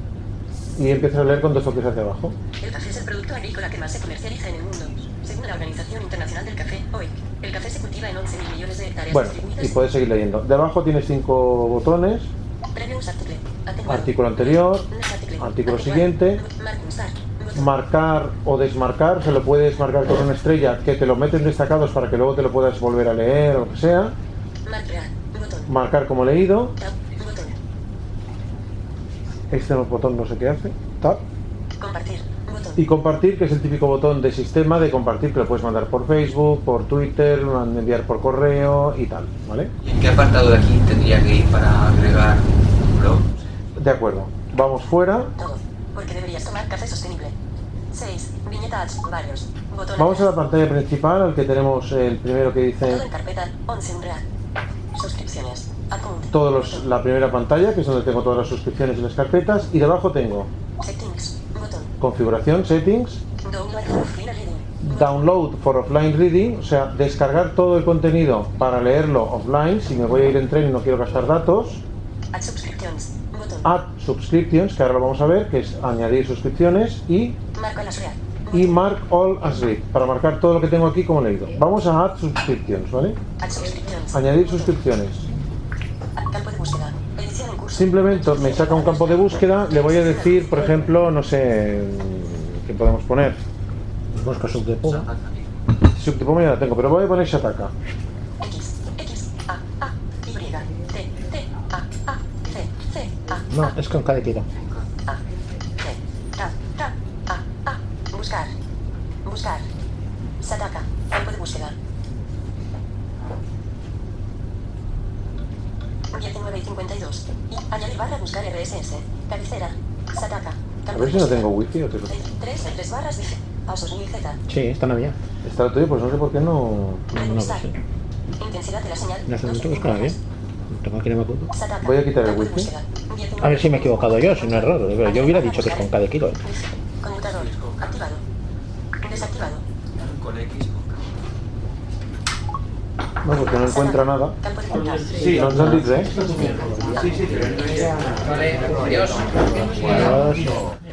Speaker 2: y empiezas a leer con dos toques hacia abajo.
Speaker 16: El café es el producto agrícola que más se comercializa en el mundo. Según la Organización Internacional del Café, hoy, el café se cultiva en 11.000 millones de hectáreas
Speaker 2: Bueno, y
Speaker 16: distribuidas.
Speaker 2: puedes seguir leyendo. De abajo tienes cinco botones,
Speaker 16: Previous article. Atenuado.
Speaker 2: artículo anterior,
Speaker 16: Next article.
Speaker 2: artículo
Speaker 16: Atenuado.
Speaker 2: siguiente,
Speaker 16: Marcus Art.
Speaker 2: marcar o desmarcar, se lo puedes marcar con una estrella que te lo meten destacados para que luego te lo puedas volver a leer o lo que sea,
Speaker 16: Mark Real. Botón.
Speaker 2: marcar como leído,
Speaker 16: Tab. Botón.
Speaker 2: este botón no sé qué hace, tap,
Speaker 16: Compartir. Botón.
Speaker 2: y compartir, que es el típico botón de sistema de compartir que lo puedes mandar por Facebook, por Twitter, enviar por correo y tal, ¿vale?
Speaker 20: ¿En qué apartado de aquí tendría que ir para agregar un blog?
Speaker 2: De acuerdo, vamos fuera,
Speaker 16: Porque deberías tomar café sostenible. 6. Viñeta ads. Varios. Botón.
Speaker 2: vamos a la pantalla principal, al que tenemos el primero que dice
Speaker 16: Todo en carpeta. 11 un real. Suscripciones. Account.
Speaker 2: todos los- la primera pantalla, que es donde tengo todas las suscripciones y las carpetas, y debajo tengo
Speaker 16: Settings. Botón.
Speaker 2: configuración, settings,
Speaker 16: Download for free reading.
Speaker 2: download for offline reading, o sea, descargar todo el contenido para leerlo offline, si me voy a ir en tren y no quiero gastar datos,
Speaker 16: Add subscriptions. Botón.
Speaker 2: add subscriptions, que ahora lo vamos a ver, que es añadir suscripciones, y,
Speaker 16: Marco las real.
Speaker 2: y mark all as read, para marcar todo lo que tengo aquí como leído. Vamos a add subscriptions, ¿vale?
Speaker 16: Add subscriptions.
Speaker 2: Añadir suscripciones.
Speaker 16: Add campo de búsqueda. Edición en curso.
Speaker 2: Simplemente me saca un campo de búsqueda, le voy a decir, por ejemplo, no sé, ¿qué podemos poner? Busca subdepoma. Subdepoma ya la tengo, pero voy a poner Shataka.
Speaker 16: X. X. A. A. Y. T. T. A. A. C. C. A.
Speaker 10: No, es con cada tiro.
Speaker 16: A. C. Tab. Tab. A. A. Buscar. Buscar. Sataka. Campo de búsqueda. 19 y 52. Y añadir barra buscar RSS. Cabecera. Sataka.
Speaker 2: A ver si no tengo wiki o te lo...
Speaker 16: 3 en 3 barras de G. Pasos 1000 Z.
Speaker 10: Sí, esta no había.
Speaker 2: Está lo tuyo, pues no sé por qué no...
Speaker 10: No, no sé.
Speaker 16: Intensidad de la señal.
Speaker 10: No sé, no tengo que pues, bien. Tengo que no me acuerdo.
Speaker 16: Sataka.
Speaker 2: Voy a quitar el wiki.
Speaker 10: A ver si me he equivocado yo, si no es raro. pero Yo hubiera dicho que es con cada kilo. eh.
Speaker 16: Conmutador. Activado. Desactivado.
Speaker 20: Con X.
Speaker 2: No, porque no encuentra nada. Sí, no ens han ¿eh? dit res.
Speaker 20: Sí, sí, pero no es...
Speaker 2: Adiós.